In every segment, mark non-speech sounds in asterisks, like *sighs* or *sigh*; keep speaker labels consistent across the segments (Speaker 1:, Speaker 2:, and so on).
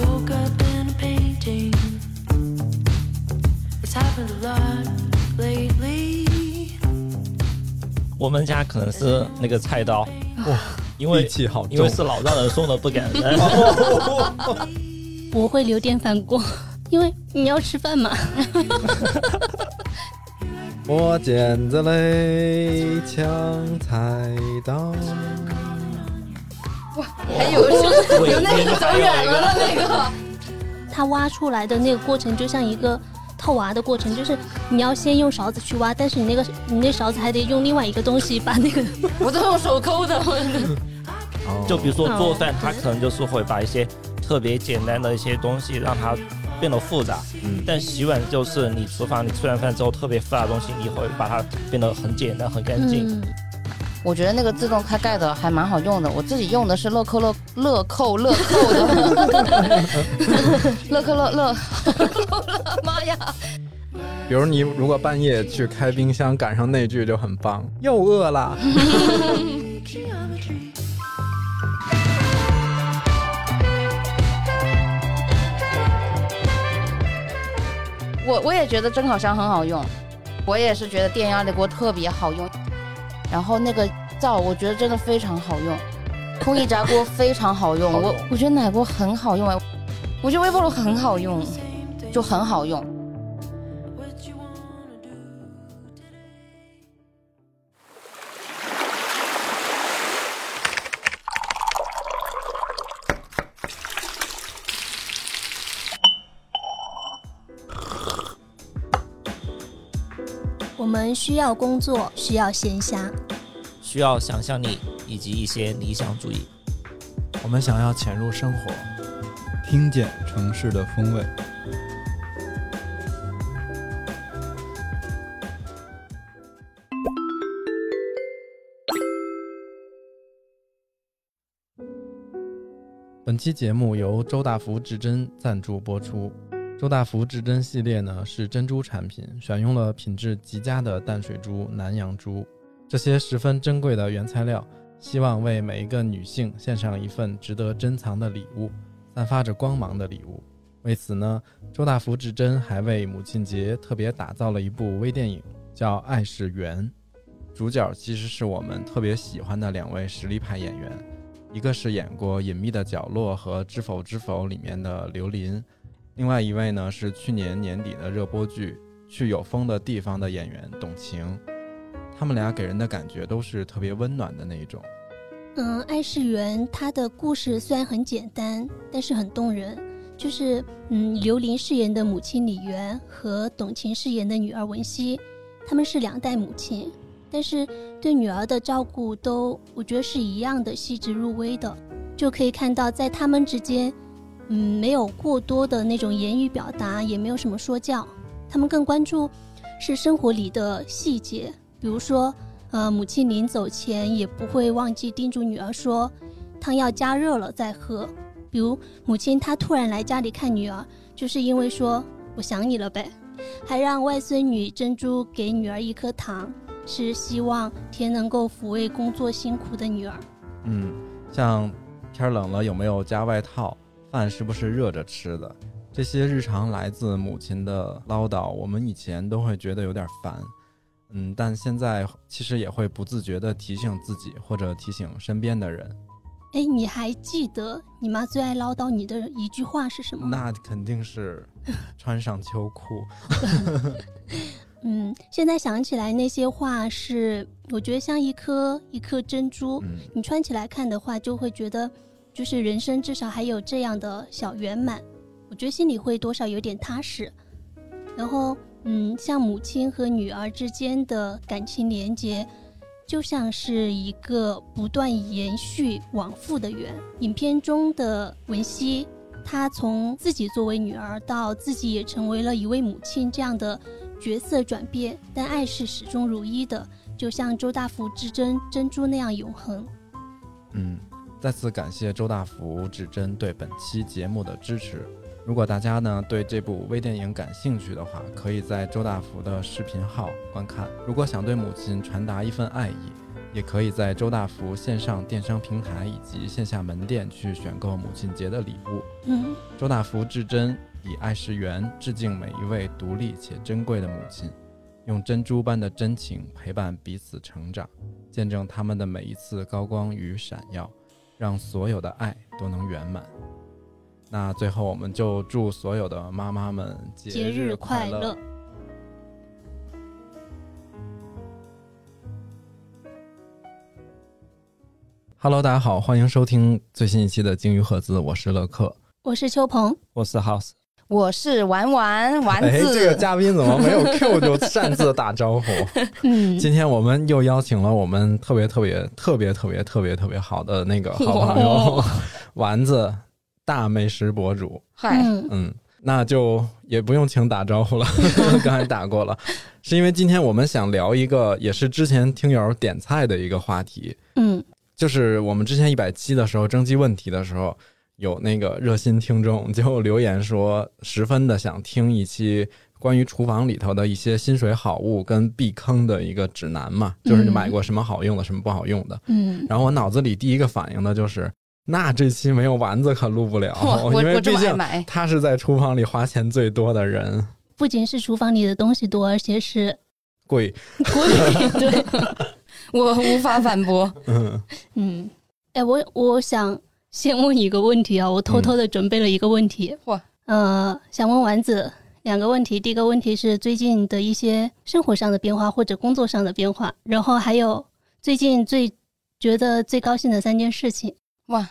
Speaker 1: woke up in a painting. It's happened a lot
Speaker 2: *sighs*
Speaker 1: lately.
Speaker 3: 我们家可能是那个菜刀，因为
Speaker 4: 力气好重
Speaker 3: 因为
Speaker 4: *laughs*
Speaker 3: 是老丈人送的，不感恩。
Speaker 5: 我会留点反光， *laughs* 因为你要吃饭嘛。
Speaker 4: 我捡着嘞，抢菜刀。
Speaker 6: *laughs* 还
Speaker 3: *laughs*
Speaker 6: 有是有那个走远了的那个，
Speaker 5: 它挖出来的那个过程就像一个套娃的过程，就是你要先用勺子去挖，但是你那个你那勺子还得用另外一个东西把那个
Speaker 6: 我都用手抠的。
Speaker 4: 哦
Speaker 3: 就比如说做饭，它可能就是会把一些特别简单的一些东西让它变得复杂。
Speaker 4: 嗯
Speaker 3: 但洗碗就是你厨房，你吃完饭之后特别复杂的东西，你会把它变得很简单、很干净。
Speaker 5: *laughs* 嗯，
Speaker 2: 我觉得那个自动开盖的还蛮好用的，我自己用的是乐扣乐乐扣乐扣的， *laughs* 乐扣乐乐，
Speaker 6: 妈呀！
Speaker 4: 比如你如果半夜去开冰箱，赶上那句就很棒，又饿啦。
Speaker 1: Geometry.
Speaker 2: 我我也觉得蒸烤箱很好用，我也是觉得电压力锅特别好用，然后那个灶我觉得真的非常好用，空气炸锅非常好用，
Speaker 4: 好用
Speaker 2: 我我觉得奶锅很好用哎，我觉得微波炉很好用，
Speaker 1: Same thing.
Speaker 2: 就很好用。
Speaker 1: What you wanna do today?
Speaker 5: 我们需要工作，需要闲暇，
Speaker 3: 需要想象力以及一些理想主义。
Speaker 7: 我们想要潜入生活，
Speaker 8: 听见城市的风味。
Speaker 4: 本期节目由周大福至臻赞助播出。周大福至臻系列呢是珍珠产品，选用了品质极佳的淡水珠、南洋珠这些十分珍贵的原材料，希望为每一个女性献上一份值得珍藏的礼物，散发着光芒的礼物。为此呢，周大福至臻还为母亲节特别打造了一部微电影，叫《爱是缘》，主角其实是我们特别喜欢的两位实力派演员。一个是演过《隐秘的角落》和《知否知否》里面的刘琳，另外一位呢是去年年底的热播剧《去有风的地方》的演员董晴。他们俩给人的感觉都是特别温暖的那一种。
Speaker 5: 嗯，爱是缘，它的故事虽然很简单，但是很动人。就是，嗯，刘琳饰演的母亲李媛和董卿饰演的女儿文熙，她们是两代母亲，但是对女儿的照顾都，我觉得是一样的细致入微的。就可以看到，在她们之间，嗯，没有过多的那种言语表达，也没有什么说教，她们更关注是生活里的细节，比如说呃，母亲临走前也不会忘记叮嘱女儿说，汤要加热了再喝。比如母亲她突然来家里看女儿，就是因为说我想你了呗，还让外孙女珍珠给女儿一颗糖，是希望甜能够抚慰工作辛苦的女儿。
Speaker 4: 嗯，像天冷了有没有加外套，饭是不是热着吃的，这些日常来自母亲的唠叨，我们以前都会觉得有点烦，嗯，但现在其实也会不自觉地提醒自己或者提醒身边的人。
Speaker 5: 哎，你还记得你妈最爱唠叨你的一句话是什么吗？
Speaker 4: 那肯定是穿上秋裤。
Speaker 5: 嗯，现在想起来那些话是，我觉得像一颗一颗珍珠，
Speaker 4: 嗯，
Speaker 5: 你穿起来看的话，就会觉得就是人生至少还有这样的小圆满，我觉得心里会多少有点踏实。然后，嗯，像母亲和女儿之间的感情连结，就像是一个不断延续往复的圆。影片中的文熙，她从自己作为女儿到自己也成为了一位母亲这样的角色转变，但爱是始终如一的，就像周大福之争珍珠那样永恒。
Speaker 4: 嗯，再次感谢周大福、指针对本期节目的支持。如果大家呢对这部微电影感兴趣的话，可以在周大福的视频号观看。如果想对母亲传达一份爱意，也可以在周大福线上电商平台以及线下门店去选购母亲节的礼物。
Speaker 5: 嗯，
Speaker 4: 周大福至真以爱是缘致敬每一位独立且珍贵的母亲，用珍珠般的真情陪伴彼此成长，见证他们的每一次高光与闪耀，让所有的爱都能圆满。那最后，我们就祝所有的妈妈们
Speaker 5: 节日快
Speaker 4: 乐
Speaker 5: 乐！。
Speaker 4: Hello，大家好，欢迎收听最新一期的鲸鱼赫兹，我是乐克。
Speaker 5: 我是秋鹏，
Speaker 3: 我是 House，
Speaker 2: 我是丸丸
Speaker 4: *laughs*
Speaker 2: 丸
Speaker 4: 哎，
Speaker 2: 子，
Speaker 4: 这个嘉宾怎么没有 Q 就擅自打招呼？
Speaker 2: *laughs*
Speaker 5: 嗯，
Speaker 4: 今天我们又邀请了我们特别特别特别特别特别特别好的那个好朋友 *laughs* 丸子大美食博主，
Speaker 2: 嗨，
Speaker 5: 嗯
Speaker 4: 嗯，那就也不用请打招呼了， *laughs* 刚才打过了，是因为今天我们想聊一个也是之前听友点菜的一个话题，
Speaker 5: 嗯
Speaker 4: 就是我们之前一百期的时候征集问题的时候，有那个热心听众 *laughs* 就留言说，十分的想听一期关于厨房里头的一些薪水好物跟避坑的一个指南嘛，
Speaker 2: 嗯
Speaker 4: 就是你买过什么好用的，什么不好用的。
Speaker 5: 嗯，
Speaker 4: 然后我脑子里第一个反应的就是，那这期没有丸子可录不了
Speaker 2: 我，我
Speaker 4: 哦因为
Speaker 2: 我这
Speaker 4: 毕
Speaker 2: 么爱
Speaker 4: 竟
Speaker 2: 买，
Speaker 4: 他是在厨房里花钱最多的人。
Speaker 5: 不仅是厨房里的东西多，而且是
Speaker 4: 贵，
Speaker 2: 对， *laughs* 我无法反驳。 *laughs*
Speaker 4: 嗯，
Speaker 5: 嗯，哎，我我想先问你一个问题啊，我偷偷的准备了一个问题，
Speaker 2: 嗯哇
Speaker 5: 呃，想问丸子两个问题，第一个问题是最近的一些生活上的变化或者工作上的变化，然后还有最近最觉得最高兴的三件事情，
Speaker 2: 哇，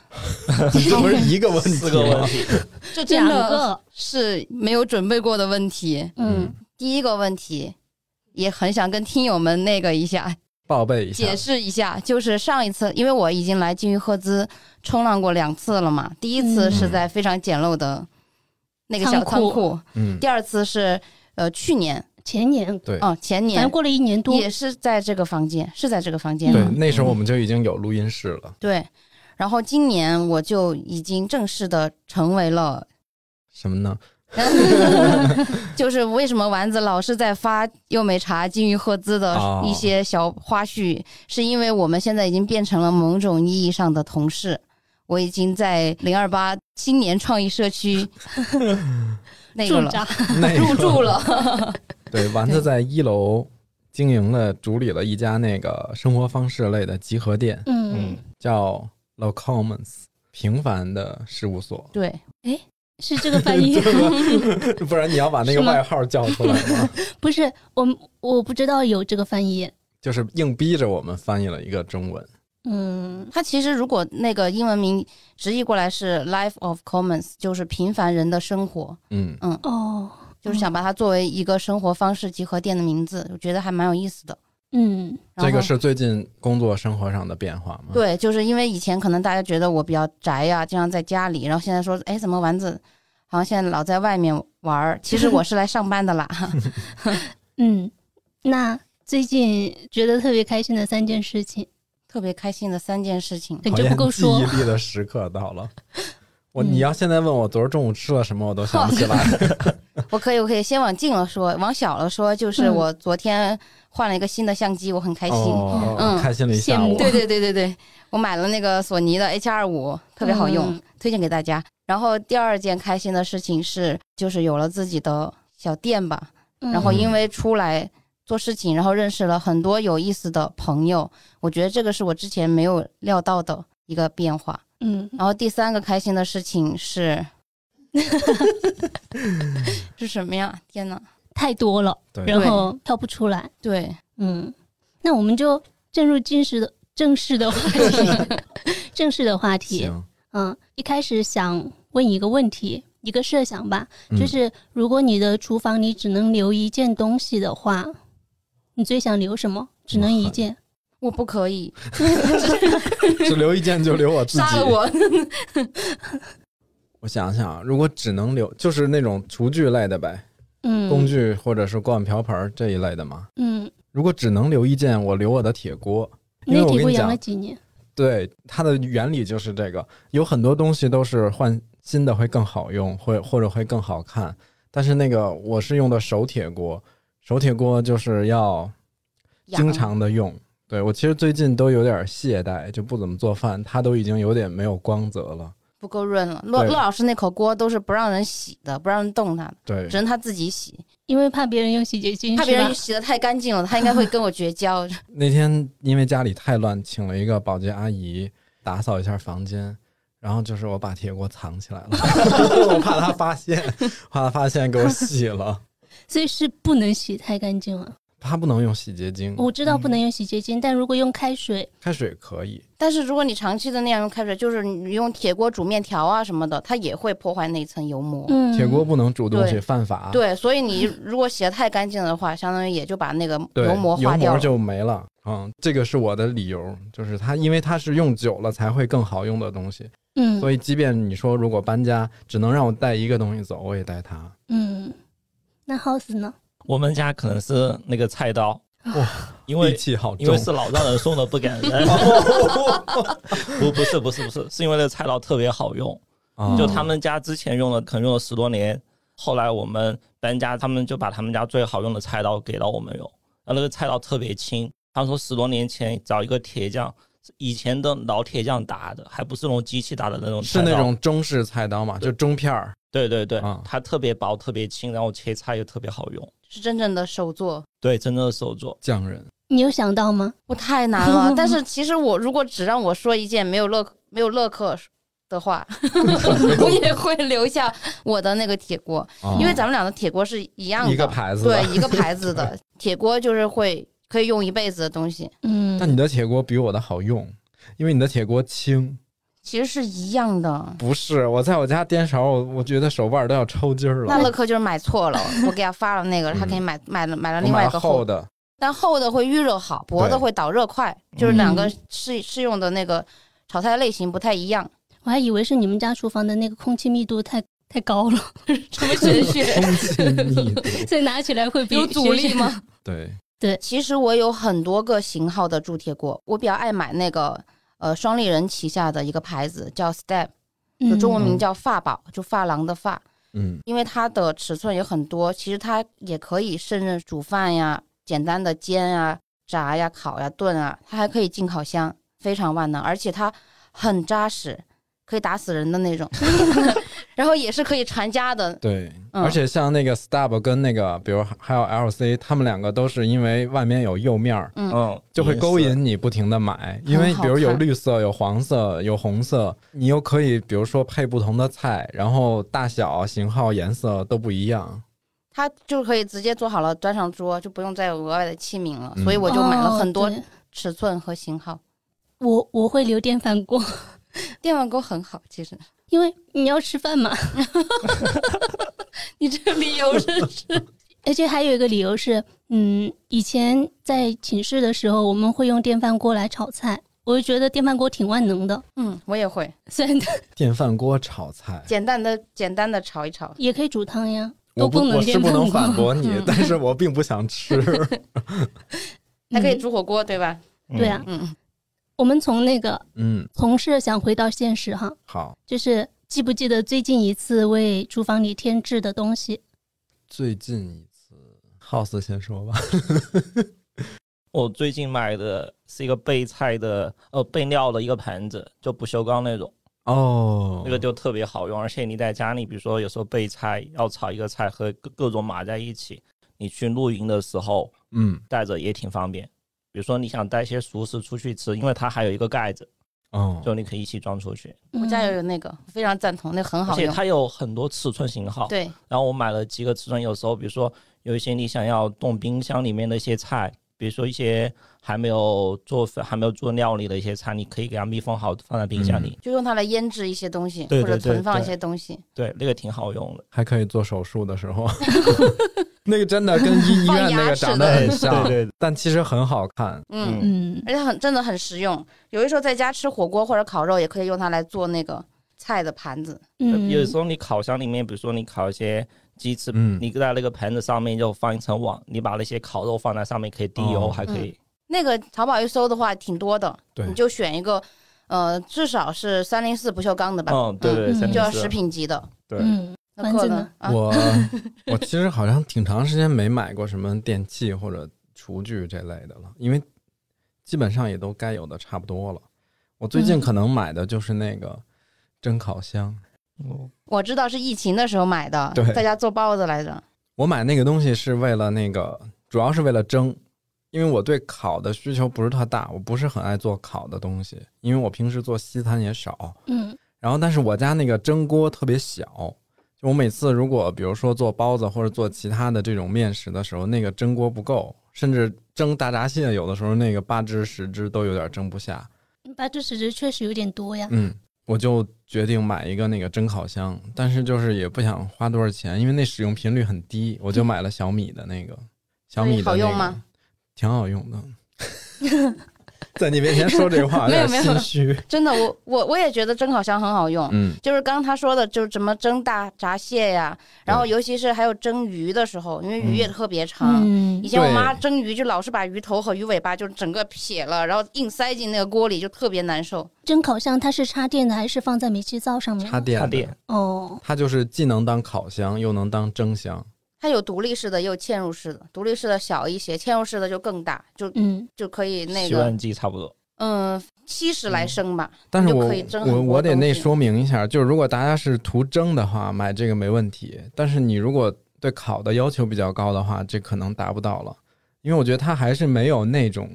Speaker 4: 这不是一个问
Speaker 3: 四个
Speaker 4: 题啊
Speaker 3: 问
Speaker 4: 吗？
Speaker 3: 题，
Speaker 2: 这真
Speaker 5: 两
Speaker 2: 的
Speaker 5: 个，
Speaker 2: 是没有准备过的问题。
Speaker 5: 嗯
Speaker 2: 第一个问题，也很想跟听友们那个一下
Speaker 4: 报备一下
Speaker 2: 解，释一下，就是上一次，因为我已经来金鱼赫兹冲浪过两次了嘛，第一次是在非常简陋的那个小
Speaker 5: 仓
Speaker 2: 仓
Speaker 5: 库
Speaker 2: 库，
Speaker 4: 嗯，
Speaker 2: 第二次是呃去年
Speaker 5: 前年，
Speaker 4: 对
Speaker 2: 哦前
Speaker 5: 反正
Speaker 2: 年
Speaker 5: 过了一年多，
Speaker 2: 也是在这个房间，是在这个房间
Speaker 4: 对
Speaker 2: 吗，
Speaker 4: 那时候我们就已经有录音室了，
Speaker 2: 对。然后今年我就已经正式的成为了
Speaker 4: 什么呢？
Speaker 2: *laughs* 就是为什么丸子老是在发又美茶、金鱼赫兹的
Speaker 4: 哦
Speaker 2: 一些小花絮，是因为我们现在已经变成了某种意义上的同事。我已经在零二八青年创意
Speaker 4: *laughs*
Speaker 2: 社区那个
Speaker 5: 驻
Speaker 2: 了
Speaker 5: 扎，
Speaker 4: 那个
Speaker 2: 入住了，
Speaker 4: 对，丸子在一楼经营了、主理了一家那个生活方式类的集合店，
Speaker 5: *laughs* 嗯，
Speaker 4: 叫 Locomens 平凡的事务所。。
Speaker 2: 对，
Speaker 5: 是这个翻译
Speaker 4: *laughs* 不然你要把那个
Speaker 5: 是吗
Speaker 4: 外号叫出来吗？
Speaker 5: *laughs*
Speaker 4: *laughs*
Speaker 5: 不是我们，我不知道有这个翻译。
Speaker 4: 就是硬逼着我们翻译了一个中文。
Speaker 5: 嗯
Speaker 2: 它其实如果那个英文名直译过来是 Life of Commons，就是平凡人的生活，
Speaker 4: 嗯，
Speaker 5: 哦，
Speaker 2: 就是想把它作为一个生活方式集合店的名字，我觉得还蛮有意思的。
Speaker 5: 嗯
Speaker 2: 然
Speaker 4: 这个
Speaker 2: 后
Speaker 4: 是最近工作生活上的变化吗？，
Speaker 2: 对，就是因为以前可能大家觉得我比较宅呀、经常在家里，然后现在说，哎，怎么丸子好像现在老在外面玩儿？其实我是来上班的啦。 *laughs*
Speaker 5: 嗯，那最近觉得特别开心的三件事情，
Speaker 2: 特别开心的三件事情，
Speaker 5: 感
Speaker 4: 考
Speaker 5: 觉不
Speaker 4: 验
Speaker 5: 够
Speaker 4: 记
Speaker 5: 说
Speaker 4: 忆。力的时刻到
Speaker 5: *laughs*
Speaker 4: 了。我
Speaker 5: 嗯
Speaker 4: 你要现在问我昨儿中午吃了什么，我都想不起
Speaker 5: *laughs*
Speaker 4: 来。
Speaker 2: 我可以，我可以先往近了说，往小了说，就是
Speaker 5: 嗯
Speaker 2: 我昨天换了一个新的相机，我很开心。
Speaker 4: 哦
Speaker 2: 嗯
Speaker 4: 开心了一下
Speaker 5: 羡慕
Speaker 4: 午。
Speaker 2: *laughs* 对对对对对，我买了那个索尼的 H 二五，特别好用，
Speaker 5: 嗯
Speaker 2: 推荐给大家。然后第二件开心的事情是，就是有了自己的小店吧，
Speaker 5: 嗯
Speaker 2: 然后因为出来做事情，然后认识了很多有意思的朋友，我觉得这个是我之前没有料到的一个变化。
Speaker 5: 嗯，
Speaker 2: 然后第三个开心的事
Speaker 4: *laughs*
Speaker 2: 情是，是什么呀？天哪！
Speaker 5: 太多了，
Speaker 4: 对
Speaker 5: 然后跳不出来。
Speaker 2: 对，
Speaker 5: 嗯，那我们就正入正式的正式的话题，正式的话题。
Speaker 4: 行，
Speaker 5: 嗯，一开始想问一个问题，一个设想吧，就
Speaker 4: 嗯
Speaker 5: 是如果你的厨房里只能留一件东西的话，你最想留什么？只能一件。
Speaker 2: 我不可以， *laughs*
Speaker 4: 只留一件就留我自己。
Speaker 2: 杀了我！
Speaker 4: *laughs* 我想想啊，如果只能留，就是那种厨具类的呗，
Speaker 5: 嗯，
Speaker 4: 工具或者是锅碗瓢盆儿这一类的嘛。
Speaker 5: 嗯，
Speaker 4: 如果只能留一件，我留我的铁锅。因为
Speaker 5: 那
Speaker 4: 我
Speaker 5: 铁
Speaker 4: 跟
Speaker 5: 锅
Speaker 4: 你
Speaker 5: 养
Speaker 4: 讲
Speaker 5: 了，几年？
Speaker 4: 对它的原理就是这个，有很多东西都是换新的会更好用，会或者会更好看。但是那个我是用的手铁锅，手铁锅就是要
Speaker 2: 养
Speaker 4: 经常的用，对我其实最近都有点懈怠，就不怎么做饭，它都已经有点没有光泽了。
Speaker 2: 不够润了。骆
Speaker 4: 对
Speaker 2: 骆老师那口锅都是不让人洗的，不让人动它的，
Speaker 4: 对
Speaker 2: 只，能他自己洗。
Speaker 5: 因为怕别人用洗洁精，
Speaker 2: 怕别人
Speaker 5: 是吧
Speaker 2: 洗的太干净了，他应该会跟我
Speaker 4: *laughs*
Speaker 2: 绝交。
Speaker 4: 那天因为家里太乱，请了一个保洁阿姨打扫一下房间，然后就是我把铁锅藏起来了， *laughs* 我怕她发现，怕她发现给我洗了。
Speaker 5: 所以是不能洗太干净了。
Speaker 4: 它不能用洗洁精，
Speaker 2: 哦
Speaker 5: 我知
Speaker 4: 嗯
Speaker 5: 道不能用洗洁精，但如果用开水，
Speaker 4: 开水可以。
Speaker 2: 但是如果你长期的那样用开水，就是你用铁锅煮面条啊什么的，它也会破坏那一层油膜。
Speaker 5: 嗯，
Speaker 4: 哦铁锅不能煮东西，
Speaker 2: 对
Speaker 4: 犯法。
Speaker 2: 对，所以你如果洗的太干净的话，相当于也就把那个
Speaker 4: 对，
Speaker 2: 油膜化掉了。
Speaker 4: 就没了。嗯，这个是我的理由，就是它，因为它是用久了才会更好用的东西，
Speaker 5: 嗯，
Speaker 4: 所以即便你说如果搬家只能让我带一个东西走，我也带它。
Speaker 5: 嗯，那 house 呢？
Speaker 3: 我们家可能是那个菜刀，因为
Speaker 4: 力气好
Speaker 3: 因为
Speaker 4: 重，
Speaker 3: 是老丈人送的，不给人。
Speaker 4: *laughs*
Speaker 3: 不不是不是不是，是因为那个菜刀特别好用，
Speaker 4: 啊
Speaker 3: *laughs* 就他们家之前用了，可能用了十多年，后来我们搬家，他们就把他们家最好用的菜刀给到我们用，那那个菜刀特别轻，他们说十多年前找一个铁匠。以前的老铁匠打的，还不是那种机器打的那种菜
Speaker 4: 是
Speaker 3: 刀，
Speaker 4: 那种中式菜刀嘛，就中片儿。
Speaker 3: 对对对，
Speaker 4: 啊
Speaker 3: 它特别薄，特别轻，然后切菜又特别好用。
Speaker 2: 是真正的手作，
Speaker 3: 对，真正的手作。
Speaker 4: 匠人，
Speaker 5: 你有想到吗？
Speaker 2: 我太难了。但是其实我如果只让我说一件没有乐没有乐克的话， *laughs* 我也会留下我的那个铁锅，因为咱们俩的铁锅是一样的，
Speaker 4: 哦啊一个牌子的
Speaker 2: 对，一个牌
Speaker 4: *laughs*
Speaker 2: 子的铁锅就是会可以用一辈子的东西，
Speaker 5: 嗯，
Speaker 4: 但你的铁锅比我的好用，因为你的铁锅轻。
Speaker 2: 其实是一样的。
Speaker 4: 不是，我在我家颠勺，我我觉得手腕都要抽筋儿了。嗯
Speaker 2: 那乐克就是买错了，我给他发了那个，他给你买买了买了
Speaker 4: 我
Speaker 2: 另
Speaker 4: 买
Speaker 2: 外一
Speaker 4: 了
Speaker 2: 个
Speaker 4: 厚
Speaker 2: 的，
Speaker 4: 的，
Speaker 2: 但厚的会预热好，薄的
Speaker 4: 对
Speaker 2: 会导热快，就是两个
Speaker 5: 嗯
Speaker 2: 适适用的那个炒菜类型不太一样。
Speaker 5: 我还以为是你们家厨房的那个空气密度太太高了， *laughs*
Speaker 2: 什 *laughs* 么
Speaker 4: *laughs*
Speaker 2: 玄学？
Speaker 4: 空气密度。
Speaker 5: 所以拿起来会比
Speaker 2: 有阻力吗？
Speaker 4: 对，
Speaker 2: *laughs* 其实我有很多个型号的铸铁锅，我比较爱买那个呃双立人旗下的一个牌子叫 Step，
Speaker 5: 嗯
Speaker 2: 就中文名叫发宝，就发廊的发，
Speaker 4: 嗯，
Speaker 2: 因为它的尺寸也很多，其实它也可以胜任煮饭呀、简单的煎呀、炸呀、烤呀、炖啊，它还可以进烤箱，非常万能，而且它很扎实，可以打死人的那种， *laughs* 然后也是可以传家的。
Speaker 4: 对，
Speaker 2: 嗯
Speaker 4: 而且像那个 Stub 跟那个，比如还有 LC，他们两个都是因为外面有釉面儿，
Speaker 2: 嗯
Speaker 3: 嗯，
Speaker 4: 就会勾
Speaker 3: 颜色。
Speaker 4: 引你不停的买，因为
Speaker 2: 很好
Speaker 4: 比如有
Speaker 2: 看
Speaker 4: 绿色、有黄色、有红色，你又可以比如说配不同的菜，然后大小、型号、颜色都不一样。
Speaker 2: 它就可以直接做好了，端上桌，就不用再有额外的器皿了。
Speaker 4: 嗯
Speaker 2: 所以我就买了
Speaker 5: 哦
Speaker 2: 很多
Speaker 5: 对
Speaker 2: 尺寸和型号。
Speaker 5: 我我会留电饭锅，
Speaker 2: 电饭锅很好，其实
Speaker 5: 因为你要吃饭嘛。
Speaker 2: *laughs* 你这个理
Speaker 5: *laughs*
Speaker 2: 由是
Speaker 5: 而且还有一个理由是，嗯，以前在寝室的时候，我们会用电饭锅来炒菜，我就觉得电饭锅挺万能的，
Speaker 2: 嗯，我也会
Speaker 5: 虽然。
Speaker 2: *laughs*
Speaker 4: 电饭锅炒菜，
Speaker 2: 简单的简单的炒一炒
Speaker 5: 也可以煮汤呀，
Speaker 4: 我
Speaker 5: 都
Speaker 4: 不
Speaker 5: 功能
Speaker 4: 我是
Speaker 5: 电
Speaker 4: 不
Speaker 5: 饭锅
Speaker 4: 能反驳
Speaker 2: *laughs*
Speaker 4: 你，但是我并不想吃。 *laughs*
Speaker 2: 还可以
Speaker 5: 嗯
Speaker 2: 煮火锅，对吧？
Speaker 5: 对啊，
Speaker 2: 嗯，
Speaker 5: 我们从那个
Speaker 4: 嗯，
Speaker 5: 从设想回到现实哈，
Speaker 4: 好，
Speaker 5: 就是记不记得最近一次为厨房里添置的东西？
Speaker 4: 最近一次 House 先说吧。
Speaker 3: 我最近买的是一个备菜的，呃，备料的一个盘子，就不锈钢那种，
Speaker 4: 哦
Speaker 3: 那个就特别好用。而且你在家里，比如说有时候备菜要炒一个菜和各各种码在一起，你去露营的时候
Speaker 4: 嗯
Speaker 3: 带着也挺方便。比如说你想带一些熟食出去吃，因为它还有一个盖子，
Speaker 4: 哦，
Speaker 3: 就你可以一起装出去。
Speaker 5: 我
Speaker 2: 我家也有那个，非常赞同，那个
Speaker 3: 嗯
Speaker 2: 很
Speaker 3: 而
Speaker 2: 好
Speaker 3: 且
Speaker 2: 用。
Speaker 3: 它有很多尺寸型号，
Speaker 2: 对，
Speaker 3: 然后我买了几个尺寸，有时候比如说有一些你想要冻冰箱里面的一些菜，比如说一些还没有做饭、还没有做料理的一些菜，你可以给它密封好，放在冰箱
Speaker 4: 嗯
Speaker 3: 里。
Speaker 2: 就用它来腌制一些东西，
Speaker 3: 对
Speaker 2: 或者
Speaker 3: 对对
Speaker 2: 存放一
Speaker 3: 对
Speaker 2: 些东西，
Speaker 3: 对，那个挺好用的。
Speaker 4: 还可以做手术的时候， *laughs* 那个真的跟医医
Speaker 2: *laughs* 放牙
Speaker 4: 院那个
Speaker 2: 齿
Speaker 4: 长得
Speaker 2: 的
Speaker 4: 很像，
Speaker 3: 对对
Speaker 4: 但其实很好看。
Speaker 2: 嗯，
Speaker 5: 嗯
Speaker 2: 而且很真的很实用。有的时候在家吃火锅或者烤肉，也可以用它来做那个菜的盘子。
Speaker 5: 嗯，
Speaker 3: 呃有时候你烤箱里面，比如说你烤一些鸡翅，
Speaker 4: 嗯
Speaker 3: 你在那个盘子上面就放一层网，你把那些烤肉放在上面，可以滴油，
Speaker 4: 哦
Speaker 3: 还可以。
Speaker 2: 那个淘宝一搜的话，挺多的，
Speaker 4: 对
Speaker 2: 你就选一个，呃，至少是三零四不锈钢的吧，
Speaker 3: 嗯，对对，
Speaker 5: 嗯
Speaker 3: 三
Speaker 2: 就要
Speaker 3: 明治
Speaker 2: 食。品级的。
Speaker 4: 对
Speaker 5: 嗯，
Speaker 2: 那
Speaker 5: 丸
Speaker 2: 可
Speaker 5: 子
Speaker 2: 能
Speaker 5: 呢
Speaker 2: 啊，
Speaker 4: 我我其实好像挺长时间没买过什么电器或者厨具这类的了，因为基本上也都该有的差不多了。我最近
Speaker 6: 嗯
Speaker 4: 可能买的就是那个蒸烤箱，
Speaker 3: 哦
Speaker 2: 我知道是疫情的时候买的
Speaker 4: 对，
Speaker 2: 在家做包子来着。
Speaker 4: 我买那个东西是为了那个，主要是为了蒸，因为我对烤的需求不是特大，我不是很爱做烤的东西，因为我平时做西餐也少。
Speaker 5: 嗯
Speaker 4: 然后，但是我家那个蒸锅特别小，就我每次如果比如说做包子或者做其他的这种面食的时候，那个蒸锅不够，甚至蒸大闸蟹，有的时候那个八只十只都有点蒸不下。
Speaker 5: 八至十只确实有点多呀。
Speaker 4: 嗯，我就决定买一个那个蒸烤箱，但是就是也不想花多少钱，因为那使用频率很低，我就买了小米的那个。小米的、那个、
Speaker 2: 好用吗？
Speaker 4: 挺好用的。 *laughs* 在你面前说这话有点
Speaker 2: 没有没
Speaker 4: 心
Speaker 2: 有
Speaker 4: 虚。
Speaker 2: 真的，我我我也觉得蒸烤箱很好用。
Speaker 4: 嗯，
Speaker 2: 就是刚刚他说的，就是怎么蒸大闸蟹呀，然后尤其是还有蒸鱼的时候，因为鱼也特别长。
Speaker 5: 嗯
Speaker 2: 以前我
Speaker 4: 对
Speaker 2: 妈蒸鱼就老是把鱼头和鱼尾巴就整个撇了，然后硬塞进那个锅里，就特别难受。
Speaker 5: 蒸烤箱它是插电的还是放在煤气灶上面？
Speaker 4: 插电的
Speaker 3: 插电
Speaker 5: 哦，
Speaker 4: 它就是既能当烤箱，又能当蒸箱。
Speaker 2: 它有独立式的，也有嵌入式的，独立式的小一些，嵌入式的就更大，就
Speaker 5: 嗯
Speaker 2: 就可以那
Speaker 3: 洗
Speaker 2: 个
Speaker 3: 碗机差不多。
Speaker 2: 嗯七十来升吧。
Speaker 4: 但是
Speaker 2: 就
Speaker 4: 我
Speaker 2: 可以蒸很
Speaker 4: 我
Speaker 2: 多
Speaker 4: 我得
Speaker 2: 东
Speaker 4: 那
Speaker 2: 西
Speaker 4: 说明一下，就是如果大家是图蒸的话，买这个没问题。但是你如果对烤的要求比较高的话，这可能达不到了，因为我觉得它还是没有那种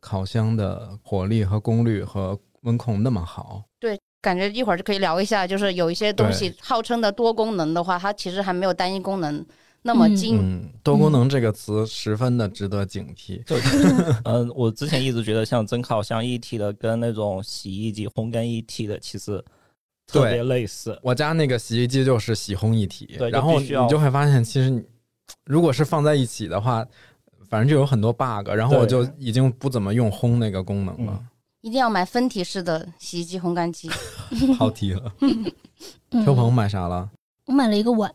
Speaker 4: 烤箱的火力和功率和温控那么好。
Speaker 2: 感觉一会儿就可以聊一下，就是有一些东
Speaker 4: 对
Speaker 2: 西号称的多功能的话，它其实还没有单一功能那么
Speaker 5: 嗯
Speaker 2: 精。
Speaker 4: 嗯，多功能这个词十分的值得警惕。
Speaker 3: 就嗯，我之前一直觉得像蒸烤箱一体的跟那种洗衣机、烘干一体的其实特
Speaker 4: 对
Speaker 3: 别类似。
Speaker 4: 我家那个洗衣机就是洗烘一体，
Speaker 3: 对就
Speaker 4: 然后
Speaker 3: 必
Speaker 4: 你
Speaker 3: 须要
Speaker 4: 就会发现，其实你如果是放在一起的话，反正就有很多 bug，然后我
Speaker 3: 对
Speaker 4: 就已经不怎么用烘那个功能了，
Speaker 2: 一定要买分体式的洗衣机、烘干机。
Speaker 4: 跑题
Speaker 5: *laughs*
Speaker 4: 了。
Speaker 5: 嗯，
Speaker 4: 秋鹏买啥了？
Speaker 5: 我买了一个碗，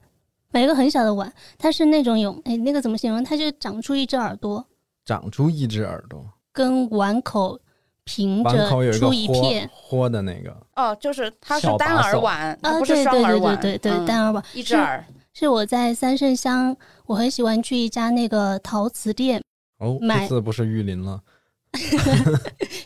Speaker 5: 买一个很小的碗，它是那种有哎那个怎么形容？它就长出一只耳朵，
Speaker 4: 长出一只耳朵，
Speaker 5: 跟碗口平
Speaker 4: 碗
Speaker 5: 着
Speaker 4: 口有一个
Speaker 5: 嗯出一
Speaker 4: 豁
Speaker 5: 片。
Speaker 4: 豁的那个，
Speaker 2: 哦，就是它是
Speaker 3: 小把
Speaker 2: 单耳
Speaker 3: 手
Speaker 2: 碗，它
Speaker 5: 啊，
Speaker 2: 不是
Speaker 5: 对对
Speaker 2: 双耳
Speaker 5: 对
Speaker 2: 碗
Speaker 5: 对，对对，
Speaker 2: 嗯
Speaker 5: 单耳碗
Speaker 2: 一只耳。
Speaker 5: 是我在三圣乡，我很喜欢去一家那个陶瓷店，
Speaker 4: 哦，
Speaker 5: 买
Speaker 4: 这次不是玉林了，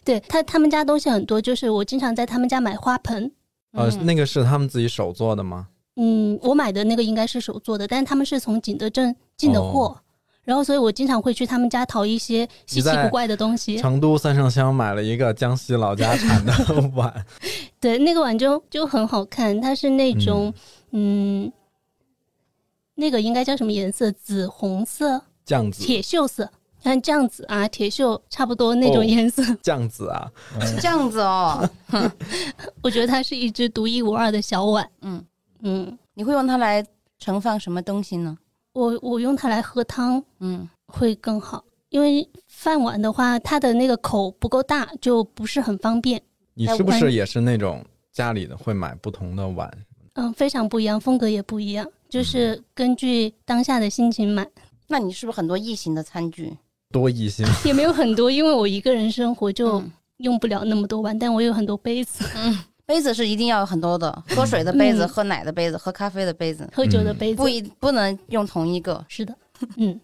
Speaker 5: 对他他们家东西很多，就是我经常在他们家买花盆，
Speaker 4: 呃，
Speaker 2: 嗯
Speaker 4: 那个是他们自己手做的吗？
Speaker 5: 嗯，我买的那个应该是手做的，但他们是从景德镇进的货，
Speaker 4: 哦
Speaker 5: 然后所以我经常会去他们家淘一些稀
Speaker 4: 你
Speaker 5: 奇
Speaker 4: 在
Speaker 5: 古怪的东西。
Speaker 4: 成都三圣乡买了一个江西老家产的
Speaker 5: *laughs*
Speaker 4: 碗，
Speaker 5: 对，那个碗就就很好看，它是那种嗯那个应该叫什么颜色？紫红色、
Speaker 4: 酱紫
Speaker 5: *laughs* 铁锈色，像这样子啊，铁锈差不多那种
Speaker 4: 哦
Speaker 5: 颜色。
Speaker 4: 酱紫啊，
Speaker 3: 嗯 *laughs*
Speaker 2: 这样
Speaker 5: *laughs*
Speaker 2: 子哦，
Speaker 5: 我觉得它是一只独一无二的小碗。
Speaker 2: 嗯，
Speaker 5: 嗯，
Speaker 2: 你会用它来盛放什么东西呢？
Speaker 5: 我我用它来喝汤
Speaker 2: 嗯，
Speaker 5: 会更好，因为饭碗的话，它的那个口不够大，就不是很方便。
Speaker 4: 你
Speaker 5: 哎
Speaker 4: 是不是也是那种家里的会买不同的碗？
Speaker 5: 嗯，非常不一样，风格也不一样，就是根据当下的心情买，
Speaker 2: 那你是不是很多异形的餐具？
Speaker 4: 多一心，
Speaker 5: 也没有很多，因为我一个人生活就
Speaker 2: 嗯
Speaker 5: 用不了那么多碗，但我有很多杯子， *laughs*
Speaker 2: 杯子是一定要有很多的，喝水的杯子、
Speaker 5: 嗯
Speaker 2: 喝奶的杯子、喝咖啡的杯子，
Speaker 5: 喝酒的杯子
Speaker 2: 不。一不能用同一个。
Speaker 5: 是的，嗯，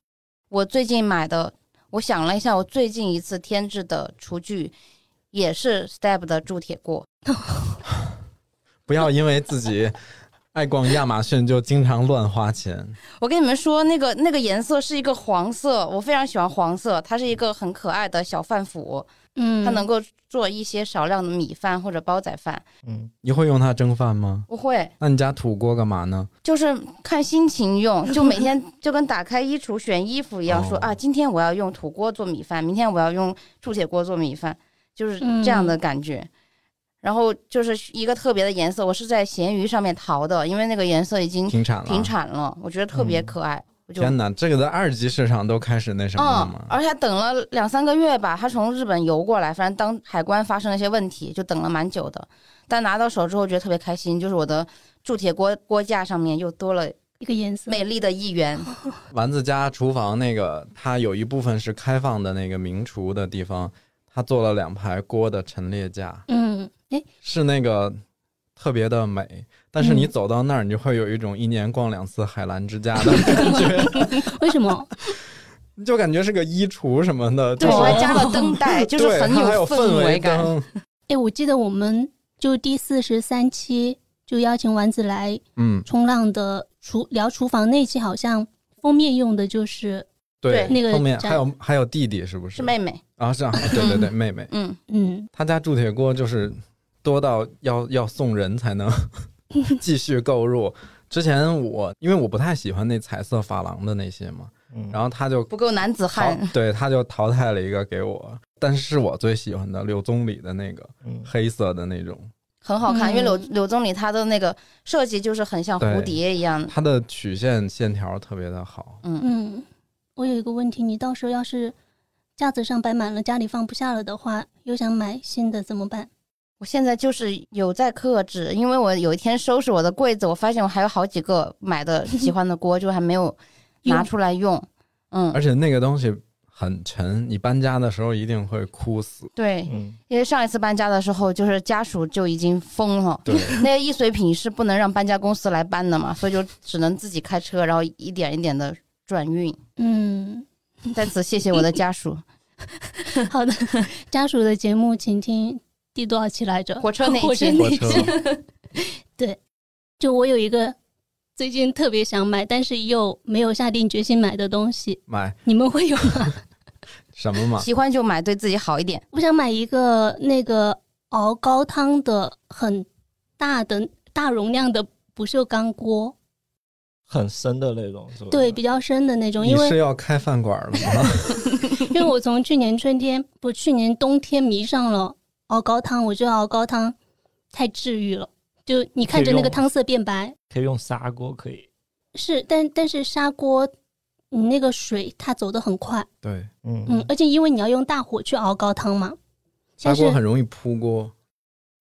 Speaker 2: 我最近买的，我想了一下，我最近一次添置的厨具也是 STEP 的铸铁锅。
Speaker 4: 不要因为自己爱逛亚马逊就经常乱花钱。
Speaker 2: 我跟你们说，那个那个颜色是一个黄色，我非常喜欢黄色，它是一个很可爱的小饭釜，
Speaker 5: 嗯，
Speaker 2: 它能够做一些少量的米饭或者煲仔饭。
Speaker 3: 嗯，
Speaker 4: 你会用它蒸饭吗？
Speaker 2: 不会，
Speaker 4: 那你家土锅干嘛呢？
Speaker 2: 就是看心情用，就每天就跟打开衣橱选衣服一样，说
Speaker 4: 哦
Speaker 2: 啊，今天我要用土锅做米饭，明天我要用铸铁锅做米饭，就是这样的感觉。然后就是一个特别的颜色，我是在闲鱼上面淘的，因为那个颜色已经
Speaker 4: 停产了。啊
Speaker 2: 停。产了，我觉得特别可爱，我就
Speaker 4: 天哪，这个在二级市场都开始那什么了
Speaker 2: 嗯
Speaker 4: 吗，？
Speaker 2: 而且还等了两三个月吧，他从日本邮过来，反正当海关发生了一些问题，就等了蛮久的。但拿到手之后，觉得特别开心，就是我的铸铁锅锅架上面又多了
Speaker 5: 一个颜色，
Speaker 2: 美丽的一员。
Speaker 4: 哦丸子家厨房那个，它有一部分是开放的那个名厨的地方，它做了两排锅的陈列架，
Speaker 5: 嗯，哎，
Speaker 4: 是那个特别的美。但是你
Speaker 5: 嗯
Speaker 4: 走到
Speaker 2: *laughs*
Speaker 4: 那儿，你就会有一种一年逛两次海澜之家的感觉。
Speaker 5: 为什么？
Speaker 4: 就感觉是个衣橱什么的，
Speaker 2: 对，
Speaker 4: 就
Speaker 2: 我
Speaker 4: 是
Speaker 2: 还加了灯带，就是
Speaker 4: 对
Speaker 2: 很
Speaker 4: 它还有
Speaker 2: 氛
Speaker 4: *laughs* 围
Speaker 2: 感。
Speaker 4: 灯。
Speaker 5: 哎，我记得我们就第四十三期就邀请丸子来
Speaker 4: 嗯，
Speaker 5: 冲浪的厨聊厨房那期，好像封面用的就是
Speaker 4: 对，
Speaker 5: 那个
Speaker 4: 后面
Speaker 5: 展
Speaker 4: 还有还有弟弟是不是？
Speaker 2: 是妹妹，
Speaker 4: 啊，是啊，对对对，妹妹，
Speaker 2: 嗯，
Speaker 5: 嗯，
Speaker 4: 他家铸铁锅就是多到要要送人才能 *laughs* 继续购入。之前我因为我不太喜欢那彩色珐琅的那些嘛，
Speaker 3: 嗯
Speaker 4: 然后他就
Speaker 2: 不够嗯男子
Speaker 4: 淘
Speaker 2: 汉，
Speaker 4: 对他就淘汰了一个给我，但是是我最喜欢的柳宗理的那个
Speaker 3: 嗯
Speaker 4: 黑色的那种，
Speaker 2: 很好看。
Speaker 5: 嗯
Speaker 2: 因为柳柳宗理他的那个设计就是很像蝴
Speaker 4: 对
Speaker 2: 蝶一样，
Speaker 4: 它的曲线线条特别的好。
Speaker 2: 嗯，
Speaker 5: 嗯，我有一个问题，你到时候要是架子上摆满了，家里放不下了的话，又想买新的怎么办？
Speaker 2: 我现在就是有在克制，因为我有一天收拾我的柜子，我发现我还有好几个买的喜欢的锅，就还没有拿出来用。嗯
Speaker 4: 而，且那个东西很沉，你搬家的时候一定会哭死。
Speaker 2: 对，
Speaker 3: 嗯，
Speaker 2: 因为上一次搬家的时候，就是家属就已经疯了，
Speaker 4: 对，
Speaker 2: 那些易碎品是不能让搬家公司来搬的嘛，所以就只能自己开车，然后一点一点的转运。 *laughs*
Speaker 5: 嗯，
Speaker 2: 在此谢谢我的家属，
Speaker 5: 好的，家属的节目请听第多少期来着？
Speaker 2: 火车那一期
Speaker 5: 火
Speaker 4: 火
Speaker 5: 车那一
Speaker 4: 车
Speaker 5: 期。 *laughs* 就我有一个最近特别想买，但是又没有下定决心买的东西，
Speaker 4: 买
Speaker 5: 你们会有吗？ *laughs*
Speaker 4: 什么嘛？
Speaker 2: 喜欢就买，对自己好一点。
Speaker 5: 我想买一个那个熬高汤的很大的大容量的不锈钢锅，
Speaker 3: 很深的那种，是吧？
Speaker 5: 对，比较深的那种，
Speaker 4: 你
Speaker 5: 因为
Speaker 4: 是要开饭馆了吗？
Speaker 5: *laughs* 因为我从去年春天不，去年冬天迷上了熬高汤，我觉得熬高汤太治愈了。就你看着那
Speaker 3: 可
Speaker 5: 个
Speaker 3: 以用
Speaker 5: 汤色变白，
Speaker 3: 可以用砂锅，可以，
Speaker 5: 是，但但是砂锅，你那个水它走得很快，
Speaker 4: 对，
Speaker 3: 嗯
Speaker 5: 嗯，而且因为你要用大火去熬高汤嘛，
Speaker 4: 砂
Speaker 5: 但
Speaker 4: 锅
Speaker 5: 是
Speaker 4: 很容易扑锅。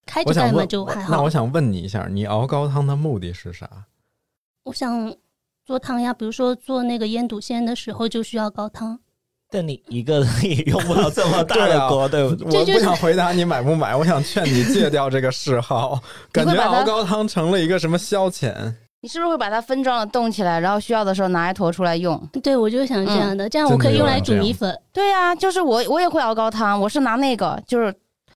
Speaker 5: 开着
Speaker 4: 我
Speaker 5: 盖
Speaker 4: 想
Speaker 5: 嘛
Speaker 4: 问
Speaker 5: 就还，
Speaker 4: 那
Speaker 5: 好。
Speaker 4: 我想问你一下，你熬高汤的目的是啥？
Speaker 5: 我想做汤呀，比如说做那个腌笃鲜的时候就需要高汤，
Speaker 3: 但你一个人也用不了这么大
Speaker 4: 对
Speaker 3: 的
Speaker 4: 啊
Speaker 3: 锅，对不对？
Speaker 5: 这
Speaker 4: 我
Speaker 5: 就
Speaker 4: 不
Speaker 5: 是
Speaker 4: 想回答你买不买，我想劝你戒掉这个嗜好，
Speaker 2: 你
Speaker 4: 感觉
Speaker 2: 会把它
Speaker 4: 熬高汤成了一个什么消遣。
Speaker 2: 你是不是会把它分装了冻起来，然后需要的时候拿一坨出来用？
Speaker 5: 对我就想这样的，这样我
Speaker 4: 真的
Speaker 5: 可以用
Speaker 4: 有
Speaker 5: 来
Speaker 4: 人
Speaker 5: 煮
Speaker 4: 这样
Speaker 5: 米粉。
Speaker 2: 对呀、就是我我也会熬高汤，我是拿那个，就是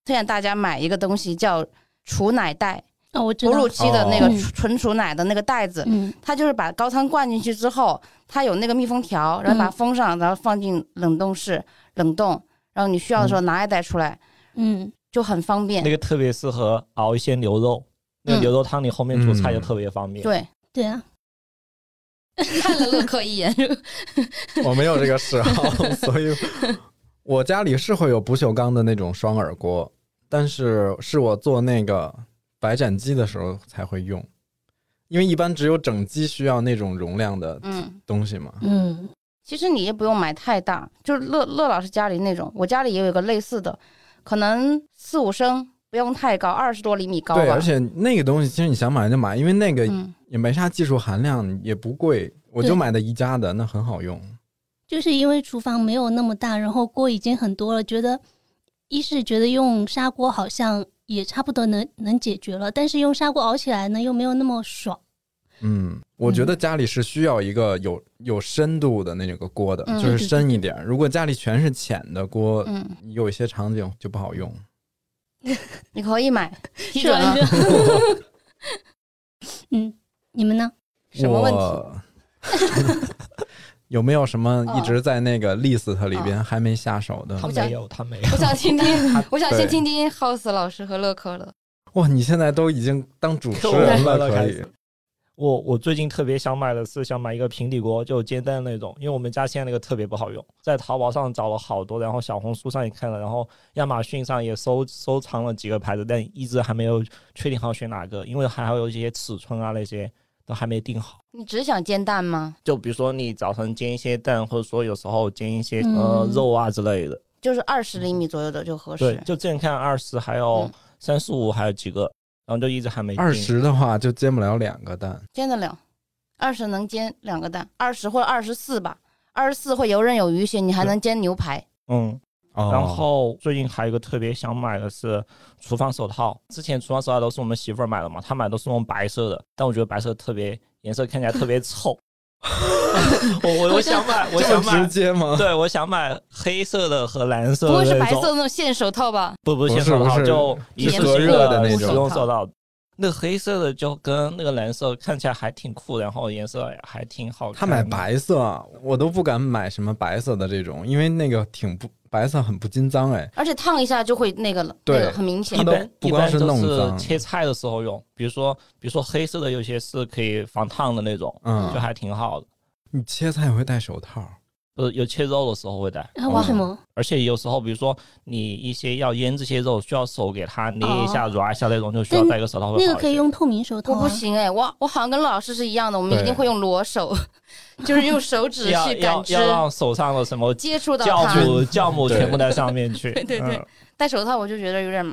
Speaker 2: 推荐大家买一个东西叫储奶袋，
Speaker 5: 啊、我知
Speaker 2: 哺
Speaker 5: 道
Speaker 2: 乳，期的那个
Speaker 5: 哦
Speaker 2: 纯储奶的那个袋子，
Speaker 5: 嗯
Speaker 2: 它就是把高汤灌进去之后，它有那个密封条，然后把它封上，然后放进冷冻室冷冻，然后你需要的时候拿一袋出来，
Speaker 5: 嗯，
Speaker 2: 就很方便
Speaker 3: 那。个特别适合熬一些牛肉，那个
Speaker 2: 嗯
Speaker 3: 牛肉汤你后面煮菜
Speaker 4: 嗯
Speaker 3: 就特别方便。
Speaker 2: 对，
Speaker 5: 对啊，
Speaker 2: *laughs* 看了乐客一眼，
Speaker 4: 我没有这个嗜好， *laughs* 所以我家里是会有不锈钢的那种双耳锅，但是是我做那个白斩鸡的时候才会用，因为一般只有整鸡需要那种容量的
Speaker 2: 嗯。
Speaker 4: 东西嘛。
Speaker 5: *laughs* 嗯
Speaker 2: 其实你也不用买太大，就是乐乐老师家里那种，我家里也有一个类似的，可能四五升，不用太高，二十多厘米高吧。
Speaker 4: 对，而且那个东西其实你想买就买，因为那个
Speaker 2: 嗯，
Speaker 4: 也没啥技术含量，也不贵，我就
Speaker 5: 对
Speaker 4: 买的宜家的，那很好用。
Speaker 5: 就是因为厨房没有那么大，然后锅已经很多了，觉得一是觉得用砂锅好像也差不多能能解决了，但是用砂锅熬起来呢又没有那么爽。
Speaker 4: 嗯，我觉得家里是需要一个有有深度的那个锅的，
Speaker 2: 嗯
Speaker 4: 就是
Speaker 5: 对对
Speaker 4: 深一点。如果家里全是浅的锅，
Speaker 2: 嗯，
Speaker 4: 有一些场景就不好用。
Speaker 2: 你可以买， *laughs* 批
Speaker 5: 吃
Speaker 2: 准
Speaker 5: 完
Speaker 2: 了
Speaker 5: 之。后， *laughs* 嗯，你们呢？
Speaker 2: 什么问题
Speaker 4: 题？ *laughs* 有没有什么
Speaker 2: 哦
Speaker 4: 一直在那个 list 里边还没下手的？
Speaker 3: 他
Speaker 2: 我想
Speaker 3: 没有，他没有
Speaker 2: *laughs* 我。想听听，哦我想
Speaker 4: 对
Speaker 2: 先听听 House 老师和乐客了。
Speaker 4: 哇，你现在都已经当主持人了，可以。
Speaker 3: 我我最近特别想买的是想买一个平底锅，就煎蛋那种，因为我们家现在那个特别不好用，在淘宝上找了好多，然后小红书上也看了，然后亚马逊上也收收藏了几个牌子，但一直还没有确定好选哪个，因为还有一些尺寸啊那些都还没定好。
Speaker 2: 你只想煎蛋吗？
Speaker 3: 就比如说你早晨煎一些蛋，或者说有时候煎一些
Speaker 5: 嗯
Speaker 3: 呃肉啊之类的，
Speaker 2: 就是二十厘米左右的就合
Speaker 3: 对
Speaker 2: 适，。
Speaker 3: 就之前看二十还有
Speaker 2: 嗯
Speaker 3: 三十五还有几个，然后就一直还没定
Speaker 4: 二十的话就煎不了两个蛋，
Speaker 2: 煎得了，二十能煎两个蛋，二十或者二十四吧，二十四会游刃有余一些，你还能煎牛排。
Speaker 3: 嗯。
Speaker 4: 哦
Speaker 3: 然后最近还有一个特别想买的是厨房手套，之前厨房手套都是我们媳妇儿买的嘛，她买的是那种白色的，但我觉得白色特别颜色看起来特别丑， *laughs* 我我我想买，我想
Speaker 4: 直
Speaker 3: 买，
Speaker 4: 接吗？
Speaker 3: 对我想买黑色的和蓝色的，
Speaker 2: 不会是白色的，那种线手套吧？
Speaker 3: 不不
Speaker 4: 不
Speaker 3: 是
Speaker 4: 是
Speaker 3: 手
Speaker 4: 不
Speaker 3: 套，
Speaker 4: 是
Speaker 3: 就是一次
Speaker 2: 隔
Speaker 3: 性
Speaker 2: 热的
Speaker 3: 的
Speaker 2: 那种
Speaker 3: 使用手套。那黑色的就跟那个蓝色看起来还挺酷，然后颜色还挺好看。
Speaker 4: 他买，白色，我都不敢买什么白色的这种，因为那个挺不白色很不经脏哎。
Speaker 2: 而且烫一下就会那个了，那
Speaker 4: 对
Speaker 2: 个很明
Speaker 3: 一
Speaker 2: 显
Speaker 4: 它都。
Speaker 3: 般
Speaker 4: 不
Speaker 3: 一
Speaker 4: 光
Speaker 3: 般
Speaker 4: 是
Speaker 3: 都
Speaker 4: 弄
Speaker 3: 是
Speaker 4: 脏
Speaker 3: 切菜的时候用，比如说比如说黑色的有些是可以防烫的那种，
Speaker 4: 嗯
Speaker 3: 就还挺好的。
Speaker 4: 你切菜会戴手套，
Speaker 3: 呃，有切肉的时候会戴，
Speaker 2: 嗯
Speaker 5: 啊，为什么？
Speaker 3: 而且有时候比如说你一些要腌这些肉，需要手给它捏一
Speaker 2: 哦
Speaker 3: 下、揉一下那种，就需要
Speaker 5: 但
Speaker 3: 戴个手套会
Speaker 5: 那个
Speaker 3: 好一
Speaker 5: 可以
Speaker 3: 些
Speaker 5: 用透明手套
Speaker 2: 我
Speaker 5: 啊、
Speaker 2: 不行哎，我我好像跟老师是一样的，我们
Speaker 4: 对
Speaker 2: 一定会用裸手， *laughs* 就是用手指
Speaker 3: 要
Speaker 2: 去
Speaker 3: 要
Speaker 2: 感知
Speaker 3: 要让手上的什么
Speaker 2: 接触到
Speaker 3: 酵
Speaker 2: 它。
Speaker 3: 母酵母
Speaker 4: 对
Speaker 3: 全
Speaker 4: *laughs*
Speaker 3: 部在上面去。
Speaker 2: *laughs* 对对对
Speaker 3: 嗯
Speaker 2: 戴手套我就觉得有点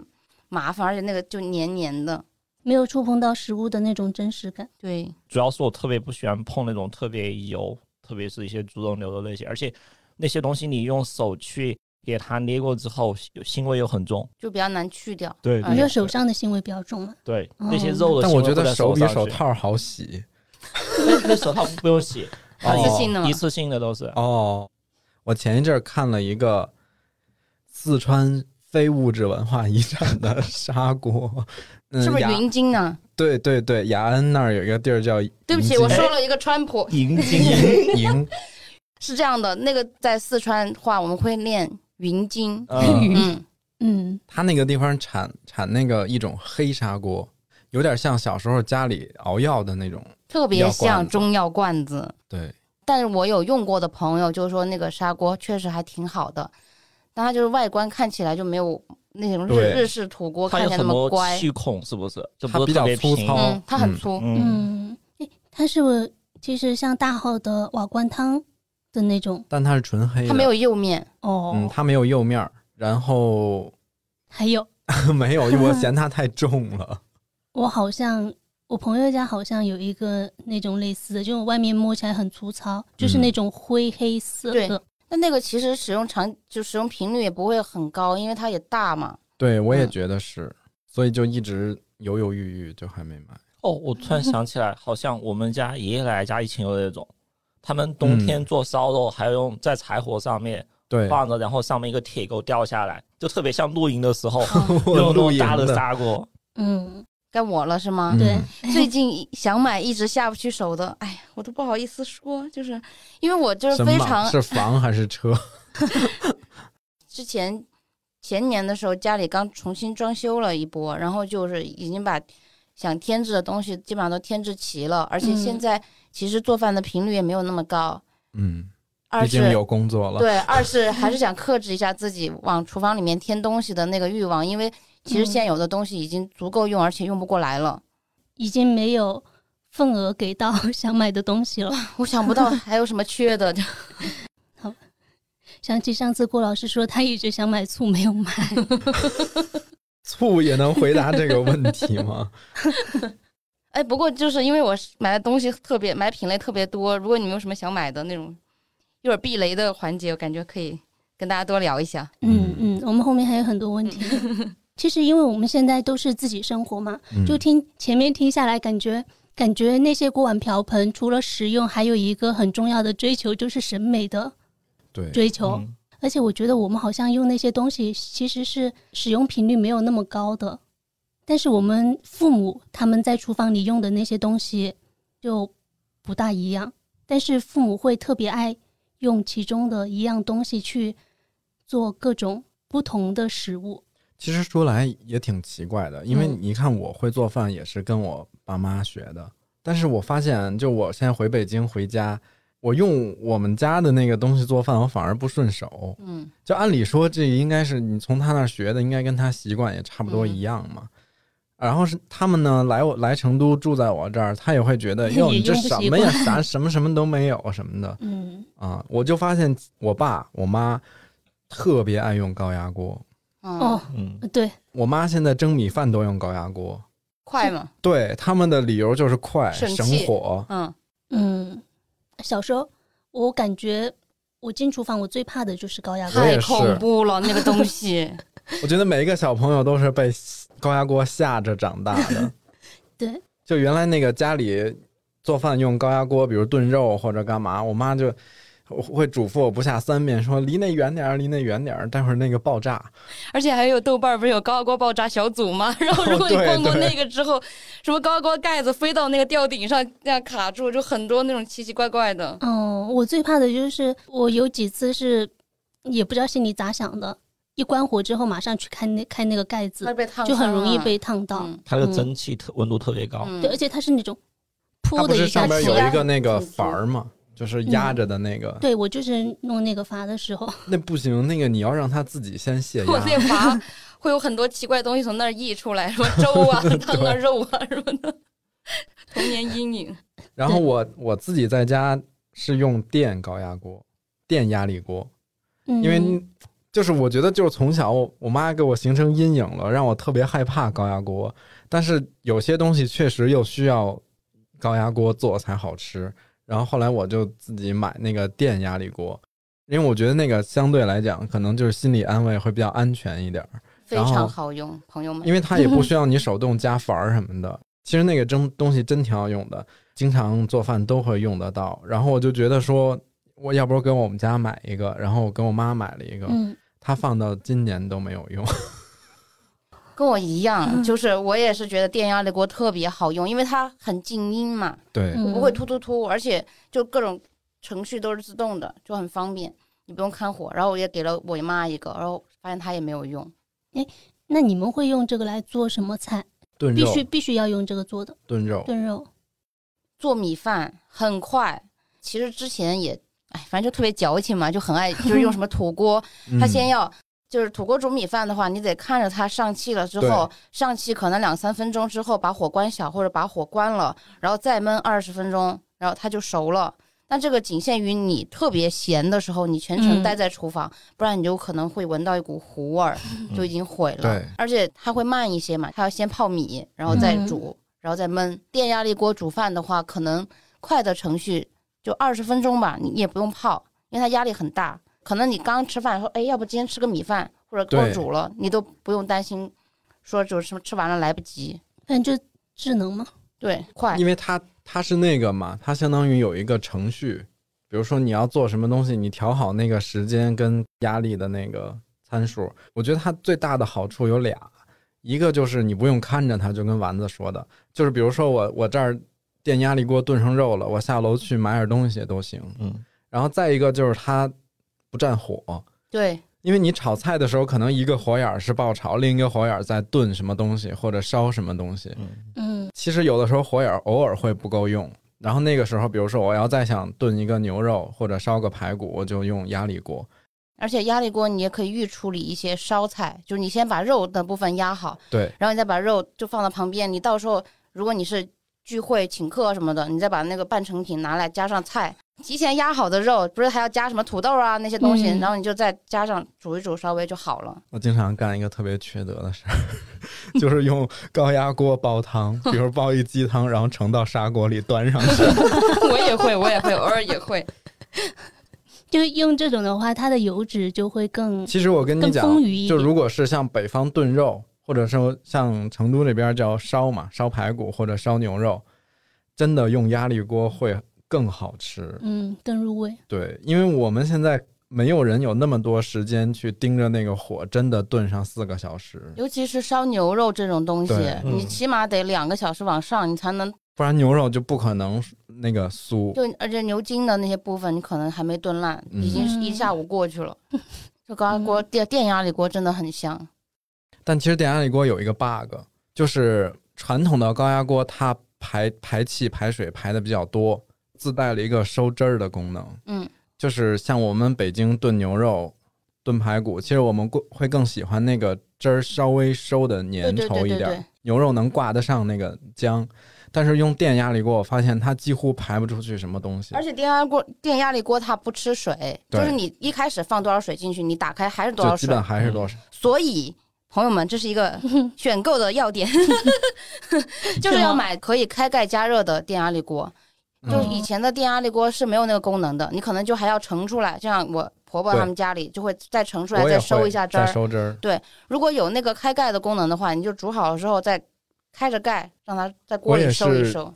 Speaker 2: 麻烦，而且那个就黏黏的。
Speaker 5: 没有触碰到食物的那种真实感。
Speaker 2: 对，
Speaker 3: 主要是我特别不喜欢碰那种特别油，特别是一些猪肉、牛肉那些，而且那些东西你用手去给它捏过之后，有腥味又很重。
Speaker 2: 就比较难去掉。
Speaker 3: 对
Speaker 2: 哎
Speaker 5: 你
Speaker 2: 呀
Speaker 5: 说手上的腥味比较重嘛？
Speaker 3: 对，
Speaker 2: 哦
Speaker 5: 嗯
Speaker 3: 那些肉的
Speaker 2: 啊
Speaker 4: 但
Speaker 3: 腥
Speaker 4: 我
Speaker 3: 味
Speaker 4: 觉
Speaker 3: 会在
Speaker 4: 得手比
Speaker 3: 上
Speaker 4: 手
Speaker 3: 去，
Speaker 4: 套好洗
Speaker 3: 那那手套不用洗，它
Speaker 2: *laughs* 一次性的嘛
Speaker 3: 一次性的都是。
Speaker 4: 哦。我前一阵儿看了一个四川非物质文化遗产的砂
Speaker 2: *laughs*
Speaker 4: 锅，嗯，
Speaker 2: 是不是
Speaker 4: 雅
Speaker 2: 云鲸呢？
Speaker 4: 对对对，雅安那儿有一个地儿叫
Speaker 2: 对不起，
Speaker 4: 银
Speaker 2: 我
Speaker 4: 金
Speaker 2: 说了一个川普，
Speaker 3: 银
Speaker 4: 银银 *laughs*
Speaker 2: 是这样的，那个在四川话我们会念云鲸，
Speaker 3: *laughs* 嗯， *laughs*
Speaker 2: 嗯，
Speaker 5: 嗯，
Speaker 4: 他那个地方产产那个一种黑砂锅，有点像小时候家里熬药的那种。
Speaker 2: 特别
Speaker 4: 药罐
Speaker 2: 像
Speaker 4: 子
Speaker 2: 中药罐子。
Speaker 4: 对，
Speaker 2: 但是我有用过的朋友就说那个砂锅确实还挺好的，但它就是外观看起来就没有那种日
Speaker 4: 对
Speaker 2: 日式土锅
Speaker 3: 它
Speaker 2: 看
Speaker 3: 有
Speaker 2: 起来那
Speaker 3: 很
Speaker 2: 么
Speaker 3: 多
Speaker 2: 乖，
Speaker 3: 气孔，是不是？就
Speaker 4: 它
Speaker 3: 不
Speaker 4: 比
Speaker 3: 是特
Speaker 4: 较
Speaker 3: 别
Speaker 4: 粗
Speaker 3: 平
Speaker 4: 糙
Speaker 2: 嗯，它很
Speaker 4: 嗯
Speaker 2: 粗，
Speaker 3: 嗯，
Speaker 5: 嗯，诶它是我其实像大号的瓦罐汤的那种
Speaker 4: 但它是纯黑的，
Speaker 2: 它没有釉面，
Speaker 5: 哦，
Speaker 4: 嗯，它没有釉面儿，然后
Speaker 5: 还有
Speaker 4: *laughs* 没有，我嫌它太重了。
Speaker 5: 我好像我朋友家好像有一个那种类似的，就外面摸起来很粗糙，就是
Speaker 4: 嗯
Speaker 5: 那种灰黑色
Speaker 2: 对
Speaker 5: 的。
Speaker 2: 但那个其实使用长就使用频率也不会很高，因为它也大嘛。
Speaker 4: *laughs* 对，我也
Speaker 2: 嗯
Speaker 4: 觉得是，所以就一直犹犹豫豫，就还没买。
Speaker 3: 哦，我突然想起来，好像我们家爷爷奶奶家以前有那种，他们冬天做烧肉，还用在柴火上面
Speaker 4: 嗯对，
Speaker 3: 放着，然后上面一个铁钩掉下来，就特别像露营的时候
Speaker 2: 哦
Speaker 4: 我
Speaker 3: *laughs* 用那
Speaker 4: 露
Speaker 3: 种
Speaker 4: 营
Speaker 3: 大的
Speaker 4: 的
Speaker 3: 砂锅。
Speaker 5: 嗯，
Speaker 2: 该我了是吗？
Speaker 5: 对
Speaker 4: 嗯
Speaker 2: 最近想买一直下不去手的，哎呀，我都不好意思说，就是因为我就是
Speaker 4: 什
Speaker 2: 非
Speaker 4: 么
Speaker 2: 常
Speaker 4: 是房还是车？
Speaker 2: 之前前年的时候家里刚重新装修了一波，然后就是已经把想添置的东西基本上都添置齐了，而且
Speaker 5: 嗯
Speaker 2: 现在其实做饭的频率也没有那么高，
Speaker 4: 嗯，
Speaker 2: 二
Speaker 4: 毕竟
Speaker 2: 是
Speaker 4: 有工作了。
Speaker 2: 对，二是还是想克制一下自己往厨房里面添东西的那个欲望，因为其实
Speaker 5: 嗯
Speaker 2: 现有的东西已经足够用，而且用不过来了。 *laughs*
Speaker 5: 已经没有份额给到想买的东西了。
Speaker 2: 我想不到还有什么缺的，
Speaker 5: 想起上次郭老师说他一直想买醋没有买，
Speaker 4: 醋也能回答这个问题
Speaker 2: *laughs*
Speaker 4: 吗？
Speaker 2: 哎，不过就是因为我是买的东西特别，买品类特别多。如果你们有什么想买的那种，一会儿避雷的环节，我感觉可以跟大家多聊一下。
Speaker 5: 嗯嗯，我们后面还有很多问题。其实因为我们现在都是自己生活嘛，
Speaker 4: 嗯
Speaker 5: 就听前面听下来，感觉感觉那些锅碗瓢盆除了实用，还有一个很重要的追求，就是审美的
Speaker 4: 对，
Speaker 5: 追求。
Speaker 3: 嗯
Speaker 5: 而且我觉得我们好像用那些东西其实是使用频率没有那么高的，但是我们父母他们在厨房里用的那些东西就不大一样，但是父母会特别爱用其中的一样东西去做各种不同的食物。
Speaker 4: 其实说来也挺奇怪的，因为
Speaker 5: 嗯
Speaker 4: 你看我会做饭也是跟我爸妈学的，但是我发现，就我现在回北京回家，我用我们家的那个东西做饭，我反而不顺手。
Speaker 2: 嗯，
Speaker 4: 就按理说，这应该是你从他那儿学的，应该跟他习惯也差不
Speaker 5: 嗯
Speaker 4: 多一样嘛。然后是他们呢，来我来成都住在我这儿，他也会
Speaker 5: *laughs*
Speaker 4: 觉得哟，
Speaker 5: 也
Speaker 4: 你这
Speaker 5: 用不
Speaker 4: 什
Speaker 5: 习
Speaker 4: 么呀，
Speaker 5: 惯 *laughs*
Speaker 4: 啥什么什么都没有什么的
Speaker 5: 嗯，
Speaker 4: 啊。我就发现我爸我妈特别爱用高压锅，
Speaker 2: 嗯
Speaker 5: 哦，，
Speaker 3: 嗯，
Speaker 5: 对，
Speaker 4: 我妈现在蒸米饭都用高压锅，
Speaker 2: 快嘛，
Speaker 4: 对他们的理由就是快
Speaker 2: 省
Speaker 4: 省
Speaker 2: 气
Speaker 4: 火。
Speaker 2: 嗯，
Speaker 5: 嗯，小时候我感觉我进厨房我最怕的就是高压锅
Speaker 4: 我，也
Speaker 2: 太
Speaker 4: 是
Speaker 2: 恐怖了，那个东 *laughs* 西。
Speaker 4: 我觉得每一个小朋友都是被高压锅吓着长大的。
Speaker 5: 对，
Speaker 4: 就原来那个家里做饭用高压锅，比如炖肉或者干嘛，我妈就会嘱咐我不下三遍，说离那远点儿，离那远点儿，待会儿那个爆炸。
Speaker 6: 而且还有豆瓣儿不是有高压锅爆炸小组吗？ *laughs* 然后如果你
Speaker 4: 哦对
Speaker 6: 碰过
Speaker 4: 对
Speaker 6: 那个之后，什么高压锅盖子飞到那个吊顶上，那样卡住，就很多那种奇奇怪怪的。
Speaker 5: 嗯，我最怕的就是我有几次是也不知道心里咋想的，一关火之后马上去开那开那个盖
Speaker 2: 会
Speaker 5: 子，
Speaker 2: 被烫
Speaker 5: 就很
Speaker 2: 伤
Speaker 5: 容易
Speaker 2: 啊
Speaker 5: 被烫到。
Speaker 2: 嗯
Speaker 3: 它那个
Speaker 5: 嗯
Speaker 3: 蒸汽特温度特别高，
Speaker 2: 嗯
Speaker 5: 对，而且它是那种
Speaker 4: 它
Speaker 5: 噗
Speaker 4: 不
Speaker 5: 的
Speaker 4: 是
Speaker 5: 一
Speaker 4: 上
Speaker 5: 下
Speaker 4: 边
Speaker 5: 起
Speaker 4: 有一
Speaker 5: 来。
Speaker 4: 个那个阀儿嘛，就是压着的那个，
Speaker 5: 对我就是弄那个阀的时候，
Speaker 4: 那不行，那个你要让它自己先泄
Speaker 6: *laughs* 我那
Speaker 4: 压。
Speaker 6: 娃会有很多奇怪的东西从那儿溢出来，什么粥
Speaker 4: *laughs*
Speaker 6: 啊、汤啊、肉啊什么的，童年阴影。
Speaker 4: 然后我我自己在家是用电高压锅、电压力锅，
Speaker 5: 嗯，
Speaker 4: 因为就是我觉得就是从小我我妈给我形成阴影了，让我特别害怕高压锅。但是有些东西确实又需要高压锅做才好吃。然后后来我就自己买那个电压力锅，因为我觉得那个相对来讲可能就是心理安慰会比较安全一点儿，
Speaker 2: 非
Speaker 4: 然后
Speaker 2: 常好用，朋友们。
Speaker 4: 因为它也不需要你手动加阀儿什么的。其实那个蒸东西真挺好用的，经常做饭都会用得到。然后我就觉得说，我要不跟我们家买一个，然后我跟我妈买了一个，
Speaker 5: 嗯，
Speaker 4: 它放到今年都没有用。 *laughs*
Speaker 2: 跟我一样，
Speaker 6: 嗯
Speaker 2: 就是我也是觉得电压力锅特别好用，因为它很静音嘛，
Speaker 4: 对，
Speaker 5: 嗯
Speaker 2: 不会突突突，而且就各种程序都是自动的，就很方便，你不用看火。然后我也给了我妈一个，然后发现她也没有用，
Speaker 5: 那你们会用这个来做什么菜？
Speaker 4: 炖
Speaker 5: 必
Speaker 4: 肉，
Speaker 5: 须必须要用这个做的
Speaker 4: 炖肉，
Speaker 5: 炖肉。
Speaker 2: 做米饭很快。其实之前也，哎，反正就特别矫情嘛，就很爱就是用什么土锅，
Speaker 4: 嗯
Speaker 2: 他先要就是土锅煮米饭的话，你得看着它上气了之后，上气可能两三分钟之后把火关小或者把火关了，然后再焖二十分钟，然后它就熟了。但这个仅限于你特别闲的时候，你全程
Speaker 6: 嗯
Speaker 2: 待在厨房，不然你就可能会闻到一股糊味儿，就已经毁了。
Speaker 4: 对
Speaker 2: 而且它会慢一些嘛，它要先泡米，然后再煮，然后再焖。电压力锅煮饭的话，可能快的程序就二十分钟吧，你也不用泡，因为它压力很大。可能你刚吃饭说，哎，要不今天吃个米饭或者锅
Speaker 4: 对
Speaker 2: 煮了，你都不用担心说就是什么吃完了来不及。
Speaker 5: 反正就智能嘛，
Speaker 2: 对，快
Speaker 4: 因为它它是那个嘛，它相当于有一个程序，比如说你要做什么东西，你调好那个时间跟压力的那个参数。我觉得它最大的好处有俩，一个就是你不用看着它，就跟丸子说的，就是比如说我我这儿电压力锅炖成肉了，我下楼去买点东西都行。
Speaker 3: 嗯，
Speaker 4: 然后再一个就是它不占火，
Speaker 2: 对，
Speaker 4: 因为你炒菜的时候，可能一个火眼儿是爆炒，另一个火眼儿在炖什么东西或者烧什么东西。
Speaker 5: 嗯
Speaker 4: 其实有的时候火眼儿偶尔会不够用，然后那个时候，比如说我要再想炖一个牛肉或者烧个排骨，我就用压力锅。
Speaker 2: 而且压力锅你也可以预处理一些烧菜，就是你先把肉的部分压好，
Speaker 4: 对，
Speaker 2: 然后你再把肉就放到旁边。你到时候如果你是聚会请客什么的，你再把那个半成品拿来加上菜，提前压好的肉不是还要加什么土豆啊那些东西，
Speaker 5: 嗯
Speaker 2: 然后你就再加上煮一煮，稍微就好了。
Speaker 4: 我经常干一个特别缺德的事儿， *laughs* 就是用高压锅煲汤，比如煲一鸡汤，然后盛到砂锅里端上 *laughs* 去。
Speaker 6: *laughs* 我也会，我也会，偶尔也会。
Speaker 5: 就用这种的话，它的油脂就会更
Speaker 4: 其实我跟你
Speaker 5: 更
Speaker 4: 讲，
Speaker 5: 丰腴一
Speaker 4: 就
Speaker 5: 点。
Speaker 4: 如果是像北方炖肉，或者说像成都这边叫烧嘛，烧排骨或者烧牛肉，真的用压力锅会更好吃。
Speaker 5: 嗯，更入味。
Speaker 4: 对，因为我们现在没有人有那么多时间去盯着那个火，真的炖上四个小时，
Speaker 2: *laughs* 尤其是烧牛肉这种东西
Speaker 4: 对，
Speaker 3: 嗯
Speaker 2: 你起码得两个小时往上，你才能
Speaker 4: 不然牛肉就不可能那个酥。
Speaker 2: 就而且牛筋的那些部分，你可能还没炖烂，
Speaker 4: 嗯
Speaker 2: 已经是一下午过去了。就高压
Speaker 6: 嗯
Speaker 2: 锅电电压力锅真的很香，
Speaker 4: 但其实电压力锅有一个 bug，就是传统的高压锅它排排气排水排的比较多，自带了一个收汁儿的功能。
Speaker 2: 嗯，
Speaker 4: 就是像我们北京炖牛肉、炖排骨，其实我们过会更喜欢那个汁儿稍微收的
Speaker 2: 对
Speaker 4: 粘
Speaker 2: 对
Speaker 4: 稠一
Speaker 2: 对对
Speaker 4: 点儿，
Speaker 2: 对，
Speaker 4: 牛肉能挂得上那个浆。但是用电压力锅，我发现它几乎排不出去什么东西
Speaker 2: 而。且电压锅电压力锅它不吃水，
Speaker 4: 对
Speaker 2: 就是你一开始放多少水进去，你打开还是多
Speaker 4: 就
Speaker 2: 少
Speaker 4: 基
Speaker 2: 水嗯
Speaker 4: 本，还是多少，
Speaker 2: 所以。朋友们，这是一个选购的要点，就是要买可以开盖加热的电压力锅。
Speaker 4: 嗯
Speaker 2: 就是以前的电压力锅是没有那个功能的，你可能就还要盛出来，就像我婆婆
Speaker 4: 对
Speaker 2: 他们家里就会再盛出来，
Speaker 4: 我也
Speaker 2: 再
Speaker 4: 会
Speaker 2: 收一下汁
Speaker 4: 再
Speaker 2: 儿。
Speaker 4: 收汁儿。
Speaker 2: 如果有那个开盖的功能的话，你就煮好了之后再开着盖，让它在锅
Speaker 4: 我
Speaker 2: 里
Speaker 4: 也
Speaker 2: 收一
Speaker 4: 是
Speaker 2: 收。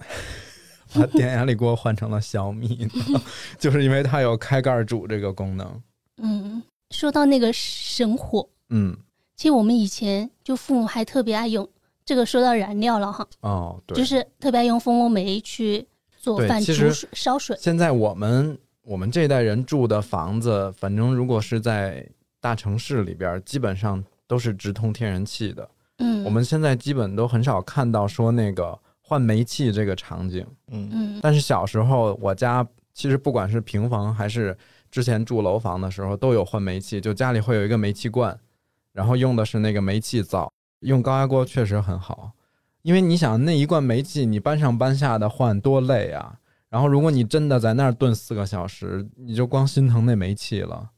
Speaker 4: 把电压力锅换成了小米的， *laughs* 就是因为它有开盖煮这个功能。
Speaker 5: 嗯，说到那个神火，
Speaker 4: 嗯，
Speaker 5: 其实我们以前就父母还特别爱用这个，说到燃料了哈，
Speaker 4: 哦，对，
Speaker 5: 就是特别爱用蜂窝煤去做
Speaker 4: 对
Speaker 5: 饭、
Speaker 4: 其
Speaker 5: 煮
Speaker 4: 实
Speaker 5: 水、烧水。
Speaker 4: 现在我们我们这一代人住的房子，反正如果是在大城市里边儿，基本上都是直通天然气的。
Speaker 5: 嗯，
Speaker 4: 我们现在基本都很少看到说那个换煤气这个场景。
Speaker 3: 嗯，
Speaker 5: 嗯
Speaker 4: 但是小时候我家其实不管是平房还是之前住楼房的时候，都有换煤气，就家里会有一个煤气罐，然后用的是那个煤气灶，用高压锅确实很好，因为你想那一罐煤气你搬上搬下的换多累啊，然后如果你真的在那儿炖四个小时，你就光心疼那煤气了。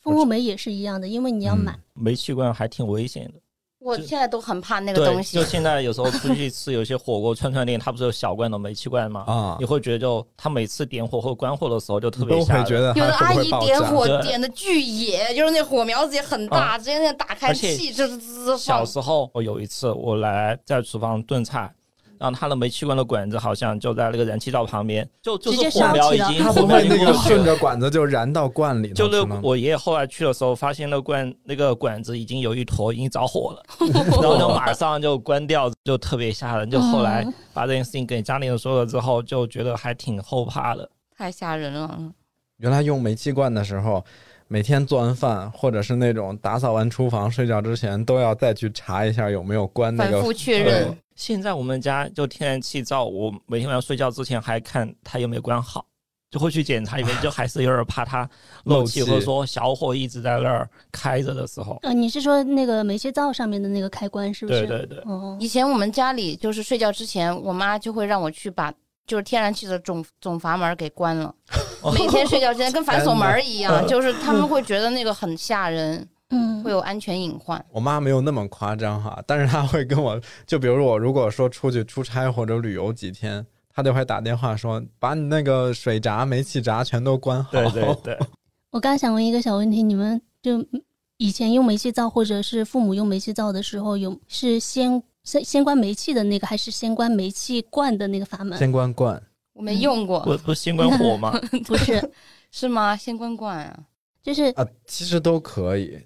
Speaker 5: 蜂窝煤也是一样的，因为你要买。
Speaker 4: 嗯
Speaker 3: 煤气罐还挺危险的。
Speaker 2: 我
Speaker 3: 就
Speaker 2: 现在都很怕那个
Speaker 3: 对，
Speaker 2: 东西
Speaker 3: 就。现在有时候出去吃有些火锅串串店，它不是有小罐的煤气罐吗？
Speaker 4: 啊
Speaker 3: 你会觉得就它每次点火或关火的时候就特
Speaker 4: 你
Speaker 3: 别
Speaker 4: 都
Speaker 3: 吓人，
Speaker 4: 会觉得
Speaker 2: *laughs* 有的
Speaker 4: 它
Speaker 2: 阿
Speaker 4: *laughs* 会不会
Speaker 2: 姨
Speaker 4: 爆
Speaker 2: 点
Speaker 4: 炸
Speaker 2: 火
Speaker 3: 对啊
Speaker 2: 点的巨野，就是那火苗子也很大，直接那打开
Speaker 3: 而且
Speaker 2: 气就是滋
Speaker 3: 小
Speaker 2: 放。
Speaker 3: 时候我有一次我来在厨房炖菜。然后它的煤气罐的管子好像就在那个燃气灶旁边，就就
Speaker 5: 直
Speaker 3: 是
Speaker 5: 接
Speaker 3: 火
Speaker 5: 烧
Speaker 3: 苗已
Speaker 5: 起了
Speaker 3: 经
Speaker 4: 它
Speaker 3: 火
Speaker 4: 不
Speaker 3: 苗
Speaker 4: 会
Speaker 3: 已经
Speaker 4: 那
Speaker 3: 过
Speaker 4: 个
Speaker 3: 去了
Speaker 4: 顺着管子就燃到罐里头
Speaker 3: 就
Speaker 4: 去
Speaker 3: 那
Speaker 4: 了吗
Speaker 3: 我爷爷后来去的时候，发现那罐那个管子已经有一坨已经着火了，然后就马上就关掉，就特别吓人。就后来把这件事情给家里人说了之后，就觉得还挺后怕的。
Speaker 2: 太吓人了，
Speaker 4: 原来用煤气罐的时候，每天做完饭或者是那种打扫完厨房睡觉之前，都要再去查一下有没有关那
Speaker 2: 反
Speaker 4: 个
Speaker 2: 复确
Speaker 4: 对
Speaker 2: 认。
Speaker 3: 现在我们家就天然气灶，我每天晚上睡觉之前还看它有没有关好，就会去检查一遍，就还是有点怕它漏气，
Speaker 4: 漏气
Speaker 3: 或者说小火一直在那儿开着的时候。
Speaker 5: 呃，你是说那个煤气灶上面的那个开关是不是？
Speaker 3: 对对对，
Speaker 5: 哦，
Speaker 2: 以前我们家里就是睡觉之前，我妈就会让我去把就是天然气的总总阀门给关
Speaker 3: *laughs*
Speaker 2: 了。每天睡觉之前跟反锁门一样，就是他们会觉得那个很吓人，
Speaker 5: 嗯
Speaker 2: 会，有安全隐患。
Speaker 4: 我妈没有那么夸张哈，但是她会跟我，就比如说我如果说出去出差或者旅游几天，她就会打电话说把你那个水闸、煤气闸全都关好。
Speaker 3: 对对对，
Speaker 5: 我刚想问一个小问题，你们就以前用煤气灶或者是父母用煤气灶的时候，有是先先先关煤气的那个，还是先关煤气罐的那个阀门？
Speaker 4: 先关罐，
Speaker 2: 我没用过，
Speaker 3: *laughs* 不不是新冠火
Speaker 2: *laughs*
Speaker 3: 吗？
Speaker 5: 不是，
Speaker 2: 是吗？先关关啊！
Speaker 5: 就是
Speaker 4: 啊，其实都可以，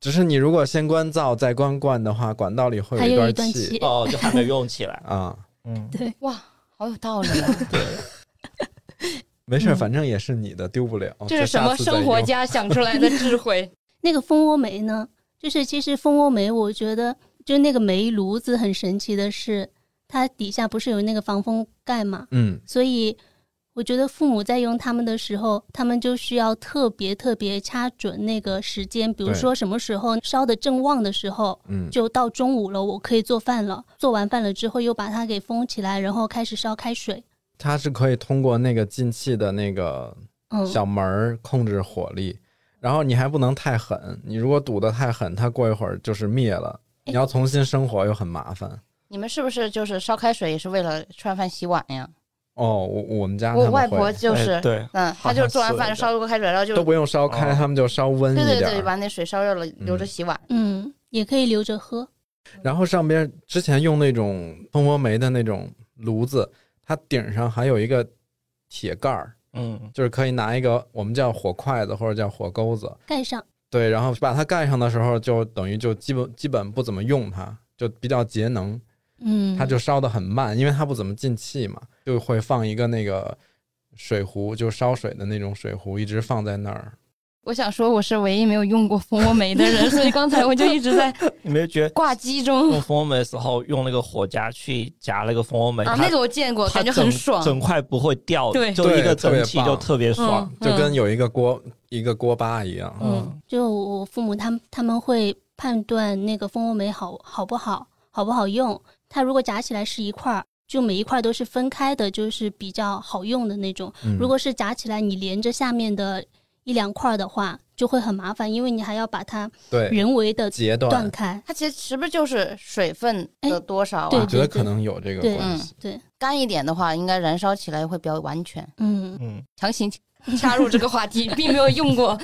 Speaker 4: 只是你如果先关灶再关罐的话，管道里 *laughs* 会
Speaker 5: 还
Speaker 4: 一
Speaker 5: 有一
Speaker 4: 段
Speaker 5: 段
Speaker 4: 气
Speaker 5: 气。
Speaker 3: 哦，就还没用起来。
Speaker 4: 啊。
Speaker 2: *laughs*
Speaker 3: 嗯，
Speaker 2: 哇，好有道理啊！
Speaker 4: 没事儿，
Speaker 5: 嗯
Speaker 4: 反正也是你的，丢不了。
Speaker 2: 这是什么
Speaker 4: 下次再用
Speaker 2: 生活家想出来的智慧？
Speaker 5: 那个蜂窝煤呢？就是其实蜂窝煤，我觉得就那个煤炉子很神奇的是，它底下不是有那个防风盖嘛？
Speaker 4: 嗯，
Speaker 5: 所以我觉得父母在用它们的时候，他们就需要特别特别掐准那个时间，比如
Speaker 4: 对
Speaker 5: 说什么时候烧的正旺的时候，
Speaker 4: 嗯，
Speaker 5: 就到中午了，我可以做饭了。做完饭了之后，又把它给封起来，然后开始烧开水。
Speaker 4: 它是可以通过那个进气的那个
Speaker 5: 嗯，
Speaker 4: 小门儿控制火力，然后你还不能太狠，你如果堵得太狠，它过一会儿就是灭了，你要重新生火又很麻烦。
Speaker 2: 你们是不是就是烧开水也是为了涮饭洗碗呀？
Speaker 4: 哦，我我们家他
Speaker 2: 我
Speaker 4: 们
Speaker 2: 外婆
Speaker 4: 会
Speaker 2: 就是
Speaker 3: 哎，对，
Speaker 2: 嗯，她就是做完饭烧过开水，然后就
Speaker 4: 都不用烧开，
Speaker 3: 哦
Speaker 4: 他们就烧温一
Speaker 2: 对对
Speaker 4: 点
Speaker 2: 对，
Speaker 4: 儿。
Speaker 2: 把那水烧热了，留着洗碗。
Speaker 5: 嗯，也可以留着喝。
Speaker 4: 然后上边之前用那种蜂窝煤的那种炉子，它顶上还有一个铁盖儿，
Speaker 3: 嗯，
Speaker 4: 就是可以拿一个我们叫火筷子或者叫火钩子，
Speaker 5: 盖上，
Speaker 4: 对，然后把它盖上的时候，就等于就基本基本不怎么用它，就比较节能，
Speaker 5: 嗯，
Speaker 4: 它就烧得很慢，因为它不怎么进气嘛，就会放一个那个水壶，就烧水的那种水壶，一直放在那儿。
Speaker 2: 我想说，我是唯一没有用过蜂窝煤的 *laughs* 人，所以刚才我就一直在
Speaker 3: 你没有觉得
Speaker 2: 挂机中
Speaker 3: 用蜂窝煤的时候，用那个火夹去夹那个蜂窝煤，
Speaker 2: 啊，
Speaker 3: 它
Speaker 2: 那个我见过，
Speaker 3: 它
Speaker 2: 感觉
Speaker 3: 整
Speaker 2: 很爽。
Speaker 3: 整块不会掉，
Speaker 2: 对
Speaker 3: 就一个
Speaker 4: 对特别
Speaker 3: 整体就
Speaker 4: 棒
Speaker 3: 特别爽。
Speaker 2: 嗯
Speaker 4: 就跟有一个锅、一个锅巴一样。啊
Speaker 5: 嗯
Speaker 3: 嗯，
Speaker 5: 就我父母他们他们会判断那个蜂窝煤好好不好，好不好用。它如果夹起来是一块儿，就每一块都是分开的，就是比较好用的那种。
Speaker 4: 嗯
Speaker 5: 如果是夹起来你连着下面的一两块儿的话，就会很麻烦，因为你还要把它
Speaker 4: 对
Speaker 5: 人为的
Speaker 4: 截
Speaker 5: 断
Speaker 4: 断，
Speaker 5: 开。
Speaker 2: 它其实是不是就是水分的多
Speaker 5: 哎
Speaker 2: 少
Speaker 4: 我
Speaker 2: 啊
Speaker 5: 对？
Speaker 2: 嗯
Speaker 4: 觉得可能有这个
Speaker 5: 对嗯
Speaker 4: 关系。
Speaker 5: 对，
Speaker 2: 干一点的话，应该燃烧起来会比较完全。
Speaker 5: 嗯，
Speaker 3: 嗯，
Speaker 2: 强 *laughs* 行插入这个话题，并没有用过。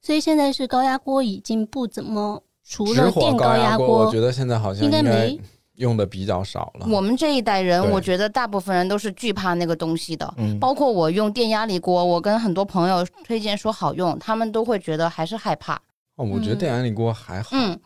Speaker 5: 所以现在是高压锅已经不怎么，除
Speaker 4: 直
Speaker 5: 了
Speaker 4: 火
Speaker 5: 电
Speaker 4: 高
Speaker 5: 压
Speaker 4: 锅，我觉得现在好像
Speaker 5: 应该
Speaker 4: 该
Speaker 5: 没
Speaker 4: 用的比较少了。
Speaker 2: 我们这一代人，
Speaker 4: 对
Speaker 2: 我觉得大部分人都是惧怕那个东西的，
Speaker 4: 嗯
Speaker 2: 包括我用电压力锅，我跟很多朋友推荐说好用，他们都会觉得还是害怕。
Speaker 4: 哦，我觉得
Speaker 6: 嗯
Speaker 4: 电压力锅还好，
Speaker 2: 嗯，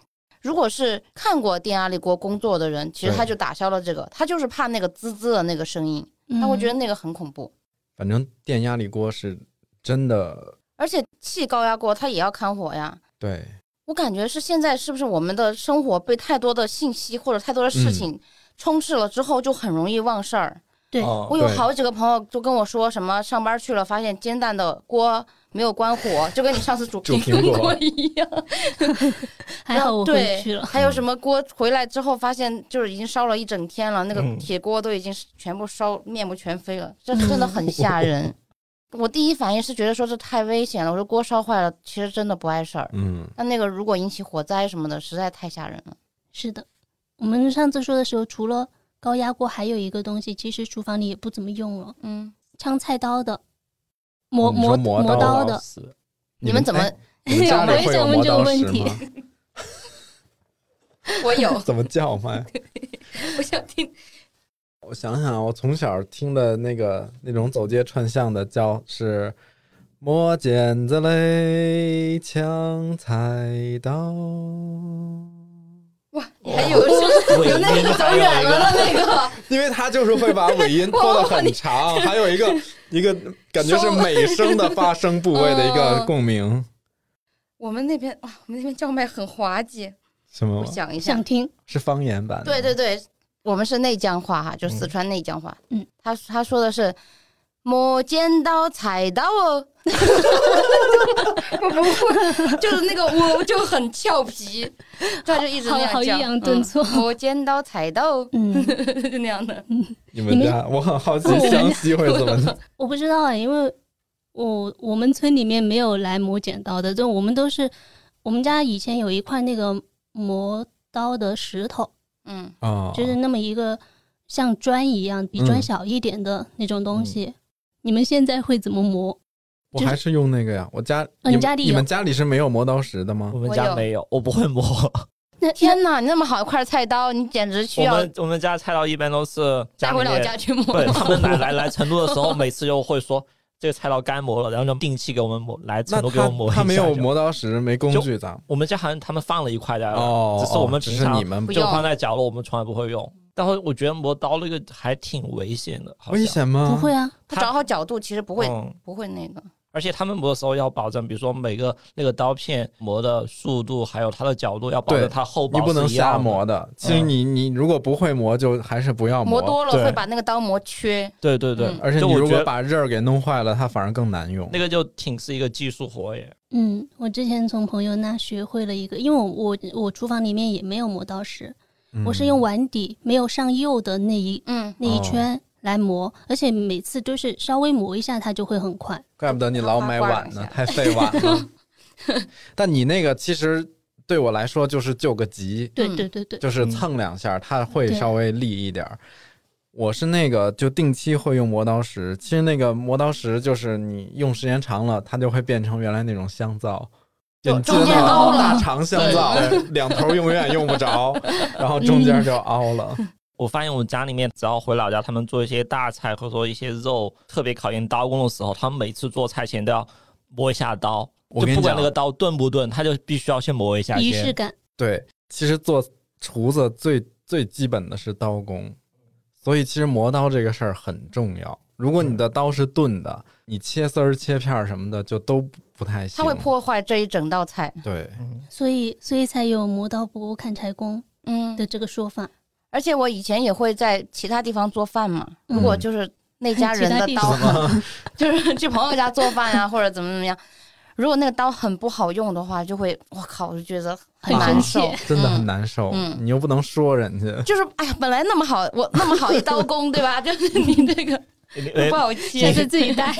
Speaker 2: 如果是看过电压力锅工作的人，其实
Speaker 4: 对嗯
Speaker 2: 他就打消了这个，他就是怕那个滋滋的那个声音，他
Speaker 5: 那
Speaker 2: 会觉得那个很恐怖。
Speaker 4: 反正电压力锅是真的
Speaker 2: 而且气高压锅它也要看火呀。
Speaker 4: 对，
Speaker 2: 我感觉是现在是不是我们的生活被太多的信息或者太多的事
Speaker 4: 嗯
Speaker 2: 情充斥了之后，就很容易忘事儿。
Speaker 5: 对
Speaker 3: 哦
Speaker 2: 我有
Speaker 4: 对
Speaker 2: 好几个朋友都跟我说什么上班去了，发现煎蛋的锅没有关火，就跟你上次煮
Speaker 4: *laughs* 煮
Speaker 2: 平
Speaker 4: 苹果
Speaker 2: 锅一样。
Speaker 5: *laughs* 还好我回
Speaker 2: 对
Speaker 5: 去了，
Speaker 2: 还有什么锅回来之后发现就是已经烧了一整天了，那个
Speaker 3: 嗯
Speaker 2: 铁锅都已经全部烧面目全非了，
Speaker 5: 嗯
Speaker 2: 这真的很吓人。我第一反应是觉得说这太危险了，我说锅烧坏了，其实真的不碍事儿。
Speaker 4: 嗯，
Speaker 2: 但那个如果引起火灾什么的，实在太吓人了。
Speaker 5: 是的。我们上次说的时候，除了高压锅，还有一个东西，其实厨房里也不怎么用了，
Speaker 2: 嗯，
Speaker 5: 枪菜刀的，磨
Speaker 4: 哦你说
Speaker 5: 磨
Speaker 4: 磨刀啊
Speaker 5: 刀
Speaker 4: 的
Speaker 5: 的，
Speaker 3: 是
Speaker 2: 你们怎么
Speaker 4: 哎你们家里会有磨刀石吗？
Speaker 6: 我有，
Speaker 4: *laughs* 怎么叫卖？
Speaker 6: 我想听。
Speaker 4: 我想想啊，我从小听的那个那种走街串巷的叫是磨剪子嘞，抢菜刀。
Speaker 6: 哇，
Speaker 3: 哦
Speaker 6: 你还有
Speaker 3: *laughs*
Speaker 6: 有那个走远了的那个，
Speaker 4: 因为他就是会把尾音拖得很长，还有一个一个感觉是美声的发声部位的一个共鸣，
Speaker 6: 我们那边哇，我们那边叫卖很滑稽。
Speaker 4: 什么
Speaker 2: 我想一下
Speaker 5: 想，听
Speaker 4: 是方言版的？
Speaker 2: 对对对，我们是内江话哈，就四川内江话。
Speaker 5: 嗯，
Speaker 2: 他他说的是磨尖刀踩刀
Speaker 5: *laughs*
Speaker 2: *laughs* 哦，
Speaker 6: 我不会，就是那个我就很俏皮，他就一直
Speaker 5: 好
Speaker 6: 那样叫，
Speaker 5: 好抑扬顿挫
Speaker 2: 嗯磨尖刀踩刀哦，
Speaker 5: 嗯。
Speaker 6: 就那样
Speaker 5: *laughs*
Speaker 6: 的。
Speaker 4: 你们家我很好奇湘西会怎么
Speaker 5: 我不知道哎，因为我我们村里面没有来磨剪刀的，就我们都是我们家以前有一块那个磨刀的石头，
Speaker 2: 嗯，
Speaker 4: 啊？
Speaker 5: 就是那么一个像砖一样比砖
Speaker 4: 嗯
Speaker 5: 小一点的那种东西。你们现在会怎么磨？
Speaker 4: 我
Speaker 5: 就是
Speaker 4: 还是用那个呀，我家
Speaker 5: 哦
Speaker 4: 你
Speaker 5: 你家里
Speaker 4: 们你
Speaker 5: 有
Speaker 4: 们家里是没有磨刀石的吗
Speaker 3: 我？们
Speaker 2: 我
Speaker 3: 家
Speaker 2: 有
Speaker 3: 没有，我不会磨。
Speaker 5: 那
Speaker 2: 天哪，你那么好一块菜刀，你简直需
Speaker 3: 我
Speaker 2: 要
Speaker 3: 们我们家菜刀一般都是
Speaker 6: 带
Speaker 3: 里
Speaker 6: 回老
Speaker 3: 面
Speaker 6: 家去磨。
Speaker 3: *laughs* 对他们来来来成都的时候，每次就会说这个菜刀干磨了，然后就定期给我们磨来成
Speaker 4: 那
Speaker 3: 都给我
Speaker 4: 他
Speaker 3: 磨一下。
Speaker 4: 他没有，磨刀石，没工具的
Speaker 3: 我们家好像他们放了一块在那儿，
Speaker 4: 哦，
Speaker 3: 只是我们
Speaker 4: 只
Speaker 3: 平
Speaker 4: 是
Speaker 3: 常
Speaker 4: 你们
Speaker 6: 不
Speaker 3: 就
Speaker 6: 用
Speaker 3: 放在角落，我们从来不会用。但是我觉得磨刀那个还挺危险的，好像
Speaker 4: 危。险吗？
Speaker 5: 不会啊，
Speaker 2: 他找好角度，其实不会
Speaker 3: 嗯，
Speaker 2: 不会那个。
Speaker 3: 而且他们磨的时候要保证，比如说每个那个刀片磨的速度，还有它的角度，要保
Speaker 4: 对
Speaker 3: 证它厚薄
Speaker 4: 你不能
Speaker 3: 是一样
Speaker 4: 瞎
Speaker 3: 的
Speaker 4: 磨。的。其实你你如果不会磨，就还是不要
Speaker 2: 磨多了
Speaker 3: 对
Speaker 2: 会把那个刀磨缺。
Speaker 3: 对对对
Speaker 2: 嗯，
Speaker 4: 而且
Speaker 3: 就
Speaker 4: 你
Speaker 3: 我
Speaker 4: 如
Speaker 3: 觉
Speaker 4: 果
Speaker 3: 得
Speaker 4: 把刃儿给弄坏了，它反而更难用。
Speaker 3: 那个就挺是一个技术活耶。
Speaker 5: 嗯，我之前从朋友那学会了一个，因为我我我厨房里面也没有磨刀石，
Speaker 4: 嗯
Speaker 5: 我是用碗底没有上釉的那一
Speaker 2: 嗯，
Speaker 5: 那一
Speaker 4: 哦
Speaker 5: 圈来磨，而且每次都是稍微磨一下，它就会很快。
Speaker 4: 怪不得你老买碗呢
Speaker 2: 刮，
Speaker 4: 太费碗了。但你那个其实对我来说就是就个急，
Speaker 5: 对
Speaker 2: 嗯
Speaker 5: 对对对，
Speaker 4: 就是蹭两下，它会
Speaker 5: 对
Speaker 4: 稍微利一点儿。我是那个就定期会用磨刀石，其实那个磨刀石就是你用时间长了，它就会变成原来那种香皂，
Speaker 2: 就
Speaker 4: 你记
Speaker 2: 中
Speaker 4: 得
Speaker 2: 间
Speaker 4: 吗
Speaker 2: 凹了
Speaker 4: 大肠香皂，两头永远用不着，然后中间就凹了。
Speaker 2: 嗯
Speaker 3: 我发现我家里面只要回老家，他们做一些大菜或者说一些肉特别考验刀工的时候，他们每次做菜前都要磨一下刀，
Speaker 4: 我
Speaker 3: 就
Speaker 4: 跟你
Speaker 3: 不管
Speaker 4: 讲
Speaker 3: 那，个刀钝不钝，他就必须要先磨一下
Speaker 5: 仪式
Speaker 3: 先。
Speaker 5: 感。
Speaker 4: 对，其实做厨子最最基本的是刀工，所以其实磨刀这个事儿很重要。如果你的刀是钝的，你切丝儿、切片儿什么的就都不不太行。
Speaker 2: 它会破坏这一整道菜。
Speaker 4: 对，
Speaker 5: 所以所以才有磨刀不误砍柴工
Speaker 2: 嗯，
Speaker 5: 的这个说法。
Speaker 2: 而且我以前也会在其他地方做饭嘛，如果就是那家人的
Speaker 5: 嗯 *laughs* 其
Speaker 2: 刀 *laughs*
Speaker 5: 他地，
Speaker 2: 就是去朋友家做饭啊呀、或者怎么怎么样，如果那个刀很不好用的话，就会我靠，我就觉得
Speaker 5: 很
Speaker 2: 难
Speaker 5: 生
Speaker 2: 受
Speaker 5: 气，
Speaker 4: 真的很
Speaker 2: 嗯
Speaker 4: 难受，
Speaker 2: 嗯
Speaker 4: 你又不能说人家。
Speaker 2: 就是哎呀，本来那么好，我那么好一刀工，对吧？ *laughs* 就是你这个
Speaker 3: 你
Speaker 2: 我不
Speaker 3: 哎
Speaker 2: 好
Speaker 5: 下
Speaker 2: 切，
Speaker 5: 次自己带。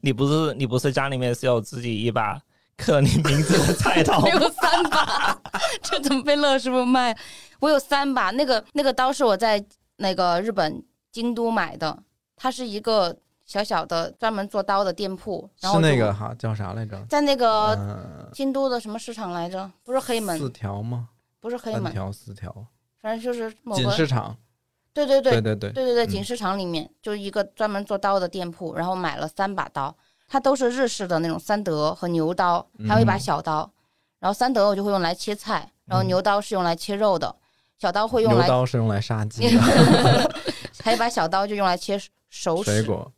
Speaker 3: 你不是你不是家里面是有自己一把刻了你名字的菜
Speaker 2: *laughs*
Speaker 3: 刀
Speaker 2: *laughs* 我？有三把， *laughs* 这怎么被乐师傅卖？我有三把，那个那个刀是我在那个日本京都买的，它是一个小小的专门做刀的店铺，然
Speaker 4: 是
Speaker 2: 后
Speaker 4: 那
Speaker 2: 就
Speaker 4: 个哈叫啥来着？
Speaker 2: 在那个
Speaker 4: 呃
Speaker 2: 京都的什么市场来着？不是黑门
Speaker 4: 四，条吗？
Speaker 2: 不是黑
Speaker 4: 三
Speaker 2: 门，
Speaker 4: 条四条，
Speaker 2: 反正就是某
Speaker 4: 锦
Speaker 2: 个
Speaker 4: 市场，
Speaker 2: 对对
Speaker 4: 对
Speaker 2: 对
Speaker 4: 对对，
Speaker 2: 对对对，
Speaker 4: 嗯
Speaker 2: 锦市场里面、就是一个专门做刀的店铺，然后买了三把刀，它都是日式的那种三德和牛刀，还有一把
Speaker 4: 嗯
Speaker 2: 小刀。然后三德我就会用来切菜，然后
Speaker 4: 嗯
Speaker 2: 牛刀是用来切肉的，小刀会用
Speaker 4: 牛
Speaker 2: 来，
Speaker 4: 刀是用来杀鸡的，
Speaker 2: *laughs* 还有一把小刀就用来切熟
Speaker 4: 水
Speaker 2: 食。
Speaker 4: 果。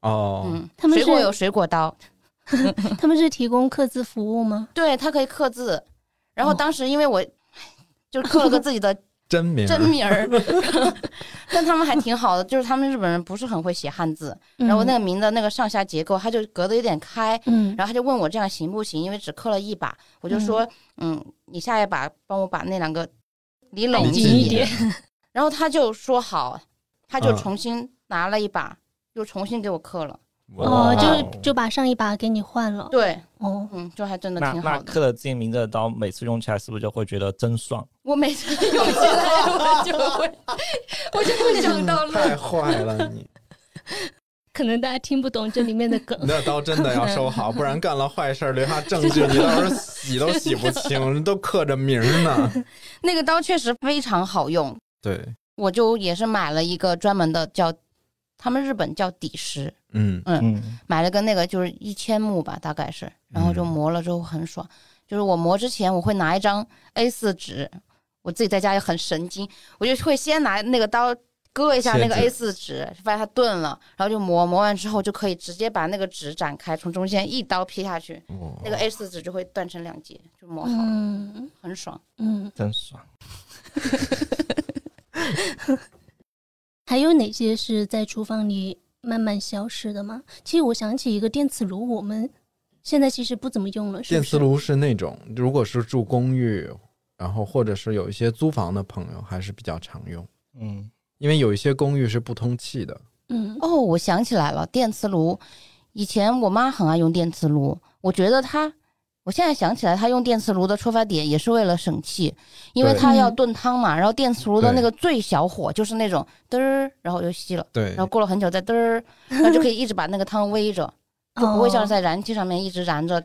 Speaker 4: 哦，
Speaker 2: 嗯，
Speaker 5: 他们
Speaker 2: 水果
Speaker 5: 是
Speaker 2: 有水果刀，
Speaker 5: 他们是提供客资服务吗？
Speaker 2: 对，它可以刻字。然后
Speaker 5: 哦
Speaker 2: 当时因为我就刻了个自己的
Speaker 4: 真名
Speaker 3: 啊
Speaker 2: 真名儿， *laughs* 但他们还挺好的，就是他们日本人不是很会写汉字，然后那个名的那个上下结构，它就隔得有点开，
Speaker 5: 嗯，
Speaker 2: 然后他就问我这样行不行，因为只刻了一把，我就说，嗯你下一把帮我把那两个离拢
Speaker 5: 拢
Speaker 2: 一
Speaker 5: 紧一
Speaker 2: 点
Speaker 5: 点。
Speaker 2: 然后他就说好，他就
Speaker 4: 嗯
Speaker 2: 重新拿了一把，又重新给我刻了。
Speaker 4: 哇
Speaker 5: 哦，就就把上一把给你换了。
Speaker 2: 对，
Speaker 5: 哦，
Speaker 2: 嗯，就还真的
Speaker 3: 那
Speaker 2: 挺
Speaker 3: 那
Speaker 2: 好的。
Speaker 3: 刻了自己名字的刀，每次用起来是不是就会觉得真爽？
Speaker 2: 我每次 *laughs*
Speaker 6: 有起来我就会，我就会想到
Speaker 3: 嗯
Speaker 6: 路。
Speaker 4: *laughs* 太坏了你！
Speaker 5: 可能大家听不懂这里面的梗
Speaker 4: *laughs* 你。那刀真的要收
Speaker 2: *laughs*
Speaker 4: 好，不然干了坏事儿留下证据，你到时候洗都洗不
Speaker 2: *laughs*
Speaker 4: 清，都刻着名儿呢。
Speaker 2: 那个刀确实非常好用，
Speaker 4: 对，
Speaker 2: 我就也是买了一个专门的叫，他们日本叫底石，
Speaker 4: 嗯
Speaker 3: 嗯，
Speaker 2: 买了个那个就是一千目吧，大概是，然后就
Speaker 4: 嗯
Speaker 2: 磨了之后很爽。就是我磨之前，我会拿一张 A 4纸，我自己在家也很神经，我就会先拿那个刀割一下
Speaker 4: 切
Speaker 2: 那个
Speaker 4: 纸
Speaker 2: A 4纸，发现它钝了，然后就磨，磨完之后就可以直接把那个纸展开，从中间一刀劈下去，
Speaker 4: 哦
Speaker 2: 那个 A 4纸就会断成两截，就磨好，了，
Speaker 5: 嗯
Speaker 2: 很爽。
Speaker 5: 嗯， *laughs*
Speaker 3: 真爽。
Speaker 5: 还有哪些是在厨房里慢慢消失的吗？其实我想起一个电磁炉，我们现在其实不怎么用了，是
Speaker 4: 电
Speaker 5: 不是
Speaker 4: 磁炉是那种，如果是住公寓，然后或者是有一些租房的朋友，还是比较常用，
Speaker 3: 嗯，
Speaker 4: 因为有一些公寓是不通气的。
Speaker 5: 嗯
Speaker 2: 哦，我想起来了，电磁炉，以前我妈很爱用电磁炉，我觉得她，我现在想起来，她用电磁炉的出发点也是为了省气，因为
Speaker 4: 对
Speaker 2: 她要
Speaker 5: 嗯
Speaker 2: 炖汤嘛，然后电磁炉的
Speaker 4: 对
Speaker 2: 那个最小火就是那种嘚儿，然后就熄了，
Speaker 4: 对
Speaker 2: 然后过了很久再嘚 *laughs* 儿，然后就可以一直把那个汤煨着，就
Speaker 5: 哦
Speaker 2: 不会像在燃气上面一直
Speaker 3: *laughs*
Speaker 2: 燃着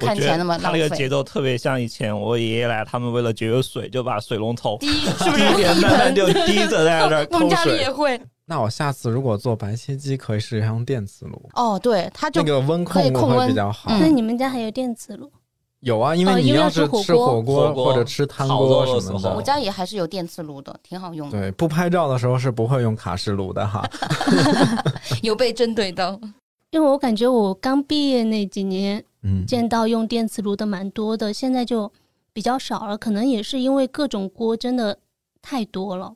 Speaker 3: 我
Speaker 2: 看
Speaker 3: 觉
Speaker 2: 起
Speaker 3: 得
Speaker 2: 来那么
Speaker 3: 他
Speaker 2: 浪
Speaker 3: 那个
Speaker 2: 费。
Speaker 3: 节奏特别像以前我爷爷来，他们为了节约水，就把水龙头
Speaker 2: 第一， *laughs*
Speaker 3: 是不是一点慢慢就滴着在那儿
Speaker 2: 我们
Speaker 3: 抠
Speaker 2: 家里
Speaker 3: 水
Speaker 2: 也？会
Speaker 4: 那我下次如果做白切鸡，可以试一下用电磁炉，
Speaker 2: 哦，对，它就
Speaker 4: 那个温
Speaker 2: 可以
Speaker 4: 控
Speaker 2: 控
Speaker 4: 会
Speaker 2: 温
Speaker 4: 比较好。
Speaker 2: 嗯
Speaker 5: 那你们家还有电磁炉？
Speaker 4: 有啊，因为
Speaker 5: 哦
Speaker 4: 你
Speaker 5: 因为
Speaker 4: 要
Speaker 5: 要
Speaker 4: 是
Speaker 5: 吃火
Speaker 4: 吃火
Speaker 3: 锅
Speaker 4: 锅
Speaker 3: 火锅
Speaker 4: 或者吃汤
Speaker 3: 烤肉
Speaker 4: 锅
Speaker 3: 的
Speaker 4: 什么
Speaker 3: 时候
Speaker 4: 的，
Speaker 2: 我家也还是有电磁炉的，挺好用的，
Speaker 4: 对不拍照的时候是不会用卡式炉的
Speaker 2: *laughs*
Speaker 4: 哈。
Speaker 2: 有被针对到。
Speaker 5: 因为我感觉我刚毕业那几年
Speaker 4: 嗯，
Speaker 5: 见到用电磁炉的蛮多的，现在就比较少了，可能也是因为各种锅真的太多了。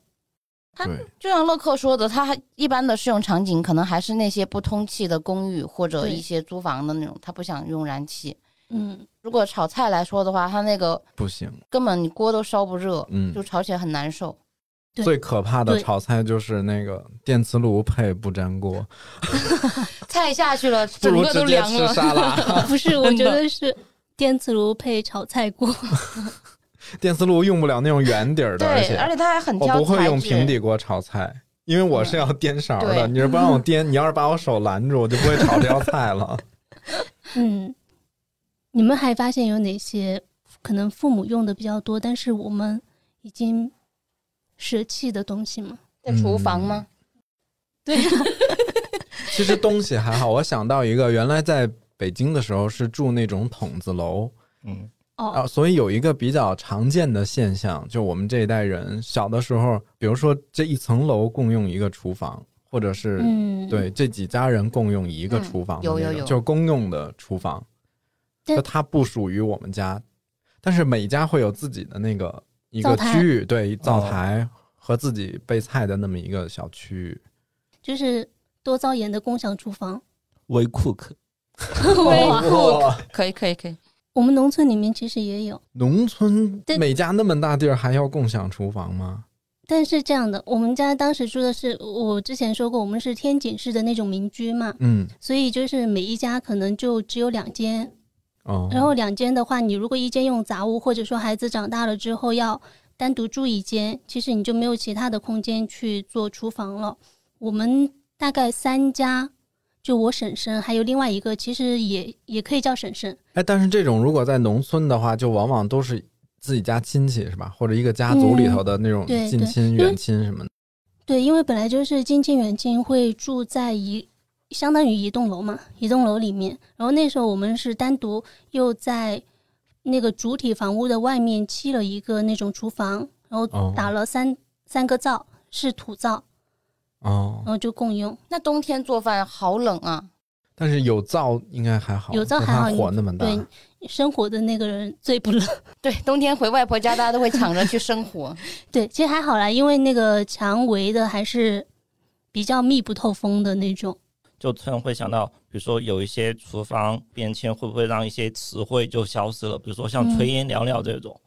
Speaker 2: 它
Speaker 4: 对
Speaker 2: 就像乐克说的，它还一般的适用场景可能还是那些不通气的公寓或者
Speaker 5: 对
Speaker 2: 一些租房的那种，他不想用燃气。
Speaker 5: 嗯，
Speaker 2: 如果炒菜来说的话，它那个
Speaker 4: 不行，
Speaker 2: 根本你锅都烧不热，
Speaker 4: 嗯
Speaker 2: 就，炒起来很难受。
Speaker 5: 对
Speaker 4: 最可怕的
Speaker 5: 对
Speaker 4: 炒菜就是那个电磁炉配不粘锅，
Speaker 2: 菜下去了，
Speaker 4: *laughs* 不
Speaker 2: 整
Speaker 4: 如
Speaker 2: 个都
Speaker 4: 直接
Speaker 2: 凉
Speaker 4: 吃
Speaker 2: 了。
Speaker 4: 沙
Speaker 2: *laughs*
Speaker 4: 拉。
Speaker 5: *laughs* 不是，我觉得是电磁炉配炒菜锅。
Speaker 4: 电磁炉用不了那种圆底儿的，而
Speaker 2: 对，而
Speaker 4: 且
Speaker 2: 且它还很
Speaker 4: 我
Speaker 2: 挑材质。
Speaker 4: 哦不会用平底锅炒菜。因为我是要颠勺的，
Speaker 2: 嗯对
Speaker 4: 你是不让我颠，你要是把我手拦住，我就不会炒这道菜了。
Speaker 2: *laughs*
Speaker 5: 嗯，你们还发现有哪些可能父母用的比较多，但是我们已经舍弃的东西吗？
Speaker 2: 在厨房吗？
Speaker 5: 对、
Speaker 4: 其实东西还好，我想到一个，原来在北京的时候是住那种筒子楼，
Speaker 3: 嗯，
Speaker 5: 哦，
Speaker 4: 啊，所以有一个比较常见的现象，就我们这一代人小的时候，比如说这一层楼共用一个厨房，或者是、
Speaker 5: 嗯，
Speaker 4: 对这几家人共用一个
Speaker 2: 嗯
Speaker 4: 厨房的那
Speaker 2: 有
Speaker 4: 种、
Speaker 2: 有有
Speaker 4: 就是公用的厨房，
Speaker 5: 对
Speaker 4: 就它不属于我们家，但是每家会有自己的那个一个
Speaker 5: 灶台
Speaker 4: 区域，对灶
Speaker 3: 哦
Speaker 4: 台和自己备菜的那么一个小区域。
Speaker 5: 就是多灶眼的共享厨房。
Speaker 3: 微 cook，
Speaker 4: 嗯
Speaker 2: *laughs*
Speaker 5: 哇
Speaker 4: 哇，
Speaker 2: 可以，可以，可以。
Speaker 5: 我们农村里面其实也有，
Speaker 4: 农村
Speaker 5: 对
Speaker 4: 每家那么大地儿还要共享厨房吗？
Speaker 5: 但是这样的，我们家当时住的是我之前说过，我们是天井式的那种民居嘛，
Speaker 4: 嗯，
Speaker 5: 所以就是每一家可能就只有两间，
Speaker 4: 哦，
Speaker 5: 然后两间的话，你如果一间用杂物，或者说孩子长大了之后要单独住一间，其实你就没有其他的空间去做厨房了。我们大概三家，就我婶婶还有另外一个，其实也也可以叫婶婶，
Speaker 4: 哎，但是这种如果在农村的话，就往往都是自己家亲戚是吧？或者一个家族里头的那种
Speaker 5: 嗯对
Speaker 4: 近
Speaker 5: 对
Speaker 4: 亲、
Speaker 5: 因为
Speaker 4: 远亲什么的。
Speaker 5: 对，因为本来就是近亲远近会住在一，相当于一栋楼嘛，一栋楼里面。然后那时候我们是单独又在那个主体房屋的外面砌了一个那种厨房，然后
Speaker 4: 哦
Speaker 5: 打了三、三个灶，是土灶，
Speaker 4: 哦
Speaker 5: 然，后就共用。
Speaker 2: 那冬天做饭好冷啊，
Speaker 4: 但是有灶应该还好，
Speaker 5: 有灶
Speaker 4: 不
Speaker 5: 还
Speaker 4: 怕
Speaker 5: 好
Speaker 4: 火那么大。啊
Speaker 5: 对，生活的那个人最不冷。
Speaker 2: 对，冬天回外婆家，大家都会抢着去生火。
Speaker 5: *laughs* 对，其实还好啦，因为那个墙围的还是比较密不透风的那种。
Speaker 3: 就突然会想到，比如说有一些厨房变迁会不会让一些词汇就消失了？比如说像
Speaker 5: 嗯
Speaker 3: 炊烟袅袅这
Speaker 4: 嗯
Speaker 3: 种，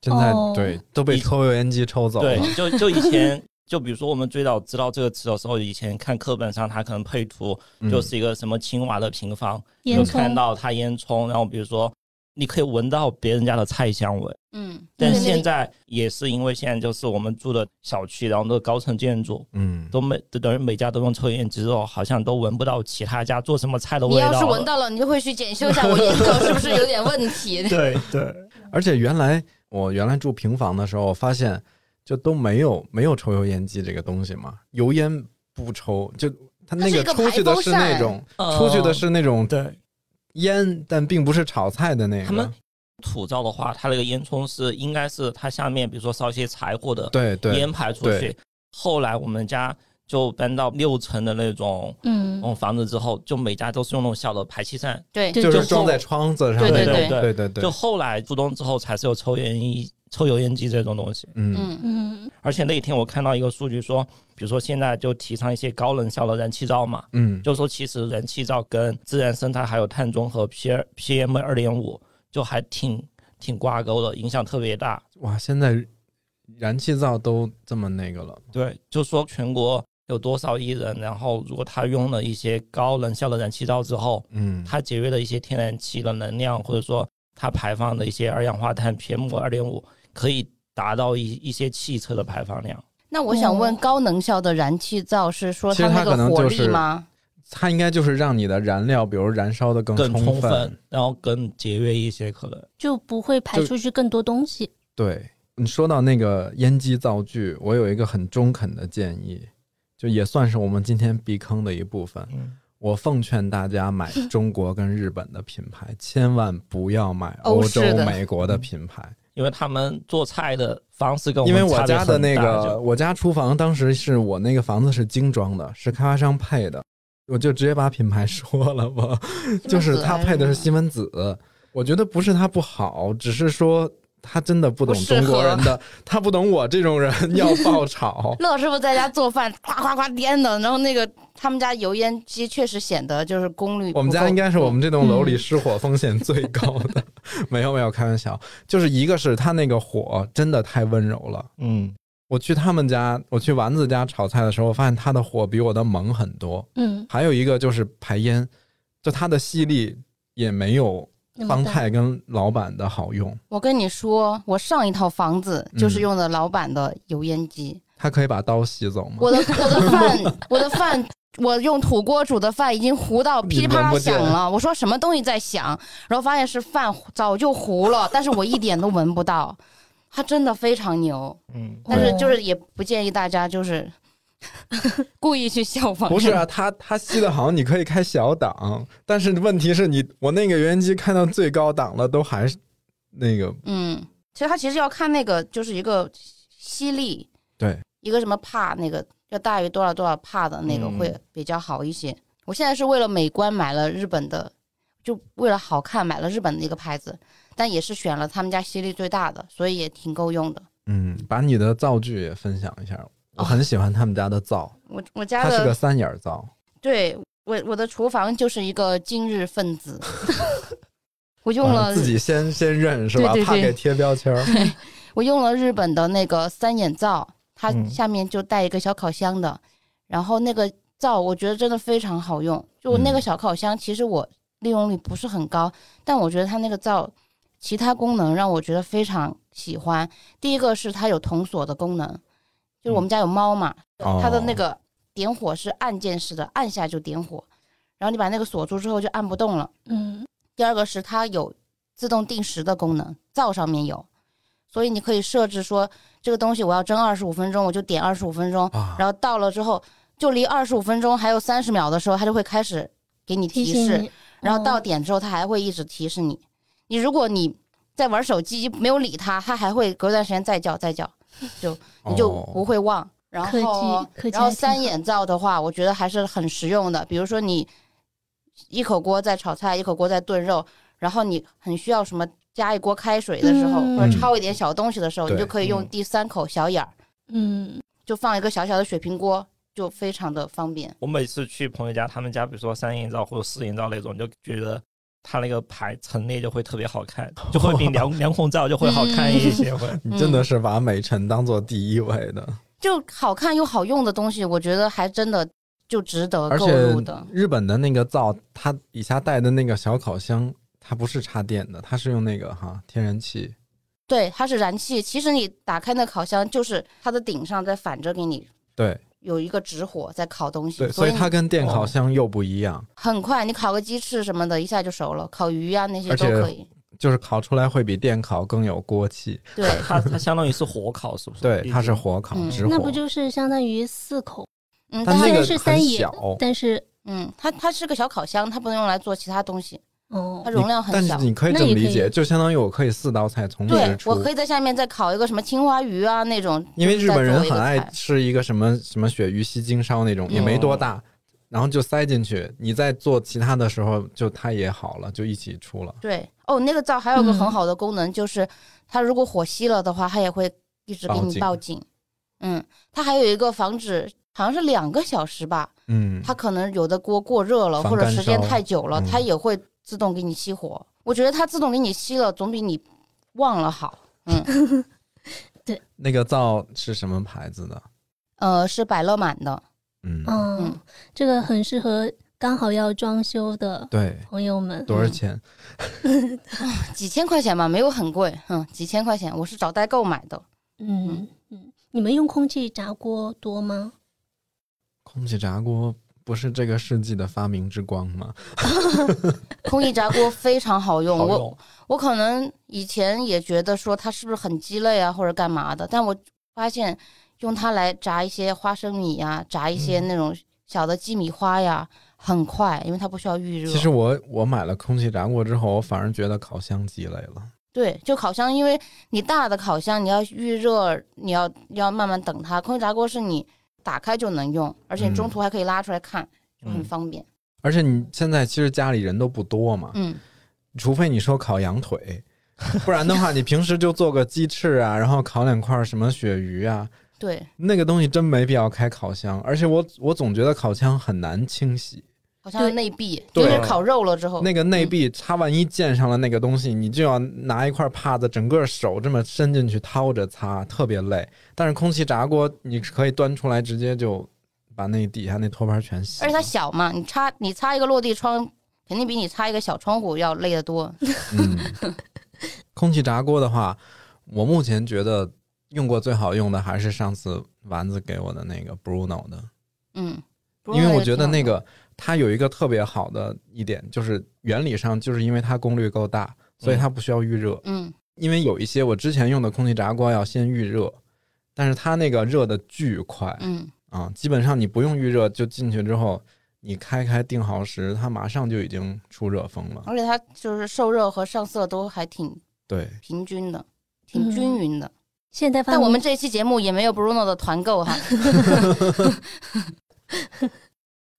Speaker 4: 现在、
Speaker 5: 哦
Speaker 4: 对都被
Speaker 3: 一
Speaker 4: 抽油烟机抽走了。
Speaker 3: 对，就就以前就比如说我们最早知道这个词的时候，以前看课本上它可能配图
Speaker 4: 嗯
Speaker 3: 就是一个什么青瓦的平房，
Speaker 2: 嗯
Speaker 5: 烟
Speaker 3: 就
Speaker 5: 囱
Speaker 3: 看到它烟囱，然后比如说你可以闻到别人家的菜香味。
Speaker 2: 嗯，
Speaker 3: 但
Speaker 2: 对
Speaker 3: 是现在也是因为现在就是我们住的小区，然后都是高层建筑，
Speaker 4: 嗯，
Speaker 3: 都每都等于每家都用抽烟机之后，好像都闻不到其他家做什么菜的
Speaker 2: 你
Speaker 3: 味道
Speaker 2: 要
Speaker 3: 了。。
Speaker 2: 是闻到了，你就会去检修一下我烟斗是不是有点问题
Speaker 4: *laughs*
Speaker 3: 对对，
Speaker 4: 而且原来我原来住平房的时候，发现就都没有没有抽油烟机这个东西嘛，油烟不抽，就它那
Speaker 2: 它是
Speaker 4: 个
Speaker 2: 一个
Speaker 4: 出去的
Speaker 2: 排风
Speaker 4: 是那
Speaker 2: 扇
Speaker 4: 种出去的
Speaker 3: 哦
Speaker 4: 是那种
Speaker 3: 对
Speaker 4: 烟，但并不是炒菜的那
Speaker 3: 他们
Speaker 4: 个。
Speaker 3: 土灶的话，它那个烟囱是应该是它下面，比如说烧一些柴火的
Speaker 4: 对对，
Speaker 3: 烟排出
Speaker 4: 对
Speaker 3: 去。后来我们家就搬到六层的那种
Speaker 5: 嗯
Speaker 3: 那，种房子之后，就每家都是用那种小的排气扇。
Speaker 2: 对，
Speaker 5: 对
Speaker 4: 就是
Speaker 3: 就
Speaker 4: 装
Speaker 3: 后
Speaker 4: 在窗子上
Speaker 2: 对
Speaker 4: 那
Speaker 2: 对
Speaker 4: 种。
Speaker 2: 对
Speaker 4: 对对对
Speaker 3: 就，后来初中之后才是有抽烟机、抽油烟机这种东西。
Speaker 4: 嗯
Speaker 2: 嗯，
Speaker 5: 嗯
Speaker 3: 而且那一天我看到一个数据说，比如说现在就提倡一些高能效的燃气灶嘛，
Speaker 4: 嗯，
Speaker 3: 就说其实燃气灶跟自然生态还有碳中和 P PM 二点五就还挺挺挂钩的，影响特别大。
Speaker 4: 哇，现在燃气灶都这么那个了，
Speaker 3: 对，就说全国有多少亿人，然后如果他用了一些高能效的燃气灶之后，
Speaker 4: 嗯，
Speaker 3: 他节约了一些天然气的能量，或者说他排放的一些二氧化碳 PM 二点五，可以达到一一些汽车的排放量。
Speaker 2: 那我想问，
Speaker 5: 哦
Speaker 2: 高能效的燃气灶是说
Speaker 4: 其实它
Speaker 2: 那
Speaker 4: 可能
Speaker 2: 个火
Speaker 4: 就是
Speaker 2: 力吗？
Speaker 4: 它应该就是让你的燃料，比如燃烧的更
Speaker 3: 更充
Speaker 4: 充
Speaker 3: 分，然后更节约一些可能。
Speaker 5: 就不会排
Speaker 4: 就
Speaker 5: 出去更多东西。
Speaker 4: 对你说到那个烟机灶具，我有一个很中肯的建议，就也算是我们今天避坑的一部分。
Speaker 3: 嗯，
Speaker 4: 我奉劝大家买中国跟日本的品牌，千万不要买
Speaker 2: 欧
Speaker 4: 欧
Speaker 2: 式
Speaker 4: 洲、
Speaker 2: 的
Speaker 4: 美国的品牌，
Speaker 3: 因为他们做菜的方式嗯跟我
Speaker 4: 因
Speaker 3: 们
Speaker 4: 为我
Speaker 3: 差别
Speaker 4: 家的
Speaker 3: 很
Speaker 4: 那
Speaker 3: 大
Speaker 4: 个
Speaker 3: 就
Speaker 4: 我家厨房当时是我那个房子是精装的，是开发商配的，我就直接把品牌说了吧。 *laughs* 就是他配
Speaker 2: 嗯
Speaker 4: 的是西门子，我觉得不是他不好，只是说他真的不懂
Speaker 2: 不适合
Speaker 4: 中国人的，他不懂我这种人要爆
Speaker 2: *laughs*
Speaker 4: 炒。
Speaker 2: *laughs* 乐师傅在家做饭，夸夸夸颠的，然后那个他们家油烟机确实显得就是功率不够。
Speaker 4: 我们家应该是我们这栋楼里失火风险最高的， *laughs* 没有没有开玩笑，就是一个是他那个火真的太温柔了。
Speaker 3: 嗯，
Speaker 4: 我去他们家，我去丸子家炒菜的时候，我发现他的火比我的猛很多。
Speaker 5: 嗯，
Speaker 4: 还有一个就是排烟，就它的吸力也没有
Speaker 5: 那么
Speaker 4: 方
Speaker 5: 大
Speaker 4: 太跟老板的好用，
Speaker 2: 我跟你说，我上一套房子
Speaker 4: 嗯
Speaker 2: 就是用的老板的油烟机。
Speaker 4: 它可以把刀吸走吗？
Speaker 2: *laughs* 我的我的饭，我的饭，我用土锅煮的饭已经糊到噼里啪啦响
Speaker 4: 你闻不
Speaker 2: 了。我说什么东西在响，然后发现是饭早就糊了，但是我一点都闻不到。它真的非常牛，
Speaker 3: 嗯，
Speaker 2: 但是就是也不建议大家就是 *laughs* 故意去效仿。
Speaker 4: 不是啊，它它吸的好，你可以开小档，但是问题是你我那个油烟机开到最高档了，都还是那个
Speaker 2: 嗯，其实它其实要看那个，就是一个吸力，
Speaker 4: 对，
Speaker 2: 一个什么帕那个要大于多少多少帕的那个
Speaker 3: 嗯
Speaker 2: 会比较好一些。我现在是为了美观买了日本的，就为了好看买了日本的一个牌子，但也是选了他们家吸力最大的，所以也挺够用的。
Speaker 4: 嗯，把你的灶具也分享一下，我很喜欢他们家的灶，
Speaker 2: 我我家
Speaker 4: 它是个
Speaker 2: 的
Speaker 4: 三眼灶，
Speaker 2: 对我我的厨房就是一个今日分子， *laughs* 我用
Speaker 4: *laughs* 啊
Speaker 2: 了
Speaker 4: 自己先先认是吧？
Speaker 2: 对对对
Speaker 4: 怕给贴标
Speaker 2: *laughs*
Speaker 4: 签儿，
Speaker 2: 我用了日本的那个三眼灶，它
Speaker 3: 嗯
Speaker 2: 下面就带一个小烤箱的，然后那个灶我觉得真的非常好用。就那个
Speaker 4: 嗯
Speaker 2: 小烤箱，其实我利用率不是很高，但我觉得它那个灶其他功能让我觉得非常喜欢。第一个是它有铜锁的功能，就是我们家有猫嘛，
Speaker 4: 哦
Speaker 2: 它的那个点火是按键式的，按下就点火，然后你把那个锁住之后就按不动了。
Speaker 5: 嗯
Speaker 2: 第二个是它有自动定时的功能，灶上面有，所以你可以设置说这个东西我要蒸二十五分钟，我就点二十五分钟，
Speaker 7: 啊，
Speaker 2: 然后到了之后就离二十五分钟还有三十秒的时候，它就会开始给你
Speaker 5: 提
Speaker 2: 提
Speaker 5: 醒
Speaker 2: 示，
Speaker 5: 你，
Speaker 2: 然后到
Speaker 5: 嗯
Speaker 2: 点之后，它还会一直提示你。你如果你在玩手机没有理它，它还会隔一段时间再叫再叫，就你就
Speaker 4: 哦
Speaker 2: 不会忘。然
Speaker 5: 科技
Speaker 2: 后
Speaker 5: 科技
Speaker 2: 然后
Speaker 5: 还挺
Speaker 2: 三
Speaker 5: 好
Speaker 2: 眼罩的话，我觉得还是很实用的。比如说你一口锅在炒菜，一口锅在炖肉，然后你很需要什么加一锅开水的时候，
Speaker 5: 嗯
Speaker 2: 或者焯一点小东西的时候，
Speaker 8: 对
Speaker 2: 你就可以用
Speaker 3: 嗯
Speaker 2: 第三口小眼儿，
Speaker 5: 嗯，
Speaker 2: 就放一个小小的水平锅，就非常的方便。
Speaker 3: 我每次去朋友家，他们家比如说三营灶或者四营灶那种，就觉得它那个牌陈列就会特别好看，就会比
Speaker 2: *laughs*
Speaker 3: 两两孔灶就会好看一些。
Speaker 2: 嗯
Speaker 3: 会，
Speaker 4: 你真的是把美辰当做第一位的，
Speaker 2: 就好看又好用的东西，我觉得还真的就值得
Speaker 4: 而
Speaker 2: 呃购
Speaker 4: 且
Speaker 2: 入的。
Speaker 4: 日本的那个灶，它底下带的那个小烤箱，它不是插电的，它是用那个哈天然气。
Speaker 2: 对，它是燃气。其实你打开那烤箱，就是它的顶上在反着给你
Speaker 4: 对
Speaker 2: 有一个直火在烤东西，
Speaker 4: 对，所以哦
Speaker 2: 你
Speaker 4: 它跟电烤箱又不一样，
Speaker 2: 很快，你烤个鸡翅什么的，一下就熟了，烤鱼啊那些
Speaker 4: 而
Speaker 2: 都
Speaker 4: 且
Speaker 2: 可以。
Speaker 4: 就是烤出来会比电烤更有锅气。
Speaker 2: *laughs* 对，
Speaker 3: 它它相当于是火烤，是不是？
Speaker 4: 对，它是火烤，
Speaker 2: 嗯
Speaker 4: 直
Speaker 5: 那
Speaker 4: 火
Speaker 5: 不。就是相当于四口？
Speaker 2: 嗯，
Speaker 4: 但
Speaker 2: 但
Speaker 4: 那
Speaker 5: 虽
Speaker 2: 它
Speaker 5: 然
Speaker 4: 个
Speaker 5: 是
Speaker 4: 很
Speaker 5: 三野
Speaker 4: 小，
Speaker 5: 但是
Speaker 2: 嗯，它它是个小烤箱，它不能用来做其他东西，
Speaker 5: 哦
Speaker 2: 它，容量
Speaker 4: 但
Speaker 2: 很
Speaker 4: 是
Speaker 2: 小。
Speaker 4: 你可以
Speaker 5: 那
Speaker 4: 这么
Speaker 5: 也可
Speaker 4: 理
Speaker 5: 以
Speaker 4: 解，就相当于我可以四道菜同时
Speaker 2: 对，
Speaker 4: 出
Speaker 2: 我。可以在下面再烤一个什么青花鱼啊那种，
Speaker 4: 因为
Speaker 2: 就是
Speaker 4: 日
Speaker 2: 再
Speaker 4: 本人
Speaker 2: 作为一个
Speaker 4: 很爱
Speaker 2: 菜哦
Speaker 4: 吃一个什么什么鳕鱼西京烧那种，也没多大，然后就塞进去。你在做其他的时候，就它也好了，就一起出了。
Speaker 2: 对，哦，那个灶还有个很
Speaker 5: 嗯
Speaker 2: 好的功能，就是它如果火熄了的话，它也会一直给
Speaker 4: 报
Speaker 2: 你
Speaker 4: 警
Speaker 2: 报警。嗯，它还有一个防止，好像是两个小时吧，
Speaker 4: 嗯，
Speaker 2: 它可能有的锅过热了，
Speaker 4: 防
Speaker 2: 或者
Speaker 4: 干
Speaker 2: 时间
Speaker 4: 烧
Speaker 2: 太久了，
Speaker 4: 嗯
Speaker 2: 它也会自动给你熄火。我觉得它自动给你熄了，总比你忘了好。嗯，
Speaker 4: 那个灶是什么牌子的？
Speaker 2: 呃，是百乐满的，
Speaker 4: 嗯，
Speaker 5: 嗯
Speaker 2: 嗯，
Speaker 5: 这个很适合刚好要装修的
Speaker 4: 对，
Speaker 5: 朋友们。
Speaker 4: 多少钱？
Speaker 2: 几千块钱吧，没有很贵，嗯，几千块钱，我是找代购买的。
Speaker 5: 嗯嗯，你们用空气炸锅多吗？
Speaker 4: 空气炸锅不是这个世纪的发明之光吗？
Speaker 2: 空气炸锅
Speaker 4: *laughs*
Speaker 2: 非常好用，
Speaker 3: 好
Speaker 2: 我
Speaker 3: 用。
Speaker 2: 我可能以前也觉得说它是不是很鸡肋啊，或者干嘛的，但我发现用它来炸一些花生米呀、炸一
Speaker 4: 嗯
Speaker 2: 些那种小的鸡米花呀，很快，因为它不需要预热。
Speaker 4: 其实我我买了空气炸锅之后，我反而觉得烤箱鸡肋了。
Speaker 2: 对，就烤箱，因为你大的烤箱你要预热，你要要慢慢等它。空气炸锅是你打开就能用，而且你中
Speaker 4: 嗯
Speaker 2: 途还可以拉出来看，就很
Speaker 3: 嗯
Speaker 2: 方便。
Speaker 4: 而且你现在其实家里人都不多嘛，
Speaker 2: 嗯，
Speaker 4: 除非你说烤羊腿，不然的话，你平时就做个鸡翅啊，然后烤两块什么鳕鱼啊，
Speaker 2: 对，
Speaker 4: 那个东西真没必要开烤箱。而且我我总觉得烤箱很难清洗，
Speaker 2: 好像
Speaker 5: 对
Speaker 2: 是内壁，
Speaker 4: 对
Speaker 2: 尤其是烤肉了之后，
Speaker 4: 那个内壁它万一溅上了那个东西，你就要拿一块帕子，整个手这么伸进去掏着擦，特别累。但是空气炸锅你是可以端出来，直接就把那底下那托盘全洗
Speaker 2: 而且
Speaker 4: 了。
Speaker 2: 它小嘛，你擦你擦一个落地窗，肯定比你擦一个小窗户要累得多。
Speaker 4: 嗯，空气炸锅的话，我目前觉得用过最好用的还是上次丸子给我的那个 Bruno 的，
Speaker 2: 嗯，
Speaker 4: 因为我觉得那
Speaker 2: Bruno 也挺好
Speaker 4: 个它有一个特别好的一点，就是原理上就是因为它功率够大，所以它不需要预热。
Speaker 2: 的，嗯，
Speaker 4: 因为有一些我之前用的空气炸锅要先预热，但是它那个热的巨快
Speaker 2: 嗯，
Speaker 4: 啊，基本上你不用预热就进去之后，你开开定好时，它马上就已经出热风了。
Speaker 2: 而且它就是受热和上色都还挺
Speaker 4: 对，
Speaker 2: 平均的，挺均匀的。
Speaker 5: 现代发
Speaker 2: 但我
Speaker 5: 明
Speaker 2: 们这期节目也没有 Bruno 的团购哈，
Speaker 5: *laughs*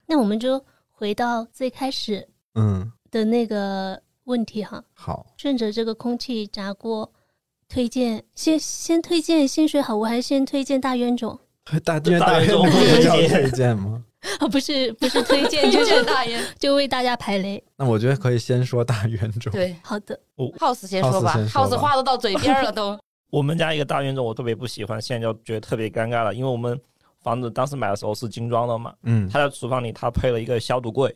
Speaker 5: 那我们就回到最开始
Speaker 4: 嗯，
Speaker 5: 的那个问题哈，
Speaker 4: 好，
Speaker 5: 顺着这个空气炸锅推荐，先先推荐薪水好，我还先推荐大冤种 *laughs*
Speaker 4: 大因为
Speaker 3: 大
Speaker 4: 大
Speaker 3: 冤
Speaker 4: 冤
Speaker 3: 种
Speaker 4: 不也叫
Speaker 3: 不也
Speaker 4: 推荐吗？
Speaker 5: 啊，不是不是推荐，就
Speaker 6: 这
Speaker 5: 是
Speaker 6: 大爷，
Speaker 5: 就为大家排雷。
Speaker 4: 那我觉得可以先说大冤 *laughs* 种。
Speaker 2: 对
Speaker 5: 好的，
Speaker 2: ，House 先说吧
Speaker 4: House 先说吧
Speaker 2: ，House 话都到嘴边了都，
Speaker 3: 我们家一个大冤种我特别不喜欢，现在就觉得特别尴尬了，因为我们房子当时买的时候是精装的嘛，
Speaker 4: 嗯，
Speaker 3: 它在厨房里它配了一个消毒柜，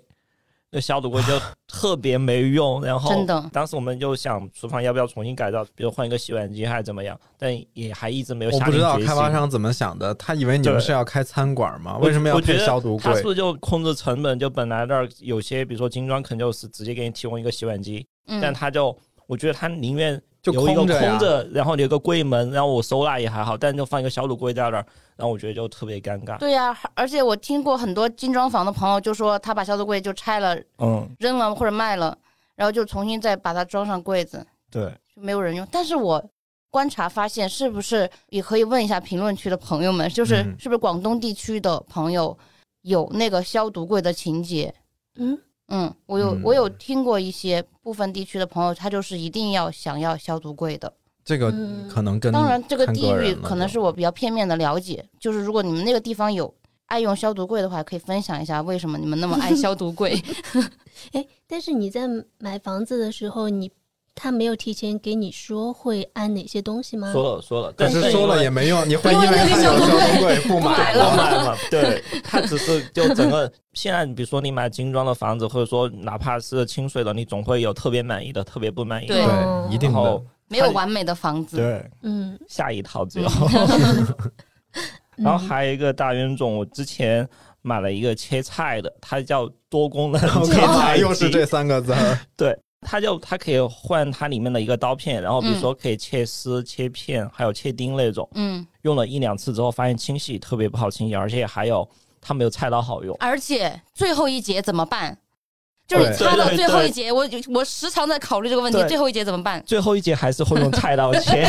Speaker 3: 那消毒柜
Speaker 2: *laughs*
Speaker 3: 就特别没用。然后
Speaker 2: 真的
Speaker 3: 当时我们就想厨房要不要重新改造，比如换一个洗碗机还是怎么样，但也还一直没有
Speaker 4: 我
Speaker 3: 下
Speaker 4: 不
Speaker 3: 定
Speaker 4: 知道
Speaker 3: 决
Speaker 4: 开发
Speaker 3: 心
Speaker 4: 商怎么想的，他以为你们
Speaker 3: 对
Speaker 4: 是要开餐馆吗？
Speaker 3: 我
Speaker 4: 为什么要
Speaker 3: 我觉
Speaker 4: 配
Speaker 3: 得
Speaker 4: 消毒
Speaker 3: 它
Speaker 4: 柜
Speaker 3: 是？不是就控制成本？就本来那儿有些，比如说精装，可能就是直接给你提供一个洗碗机，但
Speaker 2: 嗯，
Speaker 3: 他就我觉得他宁愿
Speaker 4: 就
Speaker 3: 留一个
Speaker 4: 空着呀
Speaker 3: 空着，然后留个柜门，然后我收纳也还好，但就放一个小卤柜在那儿，然后我觉得就特别尴尬。
Speaker 2: 对呀、而且我听过很多精装房的朋友就说，他把消毒柜就拆了、
Speaker 3: 嗯，
Speaker 2: 扔了或者卖了，然后就重新再把它装上柜子，
Speaker 8: 对，
Speaker 2: 就没有人用。但是我观察发现，是不是也可以问一下评论区的朋友们，就是
Speaker 7: 嗯
Speaker 2: 是不是广东地区的朋友有那个消毒柜的情节？
Speaker 5: 嗯，
Speaker 2: 嗯，我有
Speaker 7: 嗯
Speaker 2: 我有听过一些部分地区的朋友，他就是一定要想要消毒柜的。
Speaker 4: 这个
Speaker 5: 嗯
Speaker 4: 可能跟
Speaker 2: 当然，这个
Speaker 4: 看
Speaker 2: 地
Speaker 4: 人
Speaker 2: 域
Speaker 4: 了
Speaker 2: 可能
Speaker 4: 就是
Speaker 2: 我比较片面的了解，就是如果你们那个地方有爱用消毒柜的话，可以分享一下为什么你们那么爱消
Speaker 3: *laughs*
Speaker 2: 毒柜。
Speaker 5: 哎，但是你在买房子的时候，你他没有提前给你说会安哪些东西吗？
Speaker 3: 说了说了，
Speaker 4: 但
Speaker 3: 但
Speaker 4: 是说了也没用，你会因
Speaker 6: 因为
Speaker 4: 为
Speaker 6: 那个
Speaker 4: 它
Speaker 6: 小
Speaker 4: 有
Speaker 6: 东
Speaker 4: 消
Speaker 6: 西
Speaker 4: 毒柜不
Speaker 6: 不买
Speaker 4: 买
Speaker 3: 我
Speaker 6: 了
Speaker 3: 买了，对， *laughs* 它只是就整个现在，比如说你买精装的房子，或者说哪怕是清水的，你总会有特别满意的，特别不满意的，
Speaker 6: 对
Speaker 5: 哦
Speaker 2: 嗯
Speaker 7: 对，一定
Speaker 3: 然
Speaker 7: 的
Speaker 3: 后。
Speaker 2: 没有完美的房子，
Speaker 8: 对，
Speaker 5: 嗯，
Speaker 3: 下一套只有。
Speaker 5: 嗯
Speaker 3: 然后还有一个大冤种，我之前买了一个切菜的，它叫多功能
Speaker 4: 我
Speaker 3: 切
Speaker 4: 靠，
Speaker 3: 菜
Speaker 4: 哦又是
Speaker 3: 机
Speaker 4: 这三个字儿，
Speaker 3: 它就它可以换它里面的一个刀片，然后比如说可以切丝、切片，还有切丁那种。
Speaker 2: 嗯，
Speaker 3: 用了一两次之后，发现清洗特别不好清洗，而且还有它没有菜刀好用。
Speaker 2: 而且最后一节怎么办？就是你
Speaker 3: 对
Speaker 2: 擦到
Speaker 3: 对
Speaker 2: 最后
Speaker 3: 对
Speaker 2: 一节，我我时常在考虑这个问题，
Speaker 3: 对
Speaker 2: 最后一节怎么办？
Speaker 3: 最后一节还是会用菜刀切，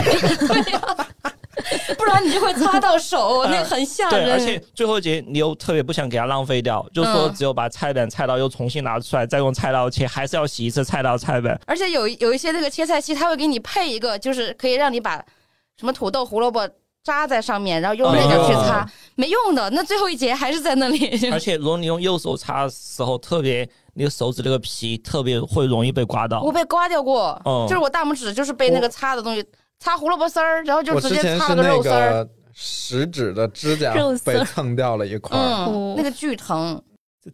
Speaker 2: 不然你就会擦到
Speaker 3: *laughs*
Speaker 2: 手，那个很
Speaker 3: 嗯
Speaker 2: 吓
Speaker 3: 对，而且
Speaker 2: 人。
Speaker 3: 最后一节你又特别不想给它浪费掉，就说
Speaker 2: 嗯
Speaker 3: 只有把菜板、菜刀又重新拿出来，再用菜刀切，还是要洗一次菜刀、菜板。
Speaker 2: 而且有有一些那个切菜器，它会给你配一个，就是可以让你把什么土豆、胡萝卜扎在上面，然后
Speaker 3: 哦
Speaker 2: 用那个去擦，没用的。那最后一节还是在那里。 *laughs*
Speaker 3: 而且如果你用右手擦的时候，特别你的手指那个皮特别会容易被刮到
Speaker 2: 我。被刮掉过，
Speaker 4: 哦
Speaker 3: 嗯
Speaker 2: 就是我大拇指就是被那个擦的东西擦胡萝卜丝儿，然后 *laughs* 就
Speaker 4: 我
Speaker 2: 直
Speaker 4: 之
Speaker 2: 接
Speaker 4: 前
Speaker 2: 擦
Speaker 4: 是
Speaker 2: 了
Speaker 4: 那
Speaker 2: 肉丝儿，
Speaker 4: 个食指的指甲
Speaker 5: 肉丝儿
Speaker 4: 被蹭掉了一块儿，
Speaker 2: 嗯
Speaker 5: 哦，
Speaker 2: 那个巨疼。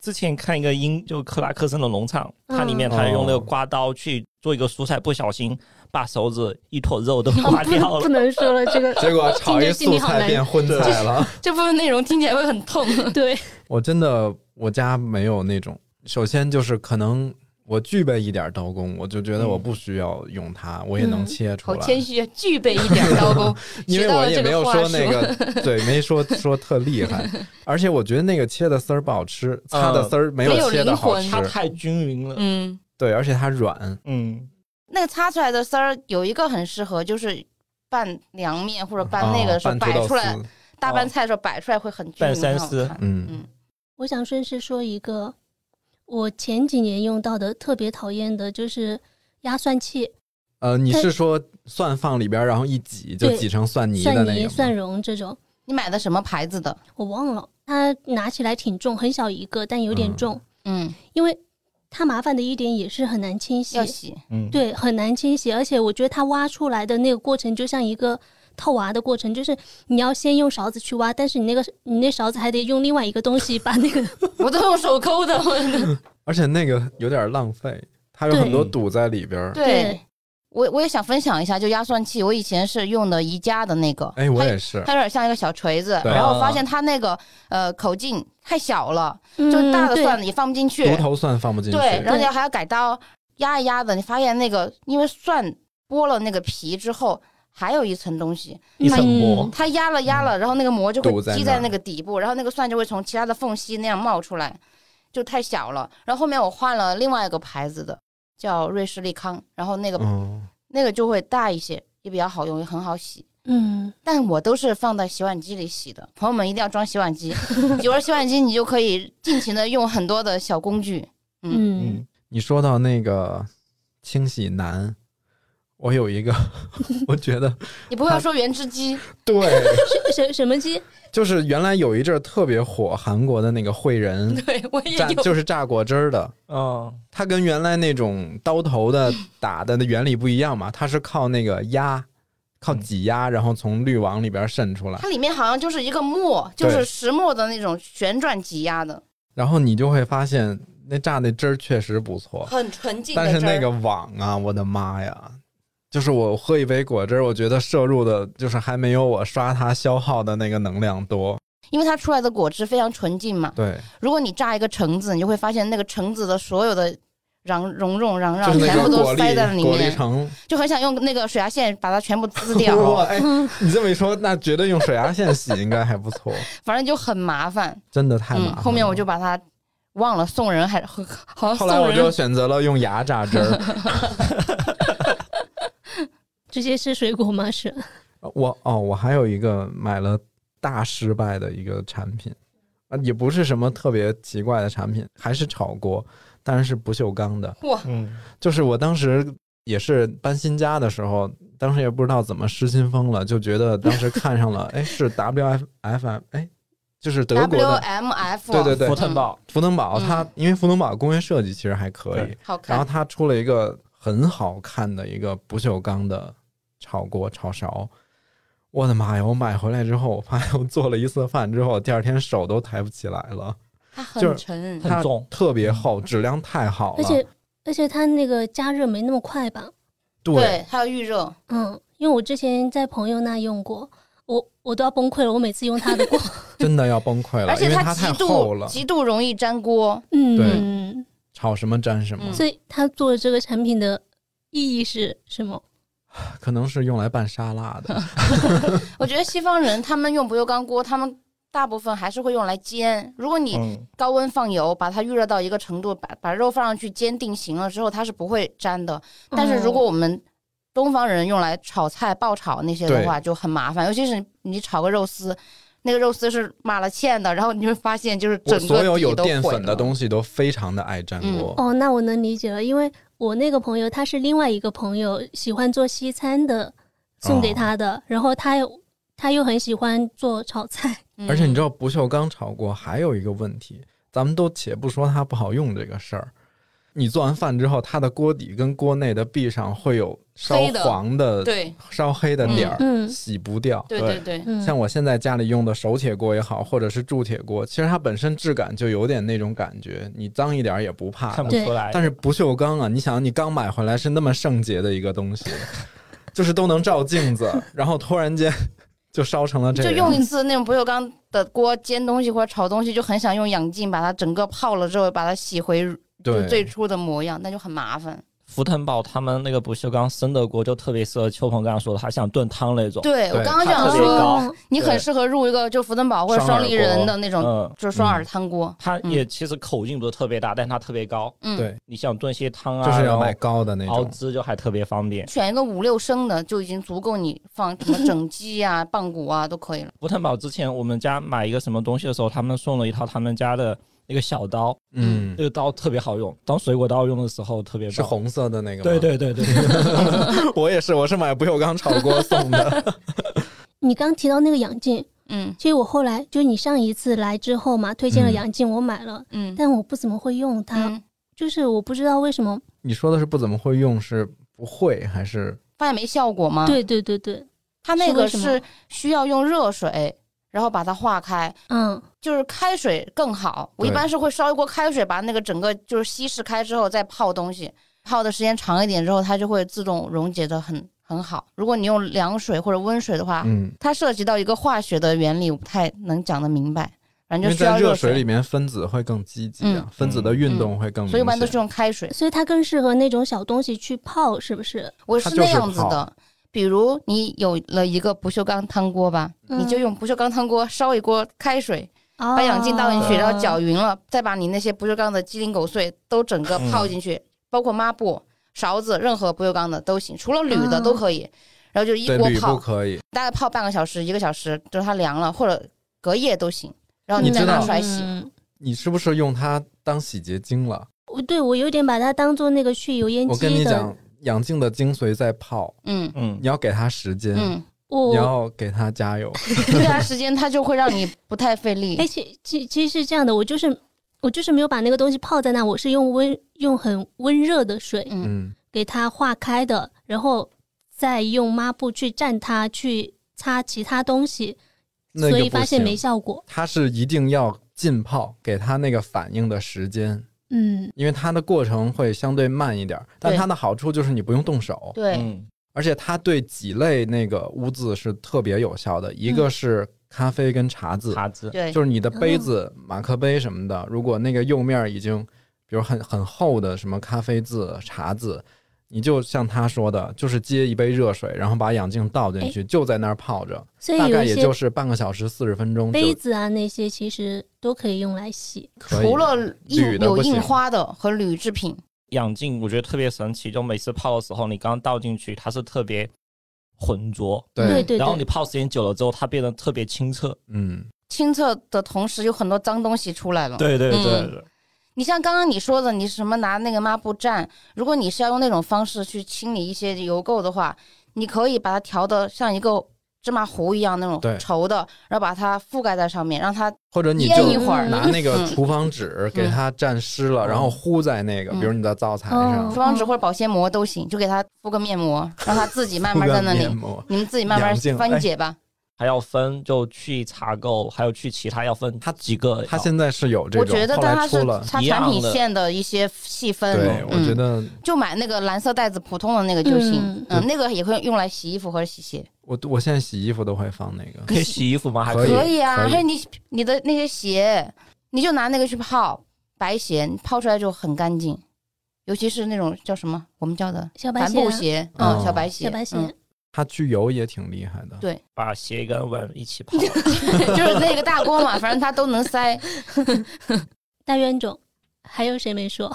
Speaker 3: 之前看一个英就克拉克森的农场，它里面
Speaker 4: 嗯
Speaker 3: 他用那个刮刀去做一个蔬菜，不小心把手指一坨肉都
Speaker 2: 哦
Speaker 5: *laughs*
Speaker 3: 刮掉
Speaker 5: 嗯
Speaker 3: 了。
Speaker 5: 不能说了，这个
Speaker 4: 结果炒一素菜变荤菜了。
Speaker 2: 这部分内容听起来会很痛。
Speaker 5: 对，
Speaker 4: *laughs* 我真的我家没有那种，首先就是可能。我具备一点刀工，我就觉得我不需要用它，我也能
Speaker 5: 嗯
Speaker 4: 切出
Speaker 2: 嗯好
Speaker 4: 来。
Speaker 2: 谦虚，啊具备一点刀工，
Speaker 4: *laughs* 因为我也没有说那
Speaker 2: 学到了
Speaker 4: 个，对，没说说特厉
Speaker 2: *laughs*
Speaker 4: 害，而且我觉得那个切的丝儿不好吃，擦的丝儿没
Speaker 2: 嗯没有
Speaker 4: 切的
Speaker 2: 灵
Speaker 4: 好
Speaker 2: 魂
Speaker 4: 吃，
Speaker 3: 它太均匀了，
Speaker 2: 嗯，
Speaker 4: 对，而且它软，
Speaker 3: 嗯，
Speaker 2: 那个擦出来的丝儿有一个很适合，就是拌凉面或者拌那个
Speaker 4: 啊
Speaker 2: 的时候
Speaker 4: 拌
Speaker 2: 摆
Speaker 4: 土豆
Speaker 2: 出来，
Speaker 4: 丝
Speaker 2: 大拌菜的时候摆出来会很均
Speaker 3: 拌
Speaker 2: 匀，
Speaker 3: 三
Speaker 2: 很好
Speaker 3: 丝
Speaker 2: 看。
Speaker 4: 嗯，
Speaker 2: 嗯，
Speaker 5: 我想顺势说一个，我前几年用到的特别讨厌的就是压蒜器，
Speaker 4: 呃，你
Speaker 5: 对
Speaker 4: 是说蒜放里边儿，然后一挤就
Speaker 5: 对
Speaker 4: 挤成蒜泥的
Speaker 5: 蒜
Speaker 4: 那
Speaker 5: 泥、
Speaker 4: 个吗？
Speaker 5: 蒜蓉这种，
Speaker 2: 你买的什么牌子的？
Speaker 5: 我忘了，它拿起来挺重，很小一个，但有点
Speaker 4: 嗯
Speaker 5: 重，
Speaker 2: 嗯，
Speaker 5: 因为它麻烦的一点也是很难清洗
Speaker 2: 要，洗。
Speaker 3: 嗯，
Speaker 5: 对，很难清洗，而且我觉得它挖出来的那个过程就像一个套娃的过程，就是你要先用勺子去挖，但是你那个你那勺子还得用另外一个东西把那
Speaker 2: *laughs*
Speaker 5: 个
Speaker 2: 我都用手抠的。
Speaker 4: 而且那个有点浪费，它有
Speaker 5: 对
Speaker 4: 很多堵在里边儿。
Speaker 2: 对，我我也想分享一下，就压蒜器，我以前是用的宜家的那个，
Speaker 4: 哎，我
Speaker 2: 它
Speaker 4: 也是，
Speaker 2: 它有点像一个小锤子，
Speaker 4: 对啊
Speaker 2: 然后我发现它那个呃口径太小了，就是大的蒜
Speaker 5: 嗯
Speaker 2: 也放不进去，
Speaker 4: 独头蒜放不进去，
Speaker 2: 对，然后你
Speaker 5: 对
Speaker 2: 还要改刀压一压的，你发现那个因为蒜剥了那个皮之后。还有一层东西，
Speaker 3: 一层膜
Speaker 5: 嗯。
Speaker 2: 它压了压了，然后那个膜就会
Speaker 4: 堵在
Speaker 2: 积
Speaker 4: 那儿
Speaker 2: 在那个底部，然后那个蒜就会从其他的缝隙那样冒出来，就太小了。然后后面我换了另外一个牌子的，叫瑞士利康，然后那个
Speaker 4: 嗯，
Speaker 2: 那个就会大一些，也比较好用，也很好洗。
Speaker 5: 嗯
Speaker 2: 但我都是放在洗碗机里洗的，朋友们一定要装洗碗机。有了洗碗机，你就可以尽情的用很多的小工具。
Speaker 5: 嗯
Speaker 3: 嗯，
Speaker 4: 你说到那个清洗难，我有一个， *laughs* 我觉
Speaker 2: *laughs*
Speaker 4: 得
Speaker 2: 你不要说原汁机，
Speaker 4: 对，
Speaker 5: *laughs* 什什么鸡？
Speaker 4: 就是原来有一阵儿特别火，韩国的那个惠
Speaker 2: *laughs*
Speaker 4: 仁
Speaker 2: *laughs* 对我也
Speaker 4: 榨，
Speaker 2: 有，
Speaker 4: 就是榨果汁儿的，
Speaker 3: 嗯，
Speaker 4: 它跟原来那种刀头的打的那原理不一样嘛，它是靠那个压，靠挤压，然后从滤网里边渗出来，
Speaker 2: 它里面好像就是一个磨，就
Speaker 4: 对
Speaker 2: 是石磨的那种旋转挤压的，
Speaker 4: 然后你就会发现那榨那汁儿确实不错，
Speaker 2: 很纯净的
Speaker 4: 但是
Speaker 2: 汁儿
Speaker 4: 那个网啊，我的妈呀！就是我喝一杯果汁儿，我觉得摄入的就是还没有我刷它消耗的那个能量多。
Speaker 2: 因为它出来的果汁非常纯净嘛。
Speaker 4: 对，
Speaker 2: 如果你榨一个橙子，你就会发现那个橙子的所有的瓤蓉蓉瓤瓤
Speaker 4: 就，是那
Speaker 2: 全部
Speaker 4: 个
Speaker 2: 都
Speaker 4: 果
Speaker 2: 塞在了
Speaker 4: 粒
Speaker 2: 里
Speaker 4: 果粒
Speaker 2: 面，
Speaker 4: 橙。
Speaker 2: 就很想用那个水牙线把它全部
Speaker 4: *laughs*
Speaker 2: 撕掉，
Speaker 4: 哇，
Speaker 2: *laughs*
Speaker 4: 哎，你这么一说，那觉得用水牙线洗应 *laughs* 该还不错，
Speaker 2: 反正就很麻烦。
Speaker 4: 真的太麻
Speaker 2: 嗯
Speaker 4: 烦，了。
Speaker 2: 后面我就把它忘了送人，还 *laughs* 好像
Speaker 4: 后来
Speaker 2: 送
Speaker 4: 我就
Speaker 2: 人
Speaker 4: 选择了用牙榨汁儿。
Speaker 5: 直接吃水果吗？是，
Speaker 4: 我哦，我还有一个买了大失败的一个产品，啊，也不是什么特别奇怪的产品，还是炒锅，但是不锈钢的。
Speaker 9: 哇，
Speaker 3: 嗯，
Speaker 4: 就是我当时也是搬新家的时候，当时也不知道怎么失心疯了，就觉得当时看上了，哎，是 W F F M，哎，就是德国
Speaker 2: W
Speaker 4: 的
Speaker 2: M F，
Speaker 4: 对对对
Speaker 3: 福腾堡
Speaker 4: 福腾堡，
Speaker 2: 嗯
Speaker 4: 它因为福腾堡工业设计其实还可以
Speaker 3: 对，
Speaker 2: 好
Speaker 4: 然后
Speaker 2: 看，
Speaker 4: 它出了一个很好看的一个不锈钢的炒锅炒勺，我的妈呀！我买回来之后，我发现我做了一次饭之后，第二天手都抬不起来了，
Speaker 2: 它
Speaker 4: 就是
Speaker 2: 很沉，
Speaker 3: 很
Speaker 4: 它
Speaker 3: 重
Speaker 4: 特别厚，
Speaker 2: 嗯
Speaker 4: 质量太好
Speaker 5: 而
Speaker 4: 了，
Speaker 5: 且而且它那个加热没那么快吧？
Speaker 4: 对，
Speaker 2: 还有预热，
Speaker 5: 嗯，因为我之前在朋友那用过，我我都要崩溃了。我每次用他 *laughs* 的锅，
Speaker 4: 真的要崩溃
Speaker 2: 而
Speaker 4: 了，因
Speaker 2: 且
Speaker 4: 为
Speaker 2: 它
Speaker 4: 太
Speaker 2: 极
Speaker 4: 厚
Speaker 2: 度
Speaker 4: 了，
Speaker 2: 极度容易粘锅，
Speaker 5: 嗯，
Speaker 4: 炒什么沾什么，
Speaker 2: 嗯
Speaker 5: 所以他做的这个产品的意义是什么？
Speaker 4: 可能是用来拌沙拉的，
Speaker 2: 我觉得西方人他们用不锈钢锅，他们大部分还是会用来煎。如果你
Speaker 3: 嗯，
Speaker 2: 高温放油，把它预热到一个程度，把把肉放上去煎定型了之后，它是不会粘的。但是如果我们东方人用来炒菜、爆炒那些的话，就很麻烦，尤其是你炒个肉丝。那个肉丝是麻了芡的，然后你会发现就是 *laughs* 整
Speaker 4: 我
Speaker 2: 个
Speaker 4: 所有
Speaker 2: 底
Speaker 4: 有
Speaker 2: 都
Speaker 4: 淀
Speaker 2: 毁
Speaker 4: 粉的
Speaker 2: 了嗯
Speaker 4: 东西都非常的爱沾锅，
Speaker 5: 哦，那我能理解了，因为我那个朋友他是另外一个朋友喜欢做西餐的送
Speaker 4: 哦
Speaker 5: 给他的，然后他又他又很喜欢做炒菜，
Speaker 2: 嗯
Speaker 4: 而且你知道不锈钢炒锅还有一个问题，咱们都且不说它不好用这个事儿，你做完饭之后，它的锅底跟锅内的壁上会有烧
Speaker 9: 黑的
Speaker 4: 黄的、
Speaker 9: 对
Speaker 4: 烧黑的点儿，
Speaker 5: 嗯
Speaker 4: 洗不掉。
Speaker 9: 对对对，
Speaker 5: 嗯，
Speaker 4: 像我现在家里用的手铁锅也好，或者是铸铁锅，其实它本身质感就有点那种感觉，你脏一点儿也不怕
Speaker 3: 看不
Speaker 4: 的。
Speaker 3: 出来。
Speaker 4: 但是不锈钢啊，你想，你刚买回来是那么圣洁的一个东西，就是都能照镜子，然后突然间就烧成了这
Speaker 2: 就
Speaker 4: 样。
Speaker 2: 用一次那种不锈钢的锅煎东西或者炒东西，就很想用氧镜把它整个泡了之后，把它洗回就
Speaker 4: 对
Speaker 2: 最初的模样，那就很麻烦。
Speaker 3: 福腾堡他们那个不锈钢生的锅就特别适合秋鹏刚刚说的，他想炖汤那种。
Speaker 2: 对我
Speaker 4: 对
Speaker 2: 刚刚就
Speaker 3: 它
Speaker 2: 想
Speaker 3: 特别
Speaker 2: 说，
Speaker 3: 高
Speaker 5: 哦，
Speaker 2: 你很
Speaker 3: 对
Speaker 2: 适合入一个就福登堡或者双立人的那种，
Speaker 3: 嗯，
Speaker 2: 就是双耳汤锅。
Speaker 3: 它也其实口径不是特别大，但它特别高。
Speaker 2: 嗯，
Speaker 4: 对，
Speaker 3: 你想炖些汤啊，
Speaker 4: 就是要买
Speaker 3: 然
Speaker 4: 高的那
Speaker 3: 后熬
Speaker 4: 种。
Speaker 3: 汁就还特别方便。
Speaker 2: 选一个五六升的就已经足够你放什么整
Speaker 5: *laughs*
Speaker 2: 鸡啊、棒骨啊都可以了。
Speaker 3: 福腾堡之前我们家买一个什么东西的时候，他们送了一套他们家的那个小刀，
Speaker 4: 嗯
Speaker 3: 那，个刀特别好用，当水果刀用的时候特别棒
Speaker 4: 是。红色的那个吗？
Speaker 3: 对，对对对，
Speaker 4: *laughs* 我也是，我是买不锈钢炒锅送
Speaker 2: *laughs*
Speaker 4: 的。
Speaker 5: 你刚提到那个养镜，
Speaker 2: 嗯
Speaker 5: 其实我后来就是你上一次来之后嘛，推荐了
Speaker 4: 嗯
Speaker 5: 养镜，我买了，
Speaker 2: 嗯
Speaker 5: 但我不怎么会用它，
Speaker 2: 嗯，
Speaker 5: 就是我不知道为什么。
Speaker 4: 你说的是不怎么会用，是不会还是？
Speaker 2: 发现没效果
Speaker 4: 嗯
Speaker 2: 吗？，
Speaker 5: 对对对对，
Speaker 2: 它那个
Speaker 5: 是为什么
Speaker 2: 是需要用热水，然后把它化开，
Speaker 5: 嗯，
Speaker 2: 就是开水更好。我一
Speaker 4: 对
Speaker 2: 般是会烧一锅开水，把那个整个就是稀释开之后再泡东西，泡的时间长一点之后，它就会自动溶解的很很好。如果你用凉水或者温水的话，
Speaker 4: 嗯，
Speaker 2: 它涉及到一个化学的原理，我不太能讲得明白，反
Speaker 4: 因
Speaker 2: 正
Speaker 4: 为
Speaker 2: 就需
Speaker 4: 在
Speaker 2: 要
Speaker 4: 热
Speaker 2: 水
Speaker 4: 水里面分子会更积极啊
Speaker 2: 嗯，
Speaker 4: 分子的运动会更明
Speaker 2: 所
Speaker 4: 显。
Speaker 2: 以一般都是用开水。
Speaker 5: 所以它更适合那种小东西去泡，是不是？
Speaker 2: 我
Speaker 4: 它
Speaker 2: 是
Speaker 4: 就
Speaker 2: 那
Speaker 4: 是
Speaker 2: 样子
Speaker 4: 泡
Speaker 2: 的，比如你有了一个不锈钢汤锅吧，你就
Speaker 5: 嗯
Speaker 2: 用不锈钢汤锅烧一锅开水，
Speaker 5: 把
Speaker 2: 把氧气倒进去，
Speaker 3: 哦
Speaker 2: 然后
Speaker 5: 嗯
Speaker 2: 搅匀了，再把你那些不锈钢的鸡零狗碎都整个
Speaker 4: 嗯
Speaker 2: 泡进去，包括抹布、勺子，任何不锈钢的都行，除了铝的都
Speaker 5: 嗯
Speaker 2: 可以。然后就一
Speaker 4: 对
Speaker 2: 锅
Speaker 4: 铝不
Speaker 2: 泡，
Speaker 4: 可以，
Speaker 2: 大概泡半个小时、一个小时，就是它凉了，或者隔夜都行。然后
Speaker 4: 你
Speaker 2: 再
Speaker 4: 知
Speaker 2: 拿
Speaker 4: 道
Speaker 2: 出来
Speaker 5: 嗯
Speaker 2: 洗，
Speaker 4: 你是不是用它当洗洁精了？
Speaker 5: 我对我有点把它当做那个去油烟
Speaker 4: 我跟
Speaker 5: 机
Speaker 4: 你
Speaker 5: 的
Speaker 4: 讲，，养镜的精髓在泡，
Speaker 2: 嗯
Speaker 3: 嗯
Speaker 4: 你，要给它时间，
Speaker 2: 嗯，
Speaker 4: 你
Speaker 5: 我
Speaker 4: 要给它加油。
Speaker 2: 对它时间它就会让你不太费力
Speaker 5: 哎，。其其其实是这样的，我就是我就是没有把那个东西泡在那，我是用温用很温热的水
Speaker 2: 嗯，
Speaker 4: 嗯，
Speaker 5: 给它化开的，然后再用抹布去蘸它，去擦其他东西，
Speaker 4: 那
Speaker 5: 所
Speaker 4: 个
Speaker 5: 以
Speaker 4: 不
Speaker 5: 发现没
Speaker 4: 行，
Speaker 5: 效果。
Speaker 4: 它是一定要浸泡，给它那个反应的时间。
Speaker 5: 嗯，
Speaker 4: 因为它的过程会相对慢一点儿，但
Speaker 2: 对
Speaker 4: 它的好处就是你不用动手，
Speaker 2: 对，
Speaker 3: 嗯
Speaker 4: 而且它对几类那个污渍是特别有效的，一个是咖啡跟茶渍，
Speaker 3: 茶渍，
Speaker 2: 嗯对，
Speaker 5: 嗯
Speaker 4: 就是你的杯子、马克杯什么的，如果那个釉面已经。比如很很厚的什么咖啡渍、茶渍，你就像他说的，就是接一杯热水，然后把氧镜倒进去，就在那儿泡着，
Speaker 5: 所以
Speaker 4: 大
Speaker 5: 哎有
Speaker 4: 概
Speaker 5: 一
Speaker 4: 也
Speaker 5: 些
Speaker 4: 就是半个小时、四十分钟就
Speaker 5: 杯子啊那些其实都可以用来洗。
Speaker 4: 可以
Speaker 2: 除了印
Speaker 4: 铝的
Speaker 2: 有
Speaker 4: 不行
Speaker 2: 印花的和铝制品，
Speaker 3: 氧镜我觉得特别神奇，就每次泡的时候，你刚倒进去，它是特别浑浊，
Speaker 5: 对
Speaker 4: 对，
Speaker 5: 对
Speaker 3: 然后你
Speaker 5: 对，
Speaker 3: 泡时间久了之后，它变得特别清澈。
Speaker 4: 嗯，
Speaker 2: 清澈的同时有很多脏东西出来了。
Speaker 3: 对对
Speaker 2: 对嗯对你像刚刚你说的，你什么拿那个抹布蘸，如果你是要用那种方式去清理一些油垢的话，你可以把它调的像一个芝麻糊一样那种
Speaker 4: 对
Speaker 2: 稠的，然后把它覆盖在上面，让它
Speaker 4: 或者你
Speaker 2: 腌
Speaker 4: 就
Speaker 2: 一会儿
Speaker 4: 拿那个
Speaker 2: 嗯
Speaker 4: *laughs* 厨房纸给它蘸湿了，
Speaker 3: 嗯
Speaker 4: 然后糊在那个，
Speaker 2: 嗯
Speaker 4: 比如你的灶台
Speaker 2: 厨
Speaker 4: 上
Speaker 5: 哦，
Speaker 2: 房纸或者保鲜膜都行，就给它敷个面膜，让它自己慢
Speaker 4: 敷
Speaker 2: 慢在
Speaker 4: 个
Speaker 2: 那里
Speaker 4: 面，膜。哎
Speaker 2: 你们自己慢慢
Speaker 4: 养静
Speaker 2: 分解吧。
Speaker 3: 还要分就去查购，还有去其他要分它几个。
Speaker 4: 它现在是有这
Speaker 2: 我
Speaker 4: 种，
Speaker 2: 觉得，
Speaker 4: 后
Speaker 2: 但它
Speaker 4: 来
Speaker 2: 是
Speaker 4: 出了，
Speaker 2: 它
Speaker 3: 一
Speaker 2: 产
Speaker 3: 样
Speaker 2: 品
Speaker 3: 的
Speaker 2: 线的一些细分，
Speaker 4: 对，我
Speaker 2: 嗯
Speaker 4: 觉得
Speaker 2: 就买那个蓝色袋子普通的那个就行，嗯
Speaker 5: 嗯，
Speaker 2: 那个也会用来洗衣服或者洗鞋，
Speaker 4: 我我现在洗衣服都会放那个，
Speaker 3: 可以洗衣服吗？还
Speaker 4: 可以
Speaker 2: 以啊。
Speaker 4: 可以
Speaker 2: 还有你你的那些鞋，你就拿那个去泡白鞋，泡出来就很干净，尤其是那种叫什么我们叫的
Speaker 5: 小白
Speaker 2: 帆
Speaker 5: 鞋啊、
Speaker 2: 布鞋，
Speaker 4: 哦
Speaker 2: 嗯，小白鞋，
Speaker 5: 小白鞋，
Speaker 2: 嗯
Speaker 4: 它去油也挺厉害的。
Speaker 3: 把鞋跟碗一起泡。
Speaker 2: *laughs* 就是那个大锅嘛，反正它都能塞。
Speaker 5: 大冤种，还有谁没说？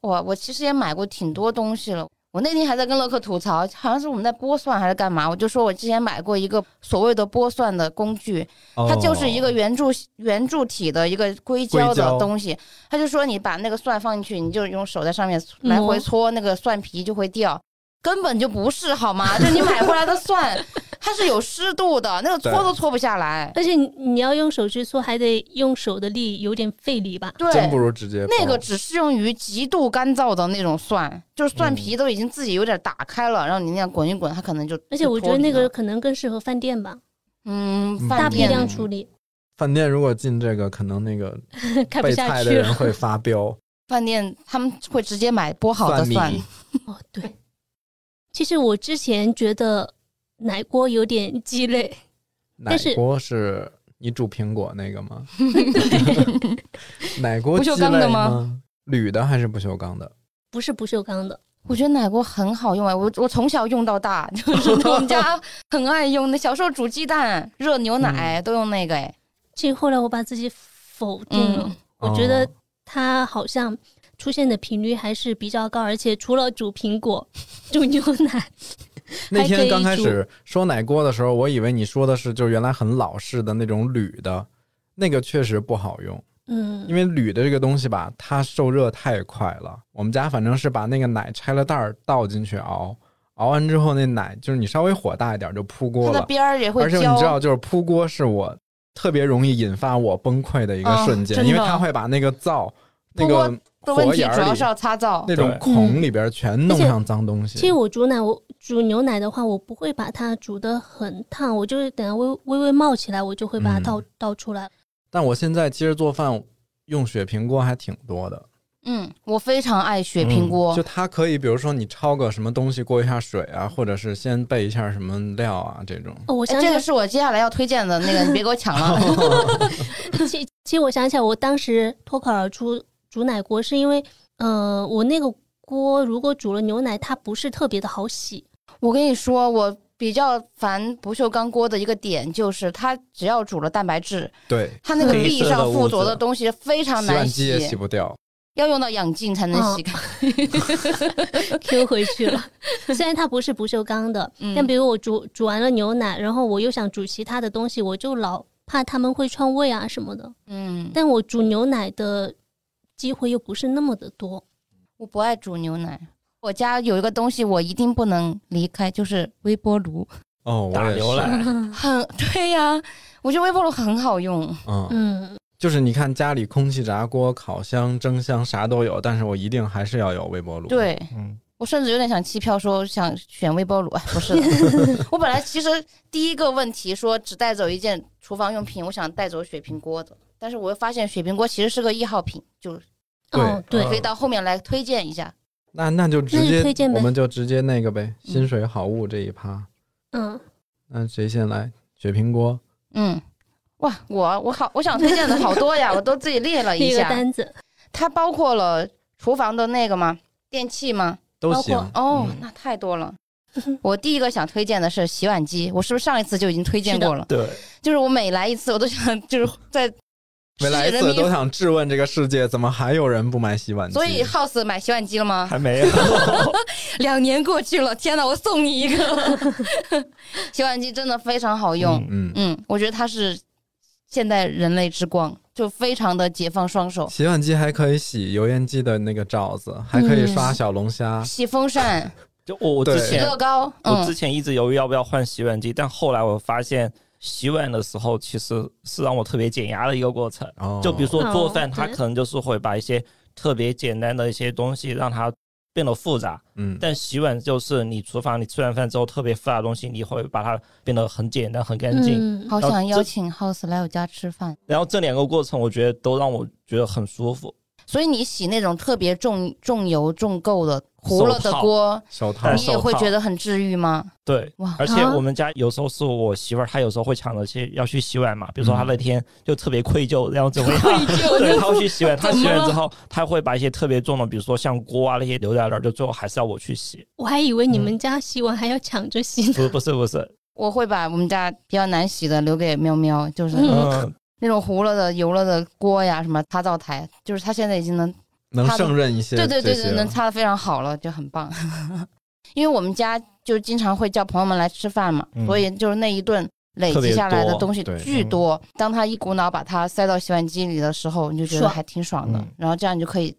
Speaker 2: 我我其实也买过挺多东西了。我那天还在跟乐克吐槽，好像是我们在剥蒜还是干嘛，我就说我之前买过一个所谓的剥蒜的工具，它就是一个圆柱圆柱体的一个硅胶
Speaker 4: 哦硅胶
Speaker 2: 的东西。他就说你把那个蒜放进去，你就用手在上面来回
Speaker 5: 嗯
Speaker 2: 搓，那个蒜皮就会掉，根本就不是好吗？就你买回来的蒜，它是有湿度的，那个搓
Speaker 4: 对
Speaker 2: 都搓不下来。
Speaker 5: 而且你你要用手去搓，还得用手的力，有点费力吧？
Speaker 2: 对，
Speaker 4: 真不如哦直接
Speaker 2: 那个
Speaker 4: 包
Speaker 2: 只适用于极度干燥的那种蒜，就是
Speaker 4: 嗯
Speaker 2: 蒜皮都已经自己有点打开了，然后你那样滚一滚，它可能就
Speaker 5: 而且我
Speaker 2: 就
Speaker 5: 觉得那
Speaker 2: 脱皮
Speaker 5: 个
Speaker 2: 了
Speaker 5: 可能更适合饭店吧，
Speaker 2: 嗯，
Speaker 4: 嗯
Speaker 5: 大
Speaker 2: 饭
Speaker 5: 批
Speaker 2: 店
Speaker 5: 量处理，
Speaker 4: 饭店如果进这个，可能那个
Speaker 5: 开不
Speaker 4: 备
Speaker 5: 下
Speaker 4: 菜
Speaker 5: 去
Speaker 4: 的人
Speaker 5: 了。
Speaker 4: 会发飙。
Speaker 2: 饭店他们会直接买剥 *laughs* 好的
Speaker 4: 蒜
Speaker 2: 蒜
Speaker 4: 米，
Speaker 5: 哦，对，其实我之前觉得奶锅有点鸡肋，
Speaker 4: 奶
Speaker 5: 但是
Speaker 4: 锅是你煮苹果那个
Speaker 2: *laughs*
Speaker 4: 吗？ *laughs* 奶锅
Speaker 2: 不锈
Speaker 4: 鸡
Speaker 2: 钢的
Speaker 4: 肋
Speaker 2: 吗
Speaker 4: 吗？铝的还是不锈钢的？
Speaker 5: 不是不锈钢的，
Speaker 2: 我觉得奶锅很好用啊，我我从小用到大， *laughs* 就是我们家很爱用的。小时候煮鸡蛋、热牛
Speaker 4: 嗯
Speaker 2: 奶、都用那个哎，
Speaker 5: 其实后来我把自己否定了，
Speaker 2: 嗯
Speaker 5: 我觉得
Speaker 4: 哦
Speaker 5: 它好像出现的频率还是比较高，而且除了煮苹果、煮牛奶，
Speaker 4: 那
Speaker 5: 还可
Speaker 4: 天
Speaker 5: 以
Speaker 4: 刚开
Speaker 5: 煮
Speaker 4: 始说奶锅的时候，我以为你说的是就是原来很老式的那种铝的，那个确实不好用。因 *laughs*
Speaker 5: 嗯，
Speaker 4: 为铝的这个东西吧，它受热太快了。我们家反正是把那个奶拆了袋儿倒进去熬，熬完之后那奶就是你稍微火大一点就扑锅
Speaker 2: 它的
Speaker 4: 了。
Speaker 2: 边儿也会
Speaker 4: 而且
Speaker 2: 焦
Speaker 4: 你知。道，就是扑锅是我特别容易引发我崩溃的一个
Speaker 2: 啊
Speaker 4: 瞬间，
Speaker 2: 真
Speaker 4: 因
Speaker 2: 的
Speaker 4: 为它会把那个灶那
Speaker 2: 扑锅
Speaker 4: 个
Speaker 2: 的问
Speaker 4: 火
Speaker 2: 题
Speaker 4: 眼
Speaker 2: 主
Speaker 4: 儿
Speaker 2: 要
Speaker 4: 里
Speaker 2: 是要嗯擦皂，
Speaker 4: 那种
Speaker 3: 对
Speaker 4: 孔里边全弄上脏东
Speaker 5: 其实
Speaker 4: 西。
Speaker 5: 我煮奶，我煮牛奶的话，我不会把它煮得很烫，我就是等它微微微冒起来，我就会把它倒、倒出来。
Speaker 4: 但我现在其实做饭用雪平锅还挺多的，
Speaker 2: 嗯，我非常爱雪平锅
Speaker 4: 嗯就，它可以，比如说你焯个什么东西过一下水啊，或者是先备一下什么料啊这种。
Speaker 5: 哦，我
Speaker 2: 哎
Speaker 5: 想起
Speaker 2: 这
Speaker 5: 来
Speaker 2: 个是我接下来要推荐的那个，你别给我抢了。
Speaker 4: *laughs*
Speaker 2: *laughs*
Speaker 5: 其其实我想起来，我当时脱口而出煮奶锅，是因为，呃，我那个锅如果煮了牛奶，它不是特别的好洗。
Speaker 2: 我跟你说，我比较烦不锈钢锅的一个点就是，它只要煮了蛋白质，
Speaker 4: 对，
Speaker 2: 它那个
Speaker 3: 黑
Speaker 2: 壁
Speaker 3: 色的
Speaker 2: 上附
Speaker 3: 污
Speaker 2: 着的
Speaker 3: 渍
Speaker 2: 东西非常
Speaker 4: 洗
Speaker 2: 难
Speaker 4: 碗机也洗不嗯掉。
Speaker 2: 要用到氧镜才能洗开。
Speaker 5: Q 回去了，虽然它不是不锈钢的，
Speaker 2: 嗯
Speaker 5: 但比如我煮煮完了牛奶，然后我又想煮其他的东西，我就老怕它们会串味啊什么的。
Speaker 2: 嗯，
Speaker 5: 但我煮牛奶的机会又不是那么的多，
Speaker 2: 我不爱煮牛奶。我家有一个东西我一定不能离开，就是微波炉。
Speaker 4: 哦，我
Speaker 3: 打
Speaker 4: 也
Speaker 3: 牛
Speaker 4: 是，
Speaker 3: 奶，
Speaker 2: 很 *laughs* 对呀、我觉得微波炉很好用。
Speaker 4: 嗯，
Speaker 5: 嗯，
Speaker 4: 就是你看家里空气炸锅、烤箱、蒸箱啥都有，但是我一定还是要有微波炉。，
Speaker 2: 对，
Speaker 3: 嗯，
Speaker 2: 我甚至有点想弃票，说想选微波炉。哎，不是的，我本来其实第一个问题说只带走一件厨房用品，我想带走水平锅的，但是我又发现水平锅其实是个易耗品，就
Speaker 5: 哦，对，
Speaker 2: 可以到后面来推荐一下。
Speaker 4: 那那就直
Speaker 5: 那
Speaker 4: 接
Speaker 5: 就推荐呗
Speaker 4: 我们就直接那个
Speaker 2: 嗯
Speaker 4: 呗，薪水好物这一趴，
Speaker 5: 嗯，
Speaker 4: 那谁先来？雪平锅，
Speaker 2: 嗯，哇，我我好，我想推荐的好多呀，我都自己列了
Speaker 5: 第 *laughs*
Speaker 2: 一
Speaker 5: 一个
Speaker 2: 下。
Speaker 5: 单子，
Speaker 2: 它包括了厨房的那个吗？电器吗？
Speaker 10: 都
Speaker 2: 包
Speaker 10: 行
Speaker 2: 括。哦，
Speaker 10: 嗯
Speaker 2: 那太多了。我第一个想推荐的是洗碗机，我是不是上一次就已经推荐过了？
Speaker 3: 对，
Speaker 2: 就是我每来一次，我都想就是在
Speaker 10: 每来一次都想质问这个世界，怎么还有人不买洗碗机？
Speaker 2: 所以 House 买洗碗机
Speaker 10: *laughs*
Speaker 2: 了
Speaker 3: *laughs*
Speaker 2: 吗？
Speaker 3: 还没有。
Speaker 2: 两年过去了，天哪！我送你一个
Speaker 10: *laughs*
Speaker 2: 洗碗机，真的非常好用。
Speaker 3: 嗯
Speaker 10: 嗯，
Speaker 2: 嗯，我觉得它是现代人类之光，就非常的解放双手。
Speaker 10: 洗碗机还可以洗油烟机的那个罩子，还可以刷小龙虾。
Speaker 2: 洗风扇、
Speaker 3: 就我我之
Speaker 10: 对
Speaker 2: 洗
Speaker 3: 前
Speaker 2: 乐高，
Speaker 3: 我之
Speaker 2: 嗯，
Speaker 3: 前一直犹豫要不要换洗碗机，但后来我发现洗碗的时候其实是让我特别减压的一个过程。
Speaker 10: 哦，
Speaker 3: 就比如说做饭，
Speaker 5: 哦
Speaker 3: 它
Speaker 5: 对
Speaker 3: 可能就是会把一些特别简单的一些东西让它变得复杂，
Speaker 10: 嗯，
Speaker 3: 但洗碗就是你厨房你吃完饭之后特别复杂的东西，你会把它变得很简单很干净。
Speaker 5: 嗯，
Speaker 2: 好想
Speaker 3: 然后这
Speaker 2: 邀请 House 来我家吃饭。
Speaker 3: 然后这两个过程，我觉得都让我觉得很舒服。
Speaker 2: 所以你洗那种特别重重油重垢的糊了的锅，
Speaker 10: 手套
Speaker 3: 戴
Speaker 2: 你也
Speaker 3: 手
Speaker 2: 会
Speaker 3: 套
Speaker 2: 觉得很治愈吗？
Speaker 3: 对，
Speaker 2: 哇
Speaker 3: 而且
Speaker 5: 啊
Speaker 3: 我们家有时候是我媳妇儿，她有时候会抢着去要去洗碗嘛。比如说她那天就特别愧疚，然后怎么样？ *laughs* 对，她会去洗碗。她洗完之后，她会把一些特别重的，比如说像锅啊那些留在那儿，就最后还是要我去洗。
Speaker 5: 我还以为你们家洗碗还要抢着洗呢。
Speaker 3: 不，不是，不是，
Speaker 2: 我会把我们家比较难洗的留给喵喵，就是
Speaker 3: 嗯，
Speaker 2: 那种糊了的、油了的锅呀，什么擦皂台，就是他现在已经能，
Speaker 10: 能
Speaker 2: 它的
Speaker 10: 胜任一些
Speaker 2: 对对对
Speaker 10: 这些
Speaker 2: 对，能擦的非常好了，就很棒。 *laughs* 因为我们家就经常会叫朋友们来吃饭嘛，
Speaker 3: 嗯
Speaker 2: 所以就是那一顿累
Speaker 3: 特别
Speaker 2: 积下来的
Speaker 3: 多嗯
Speaker 2: 东西
Speaker 10: 对
Speaker 2: 巨多。当他一股脑把它塞到洗碗机里的时候，你就觉得
Speaker 5: 爽
Speaker 2: 还挺爽的
Speaker 3: 嗯。
Speaker 2: 然后这样你就可以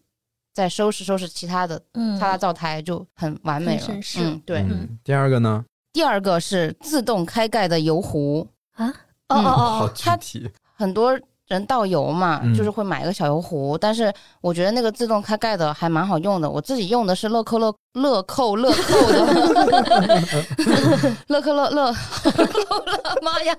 Speaker 2: 再收拾收拾其他的，
Speaker 5: 嗯，
Speaker 2: 擦擦皂台就很完美了
Speaker 5: 很省。事
Speaker 2: 嗯，对。
Speaker 10: 嗯，第二个呢？
Speaker 2: 第二个是自动开盖的油壶，
Speaker 5: 哦
Speaker 2: 嗯
Speaker 10: 好
Speaker 5: 哦
Speaker 10: 具
Speaker 2: 它
Speaker 10: 体。
Speaker 2: 很多人倒油嘛，
Speaker 10: 嗯
Speaker 2: 就是会买一个小油壶，但是我觉得那个自动开盖的还蛮好用的。我自己用的是乐扣乐乐扣乐扣的， *laughs* 乐扣乐乐乐扣乐，妈呀，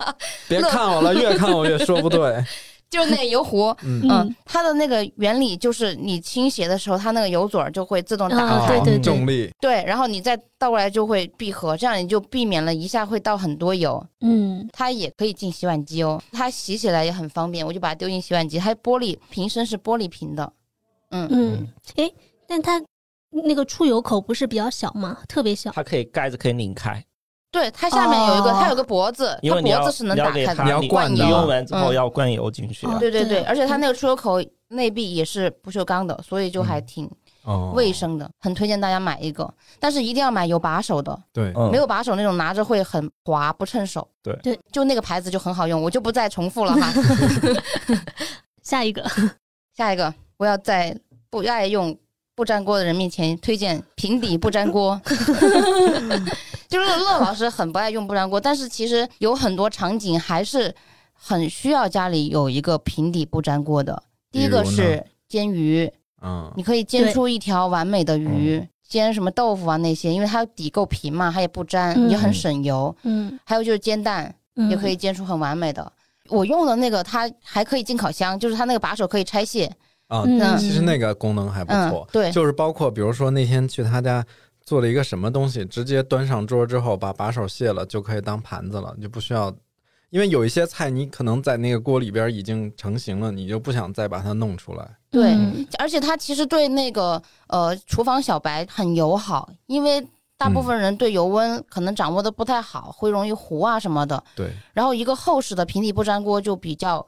Speaker 10: 别看我了，越看我越说不对。
Speaker 2: 就是那油壶。
Speaker 10: 嗯
Speaker 5: 嗯，
Speaker 2: 嗯，它的那个原理就是你倾斜的时候，它那个油嘴儿就会自动打
Speaker 5: 啊
Speaker 2: 开，
Speaker 5: 对对对
Speaker 10: 重力
Speaker 2: 对，然后你再倒过来就会闭合，这样你就避免了一下会倒很多油。
Speaker 5: 哦，嗯，
Speaker 2: 它也可以进洗碗机哦，它洗起来也很方便，我就把它丢进洗碗机。它玻璃瓶身是玻璃瓶的，嗯，
Speaker 5: 嗯，哎，但它那个出油口不是比较小吗？特别小。
Speaker 3: 它可以盖子可以拧开，
Speaker 2: 对，它下面有一个，
Speaker 5: 哦
Speaker 2: 它有个脖子，
Speaker 3: 因为
Speaker 2: 它
Speaker 3: 你要
Speaker 2: 脖子是能
Speaker 3: 要
Speaker 2: 打
Speaker 3: 给
Speaker 2: 开
Speaker 3: 它
Speaker 2: 的，
Speaker 10: 你要
Speaker 2: 灌
Speaker 10: 灌
Speaker 3: 你
Speaker 10: 的
Speaker 3: 用完之后
Speaker 2: 嗯
Speaker 3: 要灌油进去啊。
Speaker 5: 哦
Speaker 2: 对对
Speaker 5: 对
Speaker 2: 对，而且它那个出油口内壁也是不锈钢的，所以就还挺
Speaker 3: 嗯
Speaker 10: 哦，
Speaker 2: 卫生的，很推荐大家买一个，但是一定要买有把手的，
Speaker 10: 对，
Speaker 3: 嗯
Speaker 2: 没有把手那种拿着会很滑，不趁手。
Speaker 3: 对
Speaker 5: 对，
Speaker 2: 就那个牌子就很好用，我就不再重复了哈。
Speaker 5: 下一个， *laughs*
Speaker 2: 下一个，我要在不爱用不粘锅的人面前推荐平底不粘锅。 *laughs* 就是乐老师很不爱用不粘锅，但是其实有很多场景还是很需要家里有一个平底不粘锅的。第一个
Speaker 10: 比如呢
Speaker 2: 是煎鱼，
Speaker 10: 嗯
Speaker 2: 你可以煎出一条完美的鱼，煎什么豆腐啊那些，因为它底够平嘛，它也不粘，
Speaker 5: 嗯
Speaker 2: 也很省油。
Speaker 5: 嗯，
Speaker 2: 还有就是煎蛋，也可以煎出很完美的。我用的那个它还可以进烤箱，就是它那个把手可以拆卸，
Speaker 10: 啊，
Speaker 5: 嗯。
Speaker 10: 其实那个功能还不错
Speaker 2: 嗯。对
Speaker 10: 就是包括比如说那天去他家做了一个什么东西，直接端上桌之后把把手卸了就可以当盘子了，你就不需要。因为有一些菜你可能在那个锅里边已经成型了，你就不想再把它弄出来。
Speaker 2: 对，
Speaker 5: 嗯
Speaker 2: 而且它其实对那个呃厨房小白很友好，因为大
Speaker 10: 嗯
Speaker 2: 部分人对油温可能掌握的不太好，会容易糊啊什么的。
Speaker 10: 对，
Speaker 2: 然后一个厚实的平底不粘锅就比较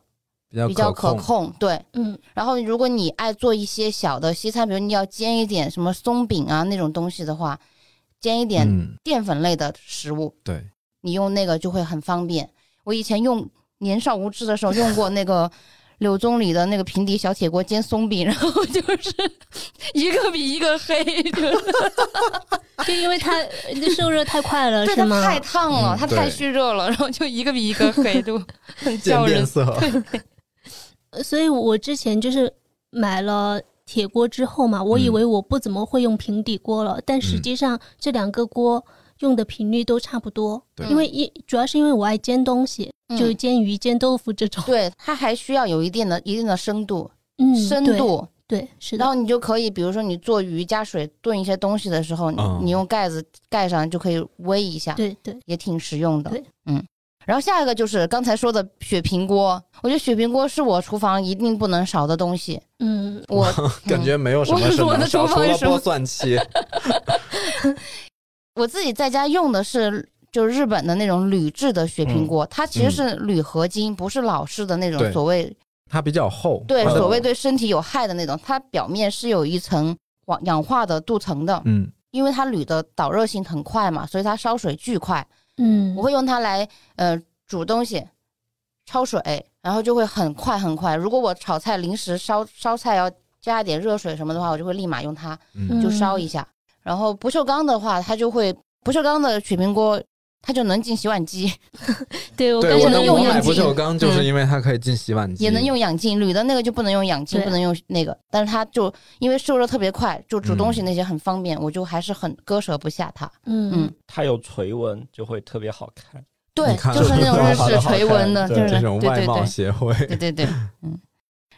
Speaker 10: 比较
Speaker 2: 比较
Speaker 10: 可
Speaker 2: 可控，对。
Speaker 5: 嗯
Speaker 2: 然后如果你爱做一些小的西餐，比如你要煎一点什么松饼啊那种东西的话，煎一点
Speaker 10: 嗯，
Speaker 2: 淀粉类的食物，
Speaker 10: 对，
Speaker 2: 你用那个就会很方便。我以前用年少无知的时候用过那个柳宗理的那个平底小铁锅煎松饼，然后就是一个比一个
Speaker 5: *laughs*
Speaker 2: 黑，就是
Speaker 5: 就因为它呃受热太快了，
Speaker 2: *laughs* 对
Speaker 5: 是
Speaker 2: 它
Speaker 5: 吗？
Speaker 2: 太烫了，
Speaker 10: 嗯
Speaker 2: 它太
Speaker 10: 对
Speaker 2: 蓄热了，然后就一个比一个黑，就很
Speaker 10: 渐
Speaker 2: 叫
Speaker 10: 变
Speaker 2: 人。 *laughs*
Speaker 10: 色。
Speaker 5: 呃所以我之前就是买了铁锅之后嘛，我以
Speaker 10: 嗯
Speaker 5: 为我不怎么会用平底锅了，但实际上这两个锅用的频率都差不多，
Speaker 10: 对
Speaker 5: 因为一主要是因为我爱煎东西，
Speaker 2: 嗯
Speaker 5: 就是煎鱼、煎豆腐这种，
Speaker 2: 对，它还需要有一定的一定的深度，
Speaker 5: 嗯，
Speaker 2: 深
Speaker 5: 对
Speaker 2: 度，
Speaker 5: 对是
Speaker 2: 然
Speaker 5: 的，
Speaker 2: 后你就可以，比如说你做鱼加水炖一些东西的时候，你
Speaker 10: 嗯
Speaker 2: 你用盖子盖上就可以煨一下，
Speaker 5: 对对，
Speaker 2: 也挺实用的
Speaker 5: 对。
Speaker 2: 嗯，然后下一个就是刚才说的雪平锅，我觉得雪平锅是我厨房一定不能少的东
Speaker 10: *laughs*
Speaker 2: 西。
Speaker 5: 嗯，
Speaker 2: 我
Speaker 10: 感觉没有什么是
Speaker 2: 我
Speaker 10: 能
Speaker 2: 的
Speaker 10: 少，
Speaker 2: 厨
Speaker 10: 除
Speaker 2: 房
Speaker 10: 了
Speaker 2: 是什么
Speaker 10: 剥蒜器。
Speaker 2: 我自己在家用的是就是日本的那种铝制的雪平锅，它其实是铝合金，不是老式的那
Speaker 10: 嗯对
Speaker 2: 种所谓
Speaker 10: 它比较厚，
Speaker 2: 对
Speaker 10: 它的
Speaker 2: 所谓对身体有害的那种，它表面是有一层氧氧化的镀层的，
Speaker 10: 嗯
Speaker 2: 因为它铝的导热性很快嘛，所以它烧水巨快。
Speaker 5: 嗯，
Speaker 2: 我会用它来呃煮东西、焯水，然后就会很快很快。如果我炒菜临时烧烧菜要加一点热水什么的话，我就会立马用它
Speaker 10: 嗯
Speaker 2: 就烧一下。然后不锈钢的话，它就会不锈钢的水平锅，它就能进洗碗机，
Speaker 5: 对我
Speaker 10: 对
Speaker 5: 刚
Speaker 10: 我
Speaker 5: 才
Speaker 2: 也
Speaker 10: 的
Speaker 2: 能
Speaker 10: 我
Speaker 2: 用
Speaker 10: 买
Speaker 2: 氧
Speaker 10: 不
Speaker 2: 气
Speaker 10: 锈钢就是因为它可以进洗碗机，
Speaker 2: 也能用氧气。铝的那个就不能用氧气，
Speaker 5: 对
Speaker 2: 不能用那个，但是它就因为受热特别快，就煮东西那些很方便，我就还是很割舍不下它。
Speaker 5: 嗯
Speaker 2: 嗯
Speaker 3: 它有垂纹就会特别好看。
Speaker 2: 对
Speaker 10: 你，看
Speaker 2: 就是那种日
Speaker 3: 好的
Speaker 2: 式
Speaker 3: 好的
Speaker 2: 垂纹的，
Speaker 3: 对
Speaker 2: 就是
Speaker 10: 这种
Speaker 2: 对
Speaker 10: 外
Speaker 2: 对
Speaker 10: 贸
Speaker 2: 对。
Speaker 10: 协会。
Speaker 2: *laughs* 对对对，嗯。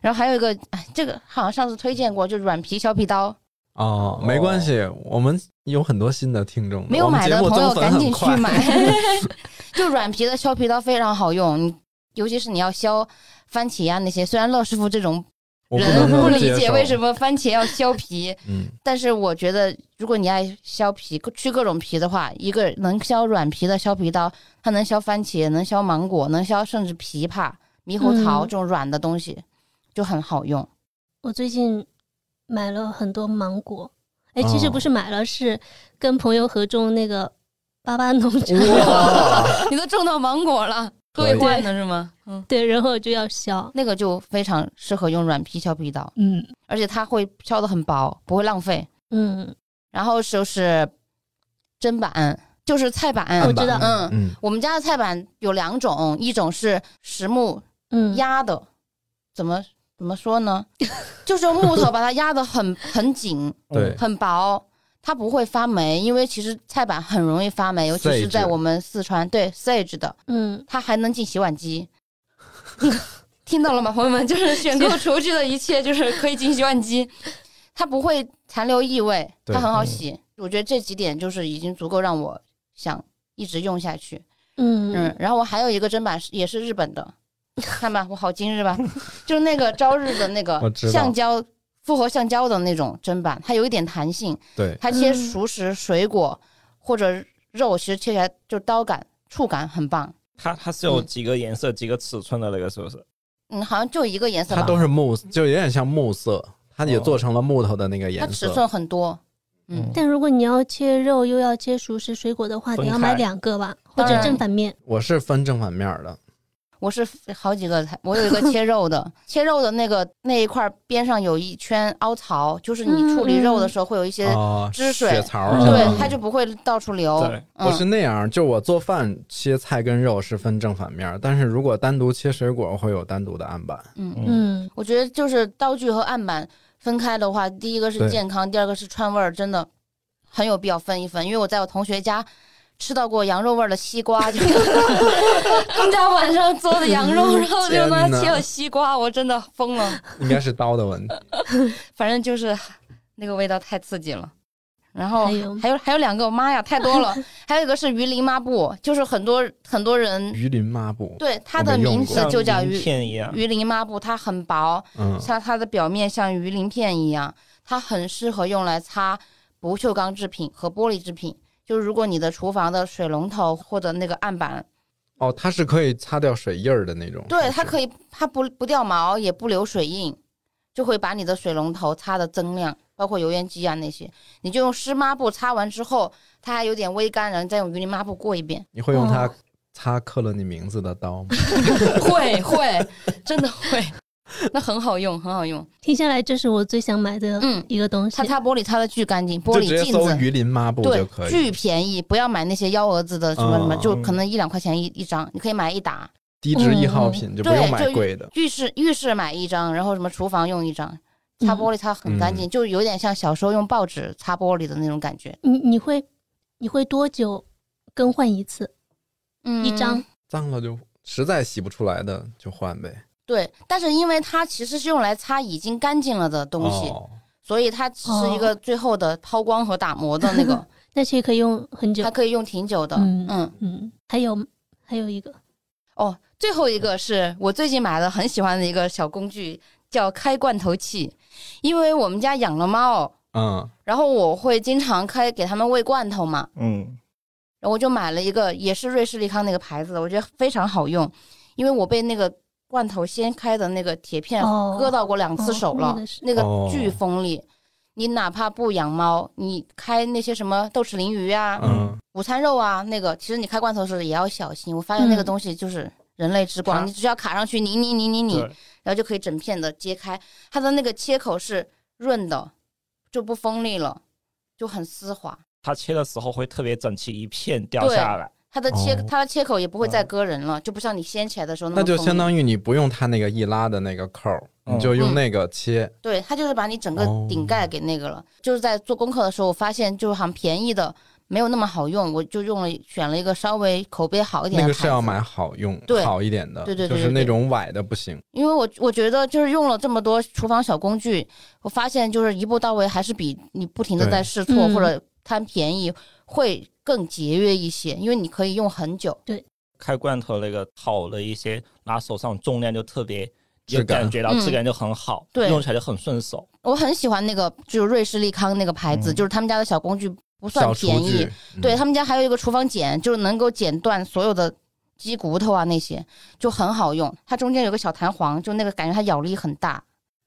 Speaker 2: 然后还有一个，哎，这个好像上次推荐过，就是软皮削皮刀，
Speaker 10: 哦，没关系，我们有很多新的听众，
Speaker 2: 没
Speaker 10: 嗯
Speaker 2: 有
Speaker 10: 我们
Speaker 2: 买
Speaker 10: 节
Speaker 2: 的
Speaker 10: 目
Speaker 2: 朋友
Speaker 10: 增粉
Speaker 2: 赶紧
Speaker 10: 很
Speaker 2: 去
Speaker 10: 快。
Speaker 2: 买。 *laughs* 就软皮的削皮刀非常好用，你尤其是你要削番茄啊那些。虽然乐师傅这种
Speaker 10: *laughs* 我
Speaker 2: 人
Speaker 10: 能
Speaker 2: 不理
Speaker 10: 接
Speaker 2: 解
Speaker 10: 受
Speaker 2: 为什，么番茄要削
Speaker 10: *laughs*
Speaker 2: 皮，
Speaker 10: 嗯，
Speaker 2: 但是我觉得如果你爱削皮，去各种皮的话，一个能削软皮的削皮刀，它能削番茄，能削芒果，能削甚至枇杷、猕猴桃
Speaker 5: 嗯
Speaker 2: 这种软的东西，就很好用。
Speaker 5: 我最近买了很多芒果，哎，其实
Speaker 10: 哦
Speaker 5: 不是买了，是跟朋友合种那个巴巴农场，
Speaker 2: 哦
Speaker 6: *laughs*
Speaker 10: 哇，
Speaker 6: 你都种到芒果了，
Speaker 10: 可以
Speaker 6: 兑换的是吗？嗯，
Speaker 5: 对，然后就要削，
Speaker 2: 那个就非常适合用软皮削皮刀，
Speaker 5: 嗯
Speaker 2: 而且它会削的很薄，不会浪费。
Speaker 5: 嗯，
Speaker 2: 然后就是砧板，就是菜板。
Speaker 5: 我知道，
Speaker 2: 嗯，
Speaker 10: 嗯，
Speaker 2: 我们家的菜板有两种，一种是实木
Speaker 5: 嗯，
Speaker 2: 压的，怎么怎么说呢？ *laughs* 就是用木头把它压得很很紧、
Speaker 10: 对，
Speaker 2: 很薄，它不会发霉，因为其实菜板很容易发霉，尤其是
Speaker 10: Sage
Speaker 2: 在我们四川，对 sage 的，
Speaker 5: 嗯，
Speaker 2: 它还能进洗碗机。 *laughs*
Speaker 6: 听到了吗，朋友们？就是选购厨具的一切，就是可以进洗碗机。
Speaker 2: 它不会残留异味，
Speaker 10: 对嗯
Speaker 2: 它很好洗。我觉得这几点就是已经足够让我想一直用下去。
Speaker 5: 嗯
Speaker 2: 嗯，然后我还有一个砧板是也是日本
Speaker 10: *laughs*
Speaker 2: 的，看吧，我好今日吧，就是那个朝日的那
Speaker 10: 我
Speaker 2: 个
Speaker 10: 知道
Speaker 2: 橡胶复合橡胶的那种砧板，它有一点弹性，
Speaker 10: 对，
Speaker 2: 它切
Speaker 5: 嗯
Speaker 2: 熟食、水果或者肉，其实切起来就刀感触感很棒。
Speaker 3: 它它是有
Speaker 2: 嗯
Speaker 3: 几个颜色、几个尺寸的那个，是不是？
Speaker 2: 嗯，好像就一个颜色
Speaker 10: 它
Speaker 2: 吧，
Speaker 10: 都是木，就有点像木色，它也
Speaker 3: 哦
Speaker 10: 做成了木头的那个
Speaker 2: 它
Speaker 10: 颜
Speaker 2: 尺
Speaker 10: 色。
Speaker 2: 寸很多。嗯，
Speaker 5: 但如果你要切肉又要切熟食水果的话，
Speaker 3: 分
Speaker 5: 你要
Speaker 3: 开
Speaker 5: 买两个吧，或
Speaker 2: 当
Speaker 5: 者
Speaker 2: 然
Speaker 5: 正反面。
Speaker 10: 我是分正反面儿的，
Speaker 2: 我是好几个菜，我有一个切肉的，切肉的那个那一块边上有一圈凹槽，就是你处理肉的时候会有一些，
Speaker 10: 哦，
Speaker 2: 汁水
Speaker 10: 血槽儿
Speaker 3: 嗯
Speaker 10: 是吧，
Speaker 2: 对，它就不会到处流
Speaker 3: 对。
Speaker 2: 嗯
Speaker 10: 我是那样，就我做饭切菜跟肉是分正反面儿，但是如果单独切水果，我会有单独的案板。
Speaker 2: 嗯，
Speaker 3: 嗯
Speaker 5: 嗯
Speaker 2: 我觉得就是刀具和案板分开的话，第一个
Speaker 10: 对
Speaker 2: 是健康，第二个是串味儿，真的很有必要分一分。因为我在我同学家吃到过羊肉味儿的西瓜，就是 *laughs*
Speaker 6: 他们家晚上做的羊
Speaker 10: *laughs*
Speaker 6: 肉，然后就
Speaker 10: 天
Speaker 6: 让他
Speaker 10: 哪
Speaker 6: 切了西瓜，我真的疯了。
Speaker 10: 应该是刀的问题。
Speaker 2: 反正就是 *laughs* 那个味道太刺激了。然后
Speaker 5: 还有
Speaker 2: 还有还有两个，妈呀，太多
Speaker 5: *laughs*
Speaker 2: 了！还有一个是鱼鳞抹布，就是很多很多人
Speaker 10: 鱼鳞抹布，
Speaker 2: *laughs* 对它的名
Speaker 10: 我没
Speaker 2: 词
Speaker 10: 用
Speaker 2: 就叫
Speaker 3: 鳞
Speaker 2: 鱼
Speaker 3: 片一样。
Speaker 2: 鱼鳞抹布，它很薄，
Speaker 10: 嗯，
Speaker 2: 像它的表面像鱼鳞片一样，它很适合用来擦不锈钢制品和玻璃制品。就是如果你的厨房的水龙头或者那个案板，
Speaker 10: 哦，它是可以擦掉水印儿的那种。
Speaker 2: 对，它
Speaker 10: 以。。
Speaker 2: 可以，它不不掉毛，也不留水印，就会把你的水龙头擦的锃亮，包括油烟机啊那些，你就用湿抹布擦完之后，它还有点微干，然后再用鱼鳞抹布过一遍
Speaker 10: *laughs* 你会用它
Speaker 5: 哦
Speaker 10: 擦刻了你名字的刀吗？
Speaker 2: *laughs* 会
Speaker 10: *laughs*
Speaker 2: 会，真的会，那很好用，很好用。
Speaker 5: 听下来这是我最想买的
Speaker 2: 嗯
Speaker 5: 一个东西。
Speaker 2: 它擦玻璃擦的巨干净，玻
Speaker 10: 就
Speaker 2: 璃
Speaker 10: 直接
Speaker 2: 镜
Speaker 10: 搜
Speaker 2: 子。
Speaker 10: 鱼鳞抹布
Speaker 2: 对
Speaker 10: 就，可以，
Speaker 2: 巨便宜，不要买那些幺蛾子的什么什么，
Speaker 10: 嗯
Speaker 2: 就可能一两块钱一一张，你可以买一打。
Speaker 10: 低值一号品就不用
Speaker 2: 嗯对
Speaker 10: 买
Speaker 2: 就
Speaker 10: 贵的。
Speaker 2: 浴室浴室买一张，然后什么厨房用一张，擦玻璃擦很干
Speaker 5: 嗯
Speaker 2: 净，就有点像小时候用报纸擦玻璃的那种感觉。
Speaker 5: 你你会你会多久更换一次？
Speaker 2: 嗯
Speaker 5: 一张。
Speaker 10: 脏了就实在洗不出来的就换呗。
Speaker 2: 对，但是因为它其实是用来擦已经干净了的东西，
Speaker 10: 哦，
Speaker 2: 所以它只是一个最后的抛光和打磨的那 *laughs* 个，
Speaker 5: 那其实可以用很久
Speaker 2: 它。可以用挺久的。
Speaker 5: 哦嗯
Speaker 2: 嗯
Speaker 5: 嗯，还有还有一个
Speaker 2: 哦，最后一个是我最近买了很喜欢的一个小工具，叫开罐头器，因为我们家养了猫，
Speaker 4: 嗯，
Speaker 2: 然后我会经常开给它们喂罐头嘛，
Speaker 3: 嗯，
Speaker 2: 然后我就买了一个，也是瑞士利康那个牌子的，我觉得非常好用，因为我被那个罐头掀开的那个铁片
Speaker 5: 哦
Speaker 2: 割到过两次手了，
Speaker 5: 哦那个是
Speaker 2: 那个
Speaker 4: 哦
Speaker 2: 巨锋利。你哪怕不养猫，你开那些什么豆豉鲮鱼啊、
Speaker 4: 嗯
Speaker 2: 午餐肉啊，那个其实你开罐头的时候也要小心。我发现那个
Speaker 5: 嗯
Speaker 2: 东西就是人类之光，
Speaker 3: 它
Speaker 2: 你只要卡上去，拧拧拧拧拧，
Speaker 3: 对，
Speaker 2: 然后就可以整片的揭开。它的那个切口是润的，就不锋利了，就很丝滑。
Speaker 3: 它切的时候会特别整齐，一片掉下来。
Speaker 2: 它的切、
Speaker 4: 哦
Speaker 2: 它的切口也不会再割人了，就不像你掀起来的时候那么
Speaker 4: 那就
Speaker 2: 锋利
Speaker 4: 相当于你不用它那个易拉的那个扣儿，
Speaker 3: 嗯
Speaker 4: 你就用那个切。
Speaker 2: 对，它就是把你整个
Speaker 4: 哦
Speaker 2: 顶盖给那个了。就是在做功课的时候，我发现就是好像便宜的没有那么好用，我就用了选了一个稍微口碑好一点的
Speaker 4: 那
Speaker 2: 牌
Speaker 4: 个
Speaker 2: 子。
Speaker 4: 是要买好用、
Speaker 2: 嗯对
Speaker 4: 好一点的，
Speaker 2: 对对对
Speaker 4: 就是
Speaker 2: 对对
Speaker 4: 那种崴的不行。
Speaker 2: 因为我我觉得就是用了这么多厨房小工具，我发现就是一步到位，还是比你不停的
Speaker 4: 对
Speaker 2: 在试错
Speaker 5: 嗯
Speaker 2: 或者贪便宜会更节约一些，因为你可以用很久。
Speaker 3: 开罐头那个好的一些，拿手上重量就特别，
Speaker 4: 质
Speaker 3: 就
Speaker 4: 感
Speaker 3: 感觉到
Speaker 2: 嗯
Speaker 3: 质感就很好，
Speaker 2: 对
Speaker 3: 用起来就很顺手。
Speaker 2: 我很喜欢那个就是瑞士利康那个牌子，
Speaker 3: 嗯
Speaker 2: 就是他们家的小工具不算
Speaker 4: 小厨
Speaker 2: 便宜
Speaker 4: 具，，嗯
Speaker 2: 对他们家还有一个厨房剪，就是能够剪断所有的鸡骨头啊那些，就很好用。它中间有个小弹簧，就那个感觉它咬力很大，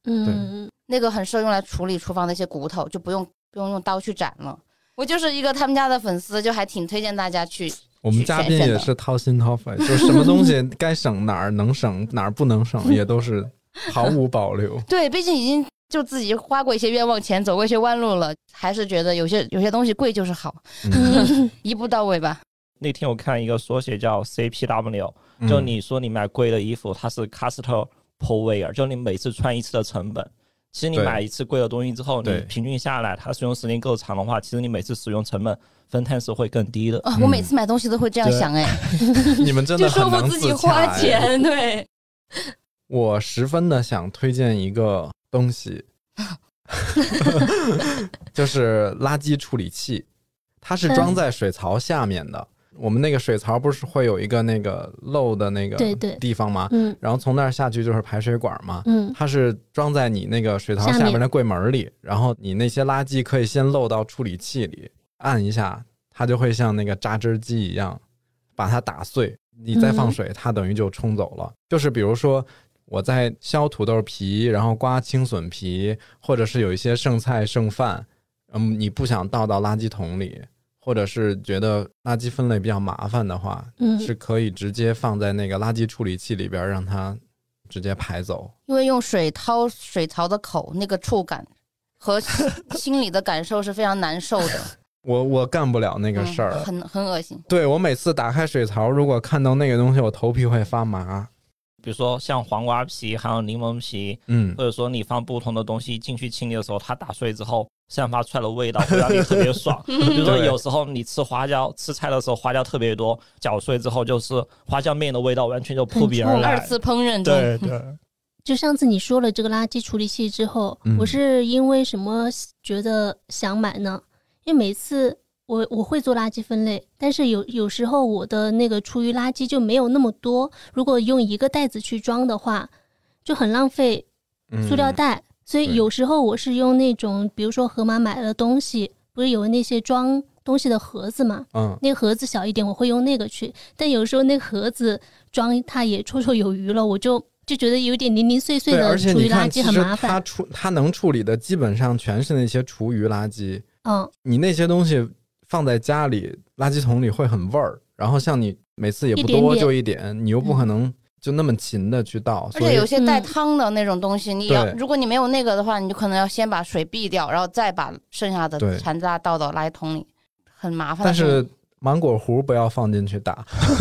Speaker 5: 嗯，
Speaker 2: 那个很适合用来处理厨房的一些骨头，就不用不用用刀去斩了。我就是一个他们家的粉丝，就还挺推荐大家去。
Speaker 4: 我们嘉宾也是掏心掏
Speaker 2: *laughs*
Speaker 4: 肺，就是什么东西该省哪儿能省，哪儿不能省，也都是毫无保留。
Speaker 2: 对，毕竟已经就自己花过一些冤枉钱，走过一些弯路了，还是觉得有些有些东西贵就是好，
Speaker 4: 嗯
Speaker 2: 一步到位吧。
Speaker 3: 那天我看一个缩写叫 CPW，就
Speaker 4: 嗯
Speaker 3: 你说你买贵的衣服，它是 cost per wear，就你每次穿一次的成本。其实你
Speaker 4: 对
Speaker 3: 买一次贵的东西之后，你
Speaker 4: 对
Speaker 3: 平均下来，它使用时间够长的话，其实你每次使用成本分摊是会更低的。
Speaker 2: 啊、我每次买东西都会这样想，哎，
Speaker 11: *laughs*
Speaker 4: 你们嗯真
Speaker 11: 就
Speaker 4: 的很
Speaker 11: 说服
Speaker 4: 能
Speaker 11: 自己
Speaker 4: 洽
Speaker 11: 花
Speaker 4: 哎。
Speaker 11: 钱，对，
Speaker 4: 我十分的想推荐一个
Speaker 11: *laughs*
Speaker 4: 东西，就是垃圾处理器，它是装在水槽下面的。我们那个水槽不是会有一个那个漏的那个
Speaker 5: 对对
Speaker 4: 地方吗？
Speaker 5: 嗯
Speaker 4: 然后从那儿下去就是排水管嘛。
Speaker 5: 嗯
Speaker 4: 它是装在你那个水槽
Speaker 5: 下面
Speaker 4: 下面的柜门里，然后你那些垃圾可以先漏到处理器里，按一下，它就会像那个榨汁机一样把它打碎，你再
Speaker 5: 嗯
Speaker 4: 放水，它等于就冲走了。就是比如说。我在削土豆皮，然后刮青笋皮，或者是有一些剩菜剩饭，嗯，你不想倒到垃圾桶里，或者是觉得垃圾分类比较麻烦的话，
Speaker 5: 嗯
Speaker 4: 是可以直接放在那个垃圾处理器里边儿，让它直接排走。
Speaker 2: 因为用水掏水槽的口，那个触感
Speaker 4: *laughs*
Speaker 2: 和心里的感受是非常难受的，
Speaker 4: 我我干不了那个事儿、
Speaker 2: 嗯很很恶心。
Speaker 4: 对我每次打开水槽，如果看到那个东西，我头皮会发麻。
Speaker 3: 比如说像黄瓜皮，还有柠檬皮，
Speaker 4: 嗯
Speaker 3: 或，者说你放不同的东西进去清理的时候，它打碎之后散发出来的味道会让你特别
Speaker 2: *laughs*
Speaker 3: 爽。
Speaker 4: 嗯
Speaker 3: 比如说有时候你吃花椒，吃菜的时候花椒特别多，搅碎之后就是花椒面的味道完全就扑鼻而
Speaker 5: 很
Speaker 3: 来。
Speaker 4: 哎
Speaker 2: 二次烹饪中，
Speaker 3: 对对，
Speaker 5: 就上次你说了这个垃圾处理器之后，
Speaker 4: 嗯
Speaker 5: 我是因为什么觉得想买呢？因为每次我我会做垃圾分类，但是有有时候我的那个厨余垃圾就没有那么多，如果用一个袋子去装的话，就很浪费塑料袋。所以
Speaker 4: 嗯对
Speaker 5: 有时候我是用那种，比如说盒马买了东西，不是有那些装东西的盒子嘛？
Speaker 4: 嗯，
Speaker 5: 那个盒子小一点，我会用那个去。但有时候那个盒子装它也绰绰有余了，我就就觉得有点零零碎碎
Speaker 4: 对，
Speaker 5: 的
Speaker 4: 而且
Speaker 5: 厨
Speaker 4: 你
Speaker 5: 余垃
Speaker 4: 看，
Speaker 5: 圾
Speaker 4: 其
Speaker 5: 很
Speaker 4: 实
Speaker 5: 麻
Speaker 4: 它
Speaker 5: 烦。
Speaker 4: 处它能处理的基本上全是那些厨余垃圾，
Speaker 5: 嗯，
Speaker 4: 你那些东西放在家里垃圾桶里会很味儿，然后像你每次也不
Speaker 5: 一点
Speaker 4: 多
Speaker 5: 点
Speaker 4: 就一点，你又不可能就那么勤的去倒，
Speaker 2: 而
Speaker 4: 所
Speaker 2: 且
Speaker 4: 以
Speaker 2: 有些带
Speaker 5: 嗯
Speaker 2: 汤的那种东西，你要
Speaker 4: 对
Speaker 2: 如果你没有那个的话，你就可能要先把水避掉，然后再把剩下的
Speaker 4: 对
Speaker 2: 残渣倒到垃圾桶里，很麻烦。
Speaker 4: 但是芒果核不要放进去打， *laughs*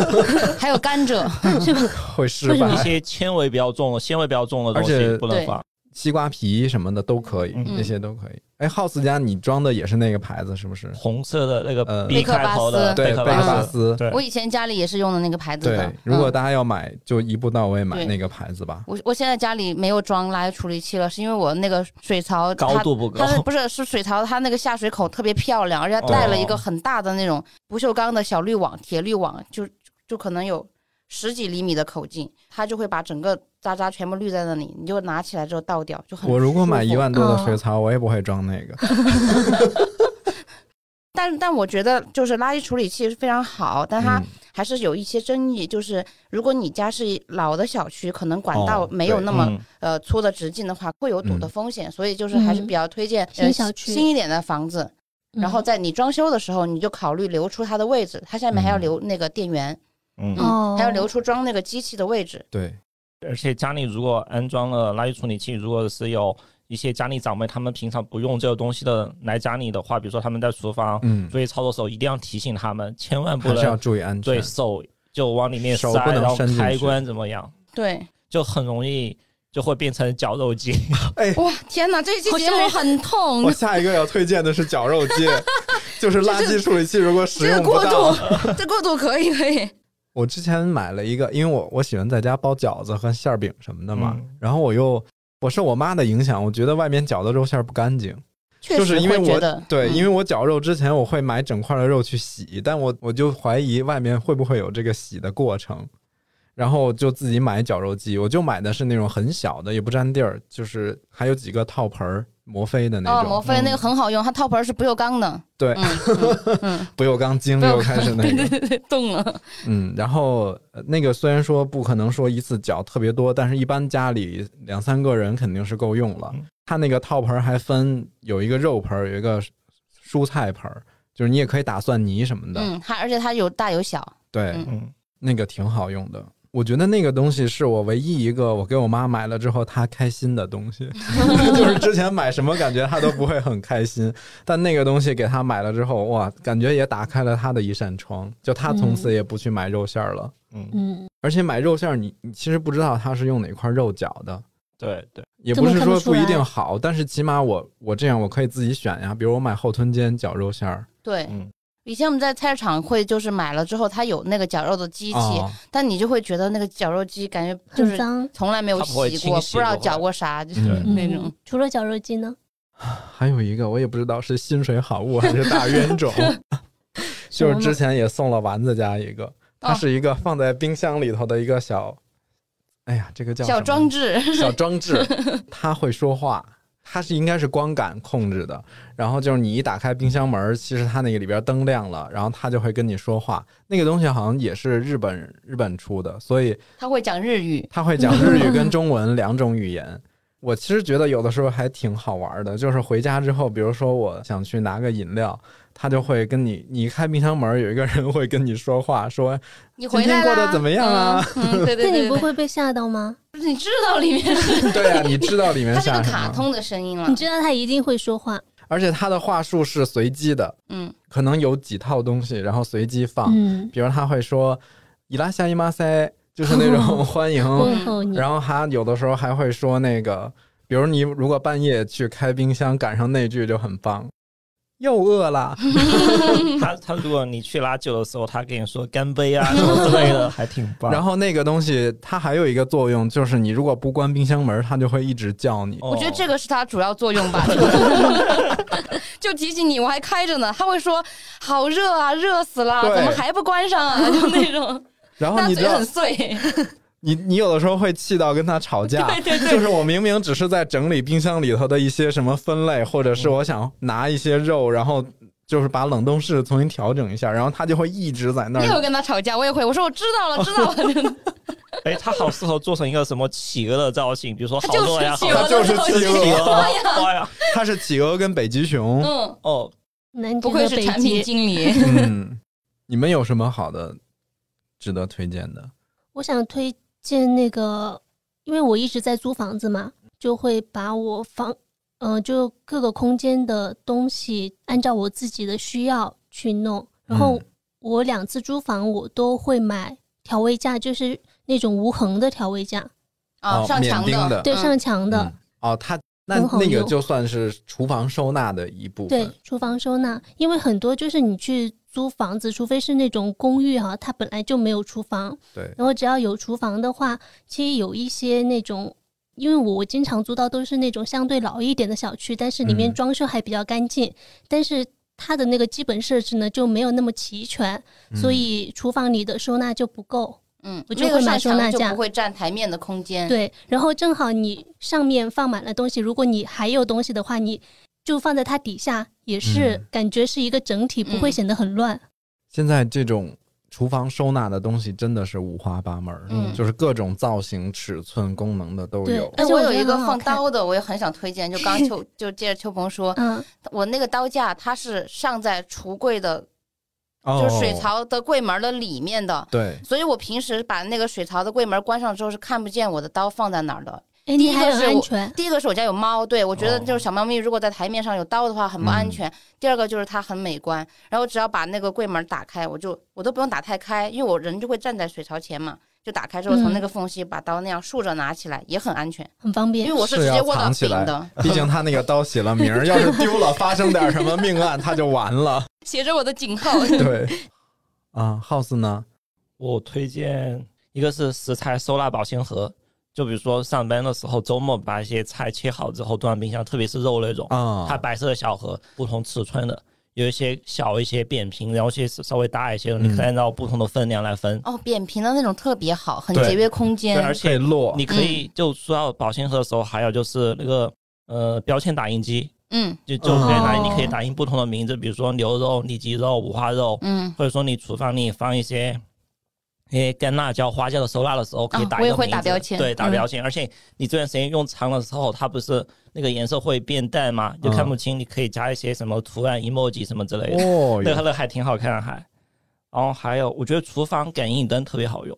Speaker 2: 还有甘蔗，
Speaker 5: 嗯
Speaker 2: *laughs*
Speaker 4: 会失
Speaker 5: 为什么
Speaker 3: 一
Speaker 4: 败。
Speaker 3: 些纤维比较重的、纤维比较重的东
Speaker 4: 而且
Speaker 3: 西不能
Speaker 2: 对
Speaker 3: 放。
Speaker 4: 西瓜皮什么的都可以，
Speaker 3: 嗯
Speaker 4: 那些都可以。哎，House 家你装的也是那个牌子是不是？
Speaker 3: 红色的那
Speaker 4: 呃
Speaker 3: 个 B
Speaker 2: 贝克巴
Speaker 3: 开头的
Speaker 2: 斯
Speaker 4: 对，
Speaker 3: 嗯克
Speaker 4: 贝克
Speaker 3: 巴
Speaker 4: 巴
Speaker 3: 斯，
Speaker 4: 斯。
Speaker 3: 对
Speaker 2: 我以前家里也是用的那个牌子的
Speaker 4: 对。，如果
Speaker 2: 嗯
Speaker 4: 大家要买，就一步到位买
Speaker 2: 对
Speaker 3: 嗯
Speaker 4: 那个牌子吧。
Speaker 2: 我我现在家里没有装垃圾处理器了，是因为我那个水槽它
Speaker 3: 高度不够
Speaker 2: 它。是不是是水槽？它那个下水口特别漂亮，而
Speaker 4: 哦
Speaker 2: 且带了一个很大的那种不锈钢的小滤网、铁滤网，就就可能有十几厘米的口径，它就会把整个渣渣全部滤在那里，你就拿起来之后倒掉，就很。
Speaker 4: 我如果买一，万多的
Speaker 5: 哦
Speaker 4: 水槽，我也不会装那个。
Speaker 2: 但但我觉得就是垃圾处理器是非常好，但它
Speaker 4: 嗯
Speaker 2: 还是有一些争议，就是如果你家是老的小区，可能管道
Speaker 4: 哦
Speaker 2: 没有
Speaker 4: 对
Speaker 2: 那么、
Speaker 3: 嗯，
Speaker 2: 呃粗的直径的话，会有堵的
Speaker 4: 嗯
Speaker 2: 风险，所以就是还是比较推荐、呃
Speaker 5: 新小区
Speaker 2: 新一点的房子，然后
Speaker 5: 嗯
Speaker 2: 在你装修的时候，你就考虑留出它的位置，它下面
Speaker 4: 嗯
Speaker 2: 还要留那个电源，
Speaker 3: 嗯，
Speaker 5: 哦
Speaker 2: 还要留出装那个机器的位置。
Speaker 4: 对，
Speaker 3: 而且家里如果安装了垃圾处理器，如果是有一些家里长辈他们平常不用这个东西的来家里的话，比如说他们在厨房
Speaker 4: 嗯，
Speaker 3: 作业操作的时候，一定要提醒他们，千万不
Speaker 4: 还是要
Speaker 3: 能
Speaker 4: 注意安全
Speaker 3: 对。手就往里面塞，
Speaker 4: 手不能
Speaker 3: 然后
Speaker 4: 伸进去
Speaker 3: 开关怎么样，
Speaker 2: 对，
Speaker 3: 就很容易就会变成绞肉
Speaker 2: *laughs*
Speaker 3: 机。
Speaker 2: 哇，天哪，这期
Speaker 12: 好
Speaker 2: 节
Speaker 12: 像
Speaker 2: 目
Speaker 12: 我很痛
Speaker 4: 我，下一个要推荐的是绞肉
Speaker 2: *laughs*
Speaker 4: 机，就是垃圾处理器，如果使
Speaker 2: 这个
Speaker 4: 用
Speaker 2: 过
Speaker 4: 不到，
Speaker 2: 渡，这过渡可以可以。
Speaker 4: 我之前买了一个，因为我我喜欢在家包饺子和馅儿饼什么的嘛，
Speaker 3: 嗯
Speaker 4: 然后我又我受我妈的影响，我觉得外面饺子肉馅儿不干净，
Speaker 2: *laughs* 确
Speaker 4: 就
Speaker 2: 实
Speaker 4: 是因为
Speaker 2: 会觉
Speaker 4: 我
Speaker 2: 得，嗯
Speaker 4: 对，因为
Speaker 2: 为
Speaker 4: 我绞肉之前我会买整块的肉去洗，但我我就怀疑外面会不会有这个洗的过程，然后我就自己买绞肉机，我就买的是那种很小的，也不占地儿，就是还有几个套盆儿摩飞的那
Speaker 2: 哦，
Speaker 4: 种，嗯
Speaker 2: 摩飞那个很好用，它套盆是不锈钢的。
Speaker 4: 对
Speaker 2: 嗯嗯嗯，
Speaker 4: 不锈钢精
Speaker 2: 不
Speaker 4: 又
Speaker 2: 锈
Speaker 4: 开始 *laughs*
Speaker 2: 钢，
Speaker 4: 那
Speaker 2: 对
Speaker 4: 个
Speaker 2: *laughs* 对，对对，动了。
Speaker 4: 嗯，然后呃那个虽然说不可能说一次搅特别多，但是一般家里两三个人肯定是够用了
Speaker 3: 嗯。
Speaker 4: 它那个套盆儿还分有一个肉盆儿，有一个蔬蔬菜盆儿，就是你也可以打蒜泥什么的。
Speaker 2: 嗯，它而且它有大有小。
Speaker 4: 对，
Speaker 2: 嗯
Speaker 3: 嗯，
Speaker 4: 那个挺好用的。我觉得那个东西是我唯一一个我给我妈买了之后她开心的东西， *laughs* 就是之前买什么感觉她都不会很开心，但那个东西给她买了之后，哇，感觉也打开了她的一扇窗，就她从此也不去买肉馅儿了。
Speaker 3: 嗯，
Speaker 5: 嗯，
Speaker 4: 而且买肉馅儿，你你其实不知道它是用哪块肉绞的，
Speaker 3: 对对，
Speaker 4: 也
Speaker 5: 怎
Speaker 4: 不
Speaker 5: 么
Speaker 4: 是
Speaker 5: 看得
Speaker 4: 说
Speaker 5: 出
Speaker 4: 不一定
Speaker 5: 来
Speaker 4: 好，但是起码我我这样我可以自己选呀，比如我买后臀尖绞肉馅儿，
Speaker 2: 对，
Speaker 3: 嗯
Speaker 2: 以前我们在菜市场会就是买了之后，它有那个绞肉的机器，
Speaker 4: 哦
Speaker 2: 但你就会觉得那个绞肉机感觉就
Speaker 5: 很
Speaker 2: 是
Speaker 5: 脏。
Speaker 2: 从来没有
Speaker 3: 它不会
Speaker 2: 洗
Speaker 3: 清
Speaker 2: 过，
Speaker 3: 洗
Speaker 2: 不知道
Speaker 3: 过
Speaker 2: 绞过啥，就是
Speaker 4: 嗯
Speaker 2: 那种
Speaker 5: 嗯。除了绞肉机呢？
Speaker 4: 还有一个我也不知道是薪水好物还是大冤
Speaker 2: *laughs*
Speaker 4: 种，就是之前也送了丸子家一个，它
Speaker 2: 哦
Speaker 4: 是一个放在冰箱里头的一个小，哎呀，这个叫
Speaker 2: 小
Speaker 4: 什么
Speaker 2: 装置，
Speaker 4: 小装置，
Speaker 2: *laughs*
Speaker 4: 它会说话，它是应该是光感控制的。然后就是你一打开冰箱门，其实它那个里边灯亮了，然后它就会跟你说话。那个东西好像也是日本日本出的，所以
Speaker 2: 它会讲日
Speaker 4: *laughs*
Speaker 2: 语。
Speaker 4: 它会讲日语跟中文两种语言。我其实觉得有的时候还挺好玩的，就是回家之后，比如说我想去拿个饮料，它就会跟你，你一开冰箱门，有一个人会跟你说话，说
Speaker 2: 你
Speaker 4: 今
Speaker 2: 回
Speaker 4: 天
Speaker 2: 来
Speaker 4: 过
Speaker 2: 啦？
Speaker 4: 得怎么样啊
Speaker 2: 嗯？
Speaker 4: *laughs*
Speaker 2: 嗯对对
Speaker 5: 那
Speaker 2: 对
Speaker 5: 你不
Speaker 2: 对
Speaker 5: 会被吓到吗？
Speaker 2: 对，你知道里面是
Speaker 4: 对啊，你知道里面
Speaker 2: 它是
Speaker 4: 啥
Speaker 2: 个
Speaker 4: 什
Speaker 2: 卡
Speaker 4: 么，
Speaker 2: 通的声音了
Speaker 5: 你。知道他一定会说话，
Speaker 4: 而且它的话术是随机的，
Speaker 2: 嗯，
Speaker 4: 可能有几套东西，然后随机放。
Speaker 5: 嗯，
Speaker 4: 比如他会说“伊拉夏伊马塞”，就是那
Speaker 2: *laughs*
Speaker 4: 种欢迎。
Speaker 5: 问候
Speaker 2: 嗯
Speaker 4: 嗯
Speaker 5: 你。
Speaker 4: 然后他有的时候还会说那个，比如你如果半夜去开冰箱，赶上那句就很棒。又饿啦，
Speaker 3: 他他如果你去拉酒的时候，他跟你说干杯
Speaker 4: *laughs*
Speaker 3: 啊什么之类的，还挺棒。
Speaker 4: *laughs* 然后那个东西它还有一个作用，就是你如果不关冰箱门，它就会一直叫你。
Speaker 3: 哦
Speaker 2: 我觉得这个是它主要作用吧，
Speaker 4: *laughs*
Speaker 2: 就提醒你我还开着呢。它会说好热啊，热死了，
Speaker 4: 对
Speaker 2: 怎么还不关上啊？ *laughs* 就那种，
Speaker 4: *laughs* 然后
Speaker 2: 它
Speaker 4: 你知
Speaker 2: 嘴
Speaker 4: 道
Speaker 2: 很，碎。
Speaker 4: 你你有的时候会气到跟他吵架，
Speaker 2: 对对对
Speaker 4: 就是我明明只是在整理冰箱里头的一些什么分类，或者是我想拿一些肉，然后就是把冷冻室重新调整一下，然后他就会一直在那
Speaker 2: 你也会
Speaker 4: 儿。
Speaker 2: 跟他吵架，我也会。我说我知道了，知
Speaker 4: *laughs*
Speaker 2: 道了。
Speaker 3: 哎，它好适合做成一个什么企鹅的造型，比如说好热呀，好
Speaker 2: 它
Speaker 3: 热
Speaker 4: 他就
Speaker 2: 就是
Speaker 4: 企
Speaker 2: 是企 *laughs*
Speaker 4: 鹅，
Speaker 3: 花呀，花呀，
Speaker 4: 他是企鹅跟北极熊。
Speaker 2: 嗯，
Speaker 3: 哦，
Speaker 5: 南
Speaker 2: 不
Speaker 5: 极
Speaker 2: 愧
Speaker 5: 和
Speaker 2: 是
Speaker 5: 北
Speaker 2: 产品
Speaker 5: 极，
Speaker 2: 经理。
Speaker 4: 嗯，你们有什么好的值得推荐的？
Speaker 5: 我想推荐那个，因为我一直在租房子嘛，就会把我房，嗯、就各个空间的东西按照我自己的需要去弄。然后
Speaker 4: 嗯
Speaker 5: 我两次租房，我都会买调味架，就是那种无痕的调味架，
Speaker 2: 啊，
Speaker 4: 哦
Speaker 2: 上
Speaker 4: 缅
Speaker 2: 墙
Speaker 4: 钉
Speaker 2: 的，
Speaker 4: 的
Speaker 5: 对，
Speaker 2: 嗯
Speaker 5: 上墙的。
Speaker 4: 嗯哦，他那
Speaker 5: 很好
Speaker 4: 那个
Speaker 5: 用
Speaker 4: 就算是厨房收纳的一部分
Speaker 5: 对。，厨房收纳，因为很多就是你去租房子，除非是那种公寓哈、它本来就没有厨房，
Speaker 4: 对
Speaker 5: 然后只要有厨房的话，其实有一些那种。因为我我经常租到都是那种相对老一点的小区，但是里面
Speaker 4: 嗯
Speaker 5: 装修还比较干净，但是它的
Speaker 4: 嗯
Speaker 10: 嗯
Speaker 5: 那个基本设置呢就没有那么齐全，所以厨房里的收纳就不够。
Speaker 2: 嗯，
Speaker 5: 我就
Speaker 2: 那个
Speaker 5: 会买
Speaker 2: 擅
Speaker 5: 收纳
Speaker 2: 长就
Speaker 5: 架
Speaker 2: 不会占台面的空间。，
Speaker 5: 对，然后正好你上面放满了东西，如果你还有东西的话，你就放在它底下，也是
Speaker 10: 嗯
Speaker 5: 感觉是一个整体，不会
Speaker 2: 嗯
Speaker 5: 显得很乱。
Speaker 10: 现在这种厨房收纳的东西真的是五花八门儿，
Speaker 2: 嗯
Speaker 10: 就是各种造型、尺寸、功能的都
Speaker 5: 对
Speaker 10: 有。
Speaker 5: 而
Speaker 2: 哎，
Speaker 5: 且
Speaker 2: 我
Speaker 5: 我
Speaker 2: 有
Speaker 5: 觉得
Speaker 2: 一个
Speaker 5: 很好
Speaker 2: 放
Speaker 5: 看
Speaker 2: 刀的，我也很想推荐。就刚
Speaker 5: *laughs*
Speaker 2: 秋就接着秋鹏说，
Speaker 5: 嗯，
Speaker 2: 我那个刀架它是上在橱柜的，
Speaker 10: 哦
Speaker 2: 就是水槽的柜门的里面的。
Speaker 10: 对，
Speaker 2: 所以我平时把那个水槽的柜门关上之后是看不见我的刀放在哪儿的。
Speaker 5: 哎，
Speaker 2: 第
Speaker 5: 你
Speaker 2: 一
Speaker 5: 还
Speaker 2: 个
Speaker 5: 很
Speaker 2: 是
Speaker 5: 安
Speaker 2: 我
Speaker 5: 全。
Speaker 2: 第一个是我家有猫，对我觉得
Speaker 10: 哦嗯
Speaker 2: 就是小猫咪如果在台面上有刀的话很不安全。第二个就是它很美观，然后只要把那个柜门打开，我就我都不用打太开，因为我人就会站在水槽前嘛，就打开之后
Speaker 5: 嗯
Speaker 2: 从那个缝隙把刀那样竖着拿起来也很安全，
Speaker 5: 很方
Speaker 2: 因为
Speaker 5: 便，
Speaker 2: 我
Speaker 10: 是
Speaker 2: 直接
Speaker 10: 要
Speaker 2: 握到
Speaker 10: 藏起
Speaker 2: 柄
Speaker 10: 来
Speaker 2: 的。
Speaker 10: *laughs* 毕竟他那个刀写了名
Speaker 5: *laughs*
Speaker 10: 儿，要是丢了，发生点什么命案，他就完了。
Speaker 2: *laughs* 写着我的警号。
Speaker 10: *laughs* 对，啊，House 呢？
Speaker 3: 我推荐一个是食材收纳保鲜盒，就比如说上班的时候，周末把一些菜切好之后端冰箱，特别是肉类种，
Speaker 10: 啊，
Speaker 3: 它白色的小盒，不同尺寸的，有一些小一些扁平，然后一些稍微大一
Speaker 2: 嗯
Speaker 3: 些的，你可以按照不同的分量来分。
Speaker 2: 哦，扁平的那种特别好，很
Speaker 10: 对
Speaker 2: 节约空
Speaker 3: 对，
Speaker 2: 间。
Speaker 3: 而
Speaker 10: 可以
Speaker 3: 且
Speaker 10: 落
Speaker 3: 你可以就说到保鲜盒的时候，还有就是那个呃标签打印机，
Speaker 2: 嗯
Speaker 3: 就就可以打印，
Speaker 2: 哦
Speaker 3: 你可以打印不同的名字，比如说牛肉、里脊肉、五花肉，
Speaker 2: 嗯，
Speaker 3: 或者说你厨房里放一些一些干辣椒、花椒的收纳的时候，可以
Speaker 2: 啊
Speaker 3: 打一个名字、
Speaker 2: 我也会打标签
Speaker 3: 对，打
Speaker 2: 嗯
Speaker 3: 标签。而且你这段时间用长了之后，它不是那个颜色会变淡嘛，
Speaker 2: 哦
Speaker 3: 就看不清。你可以加一些什么图案、emoji 什么之类的， *laughs*
Speaker 10: 哦
Speaker 3: 那个那还挺好看的还。然后还有，我觉得厨房感应灯特别好用，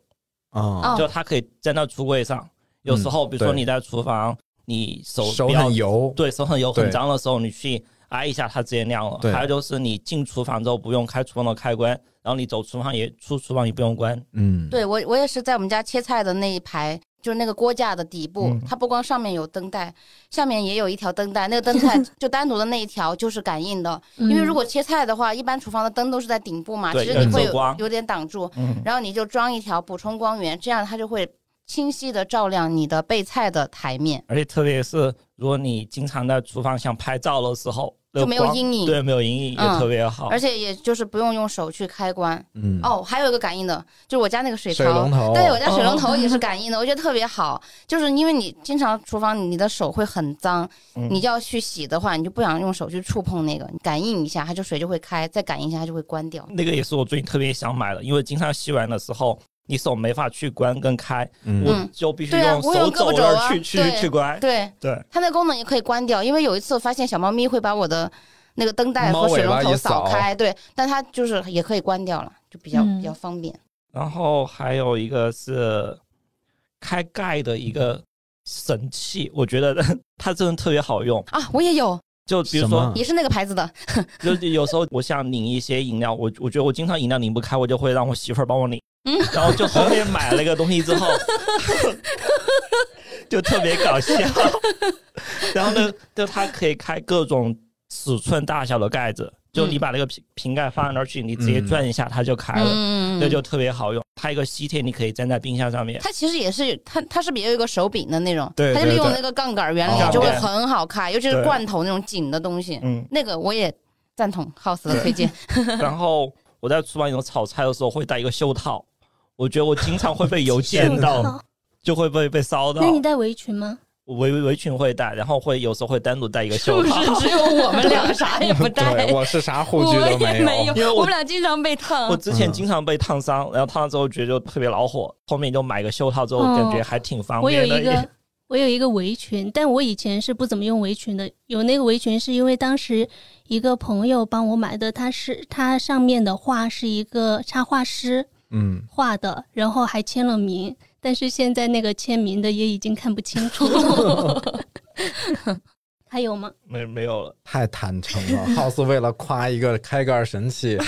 Speaker 10: 啊，
Speaker 2: 哦
Speaker 3: 就它可以粘到橱柜上。有时候，比如说
Speaker 10: 对
Speaker 3: 你在厨房，你手
Speaker 10: 手
Speaker 3: 不要
Speaker 10: 很油，
Speaker 3: 对手很油
Speaker 10: 对
Speaker 3: 很脏的时候，你去挨一下，它直接亮了
Speaker 10: 对。
Speaker 3: 还有就是你进厨房之后不用开厨房的开关，然后你走厨房也出厨房也不用关。
Speaker 10: 嗯，
Speaker 2: 对我我也是在我们家切菜的那一排，就是那个锅架的底部，
Speaker 3: 嗯
Speaker 2: 它不光上面有灯带，下面也有一条灯带，那个灯
Speaker 3: *laughs*
Speaker 2: 带就单独的那一条就是感应的，因为如果切菜的话，一般厨房的灯都是在顶部嘛，
Speaker 3: 对
Speaker 2: 其实你
Speaker 3: 要
Speaker 2: 会
Speaker 3: 遮
Speaker 2: 有
Speaker 3: 光
Speaker 2: 有点挡住，
Speaker 3: 嗯，
Speaker 2: 然后你就装一条补充光源，这样它就会清晰的照亮你的备菜的台面。
Speaker 3: 而且特别是如果你经常在厨房想拍照的时候，那个
Speaker 2: 就没有
Speaker 3: 光
Speaker 2: 阴影
Speaker 3: 对，没有阴影也
Speaker 2: 嗯
Speaker 3: 特别好。
Speaker 2: 而且也就是不用用手去开关
Speaker 10: 嗯，
Speaker 2: 哦，还有一个感应的，就是我家那个水
Speaker 10: 水
Speaker 2: 槽，
Speaker 10: 龙头，
Speaker 2: 对，我家水龙头也是感应的，我觉得特别好。就是因为你经常厨房你的手会很脏，
Speaker 3: 嗯
Speaker 2: 你就要去洗的话，你就不想用手去触碰那个，你感应一下，它就水就会开，再感应一下它就会关掉。
Speaker 3: 那个也是我最近特别想买的，因为经常洗碗的时候。你手没法去关跟开，
Speaker 10: 嗯
Speaker 3: 我就必须
Speaker 2: 对啊
Speaker 3: 用
Speaker 2: 我用
Speaker 3: 手肘
Speaker 2: 胳膊肘
Speaker 3: 那
Speaker 2: 啊
Speaker 3: 儿去去
Speaker 2: 对
Speaker 3: 去关。
Speaker 2: 对，
Speaker 3: 对，
Speaker 2: 它那功能也可以关掉，因为有一次我发现小猫咪会把我的那个灯带
Speaker 10: 猫
Speaker 2: 和
Speaker 10: 尾
Speaker 2: 水龙
Speaker 10: 巴
Speaker 2: 头
Speaker 10: 一
Speaker 2: 扫
Speaker 10: 扫
Speaker 2: 开，对，但它就是也可以关掉了，就比较、
Speaker 5: 嗯
Speaker 2: 比较方便。
Speaker 3: 然后还有一个是开盖的一个神器，我觉得 *laughs* 它真的特别好用。
Speaker 2: 啊，我也有，
Speaker 3: 就比如
Speaker 10: 什么
Speaker 3: 说
Speaker 10: 啊，
Speaker 2: 也是那个牌子的，
Speaker 3: 就就有时候我想拧一些饮料，我我觉得我经常饮料拧不开，我就会让我媳妇儿帮我拧。
Speaker 5: 嗯
Speaker 3: 然后就后面买了一个东西之
Speaker 5: *laughs*
Speaker 3: 后，就特别搞笑。 *laughs* 然后呢，就它可以开各种尺寸大小的盖子，就
Speaker 5: 嗯
Speaker 3: 你把那个瓶瓶盖放在那儿去，你直接转一下，它就开了。
Speaker 2: 嗯，
Speaker 3: 那就特别好用。它一个吸铁，你可以粘在冰箱上面。
Speaker 2: 它其实也是它，它是不是也有一个手柄的那种？
Speaker 10: 对
Speaker 2: 它就
Speaker 10: 对
Speaker 2: 利用
Speaker 10: 对
Speaker 2: 那个杠杆原理
Speaker 10: 哦
Speaker 2: 就会很好看，尤其是
Speaker 3: 对
Speaker 2: 罐头那种紧的东西，
Speaker 3: 嗯，
Speaker 2: 那个我也赞同 House 的
Speaker 10: *laughs*
Speaker 2: 推荐。
Speaker 3: 然后我在厨房里头炒菜的时候会戴一个袖套，我觉得我经常会被
Speaker 5: *laughs*
Speaker 3: 油溅到，
Speaker 5: 好
Speaker 3: 就会被被烧到
Speaker 5: 那。你带围裙吗？
Speaker 3: 我围围裙会戴，然后会有时候会单独戴一个
Speaker 2: 是
Speaker 3: 袖
Speaker 2: 不是
Speaker 3: 套。
Speaker 2: 只有我们俩啥也不带？ *laughs*
Speaker 10: 对，我是啥护
Speaker 2: 我
Speaker 10: 具
Speaker 2: 也
Speaker 10: 都没有，
Speaker 3: 因为我
Speaker 2: 我们俩经常被
Speaker 3: *laughs*
Speaker 2: 烫
Speaker 3: 我。之前经常被烫伤，然后烫了之后觉得就特别恼火，后面就买个袖套之后
Speaker 5: 哦
Speaker 3: 感觉还挺方
Speaker 5: 我有
Speaker 3: 便
Speaker 5: 一
Speaker 3: 的。
Speaker 5: 个，我有一个围裙，但我以前是不怎么用围裙的。有那个围裙是因为当时一个朋友帮我买的，他是他上面的画是一个插画师
Speaker 10: 嗯，
Speaker 5: 画的，然后还签了名。但是现在那个签名的也已经看不清楚了。还有吗？
Speaker 3: 没没有了，
Speaker 10: 太坦诚了。House 为了夸一个开盖神
Speaker 2: *laughs*
Speaker 10: 器，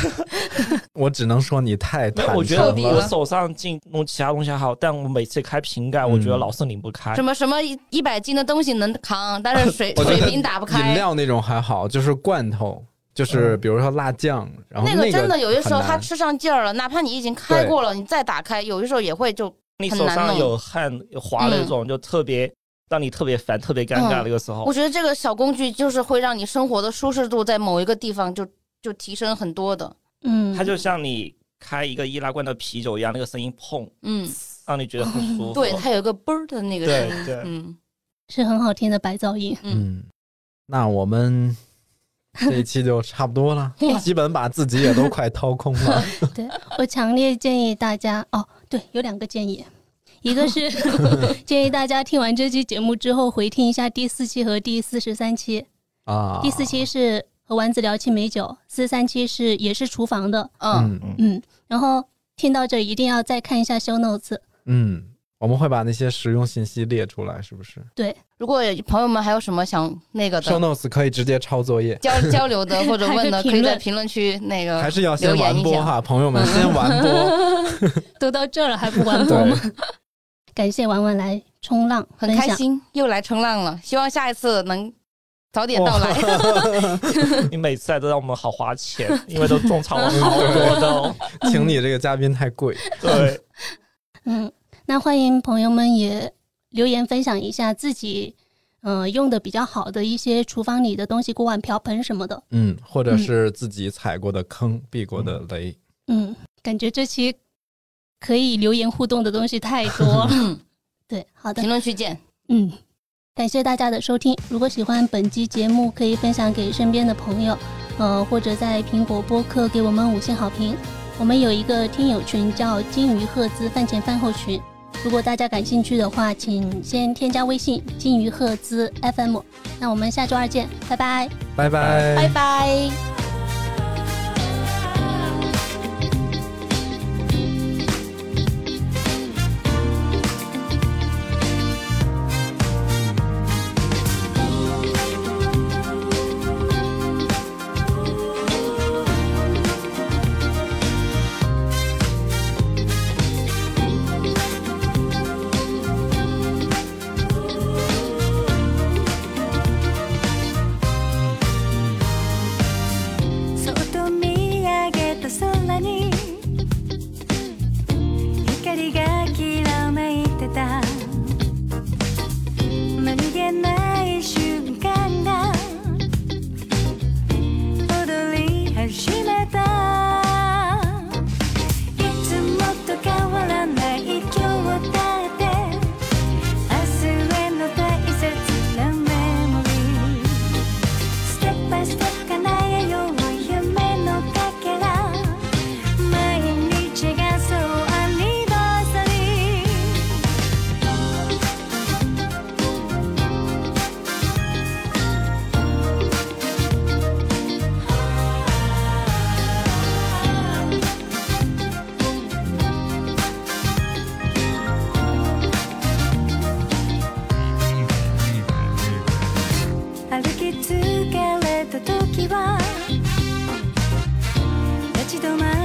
Speaker 10: 我只能说你太
Speaker 3: 没
Speaker 10: 坦
Speaker 3: 有。我觉
Speaker 10: 诚
Speaker 3: 得
Speaker 2: 彻底了
Speaker 3: 我手上进弄其他东西还好，但我每次开瓶盖，我觉得老是拧不开
Speaker 2: 什。么什么一一百斤的东西能扛，但是水
Speaker 10: 我觉得
Speaker 2: 水瓶打不
Speaker 10: 饮
Speaker 2: 开。
Speaker 10: 料那种还好，就是罐头，就是比如说辣酱，然后
Speaker 2: 那个
Speaker 10: 个
Speaker 2: 真的有些时候
Speaker 10: 很
Speaker 2: 它
Speaker 10: 难
Speaker 2: 吃上劲儿了，哪怕你已经开
Speaker 10: 对
Speaker 2: 过了，你再打开，有些时候也会就
Speaker 3: 你
Speaker 2: 很
Speaker 3: 手
Speaker 2: 难
Speaker 3: 上
Speaker 2: 弄
Speaker 3: 有汗有滑的那种，就特别让你特别烦、特别尴尬的一个
Speaker 10: 哦
Speaker 3: 时候
Speaker 2: 我。觉得这个小工具就是会让你生活的舒适度在某一个地方就就提升很多的。
Speaker 5: 嗯，
Speaker 3: 它就像你开一个易拉罐的啤酒一样，那个声音砰，
Speaker 6: 嗯，
Speaker 3: 让你觉得很舒服。 *laughs*
Speaker 6: 对，它有一个啵儿的那个声
Speaker 3: 对
Speaker 6: 音，
Speaker 3: 对，
Speaker 6: 嗯，
Speaker 5: 是很好听的白噪音。
Speaker 10: 嗯，那我们这一期就差不多
Speaker 2: *laughs*
Speaker 10: 了，基本把自己也都快掏空了。
Speaker 5: 对我强烈建议大家哦，对，有两个建议，一个
Speaker 10: *laughs*
Speaker 5: 是建议大家听完这期节目之后回听一下第四期和第四十三期。
Speaker 10: 啊，
Speaker 5: 第四期是和丸子聊青梅酒，四十三期是也是厨房的，
Speaker 6: 嗯，
Speaker 10: 嗯
Speaker 5: 嗯，然后听到这一定要再看一下 show notes。
Speaker 10: 嗯，我们会把那些实用信息列出来，是不是
Speaker 5: 对，
Speaker 2: 如果朋友们还有什么想那个
Speaker 10: ？Show
Speaker 2: 的
Speaker 10: notes 可以直接抄作业，
Speaker 2: 交交流的或者
Speaker 5: 还
Speaker 2: 问
Speaker 5: 是
Speaker 2: 的，
Speaker 5: 评
Speaker 2: 可以在
Speaker 5: 论
Speaker 2: 评论区那个
Speaker 10: 还是要先
Speaker 2: 呃留言
Speaker 10: 完
Speaker 2: 一
Speaker 10: 播
Speaker 2: 下嗯
Speaker 10: 哈，朋友们先完播。
Speaker 2: *laughs*
Speaker 5: 都到这儿了还不完播
Speaker 10: 对
Speaker 5: 吗？，感谢婉婉来冲浪
Speaker 2: 很
Speaker 5: 分
Speaker 2: 开
Speaker 5: 享，
Speaker 2: 心，又来冲浪了，希望下一次能早
Speaker 10: 哦
Speaker 2: 点到来。
Speaker 10: *laughs*
Speaker 3: 你每次来都让我们好花钱，因为都种草了好多哦都。
Speaker 10: 请你这个嘉宾太贵。
Speaker 3: 对，
Speaker 5: 嗯，那欢迎朋友们也留言分享一下自己。嗯、用的比较好的一些厨房里的东西，锅碗瓢盆什么的，
Speaker 10: 嗯，或者是自己踩过的坑、避过的雷。
Speaker 5: 嗯，感觉这期可以留言互动的东西太多
Speaker 2: *laughs*
Speaker 5: 了。对，好的
Speaker 2: 嗯评，论区见，
Speaker 5: 嗯，感谢大家的收听。如果喜欢本期节目，可以分享给身边的朋友，呃，或者在苹果播客给我们五星好评。我们有一个听友群叫“金鱼赫兹饭前饭后群”，如果大家感兴趣的话，请先添加微信“金鱼赫兹 FM”。那我们下周二见，拜拜。
Speaker 10: 拜拜。
Speaker 2: 拜拜。
Speaker 1: そっと見上げた空に光がきらめいてた何気ない瞬間が踊り始めたいつもと変わらない今日だって明日への大切なメモリーステップバイステップ叶えよう夢のかけら毎日がそうアニバーサリー歩き疲れた時は立ち止まっ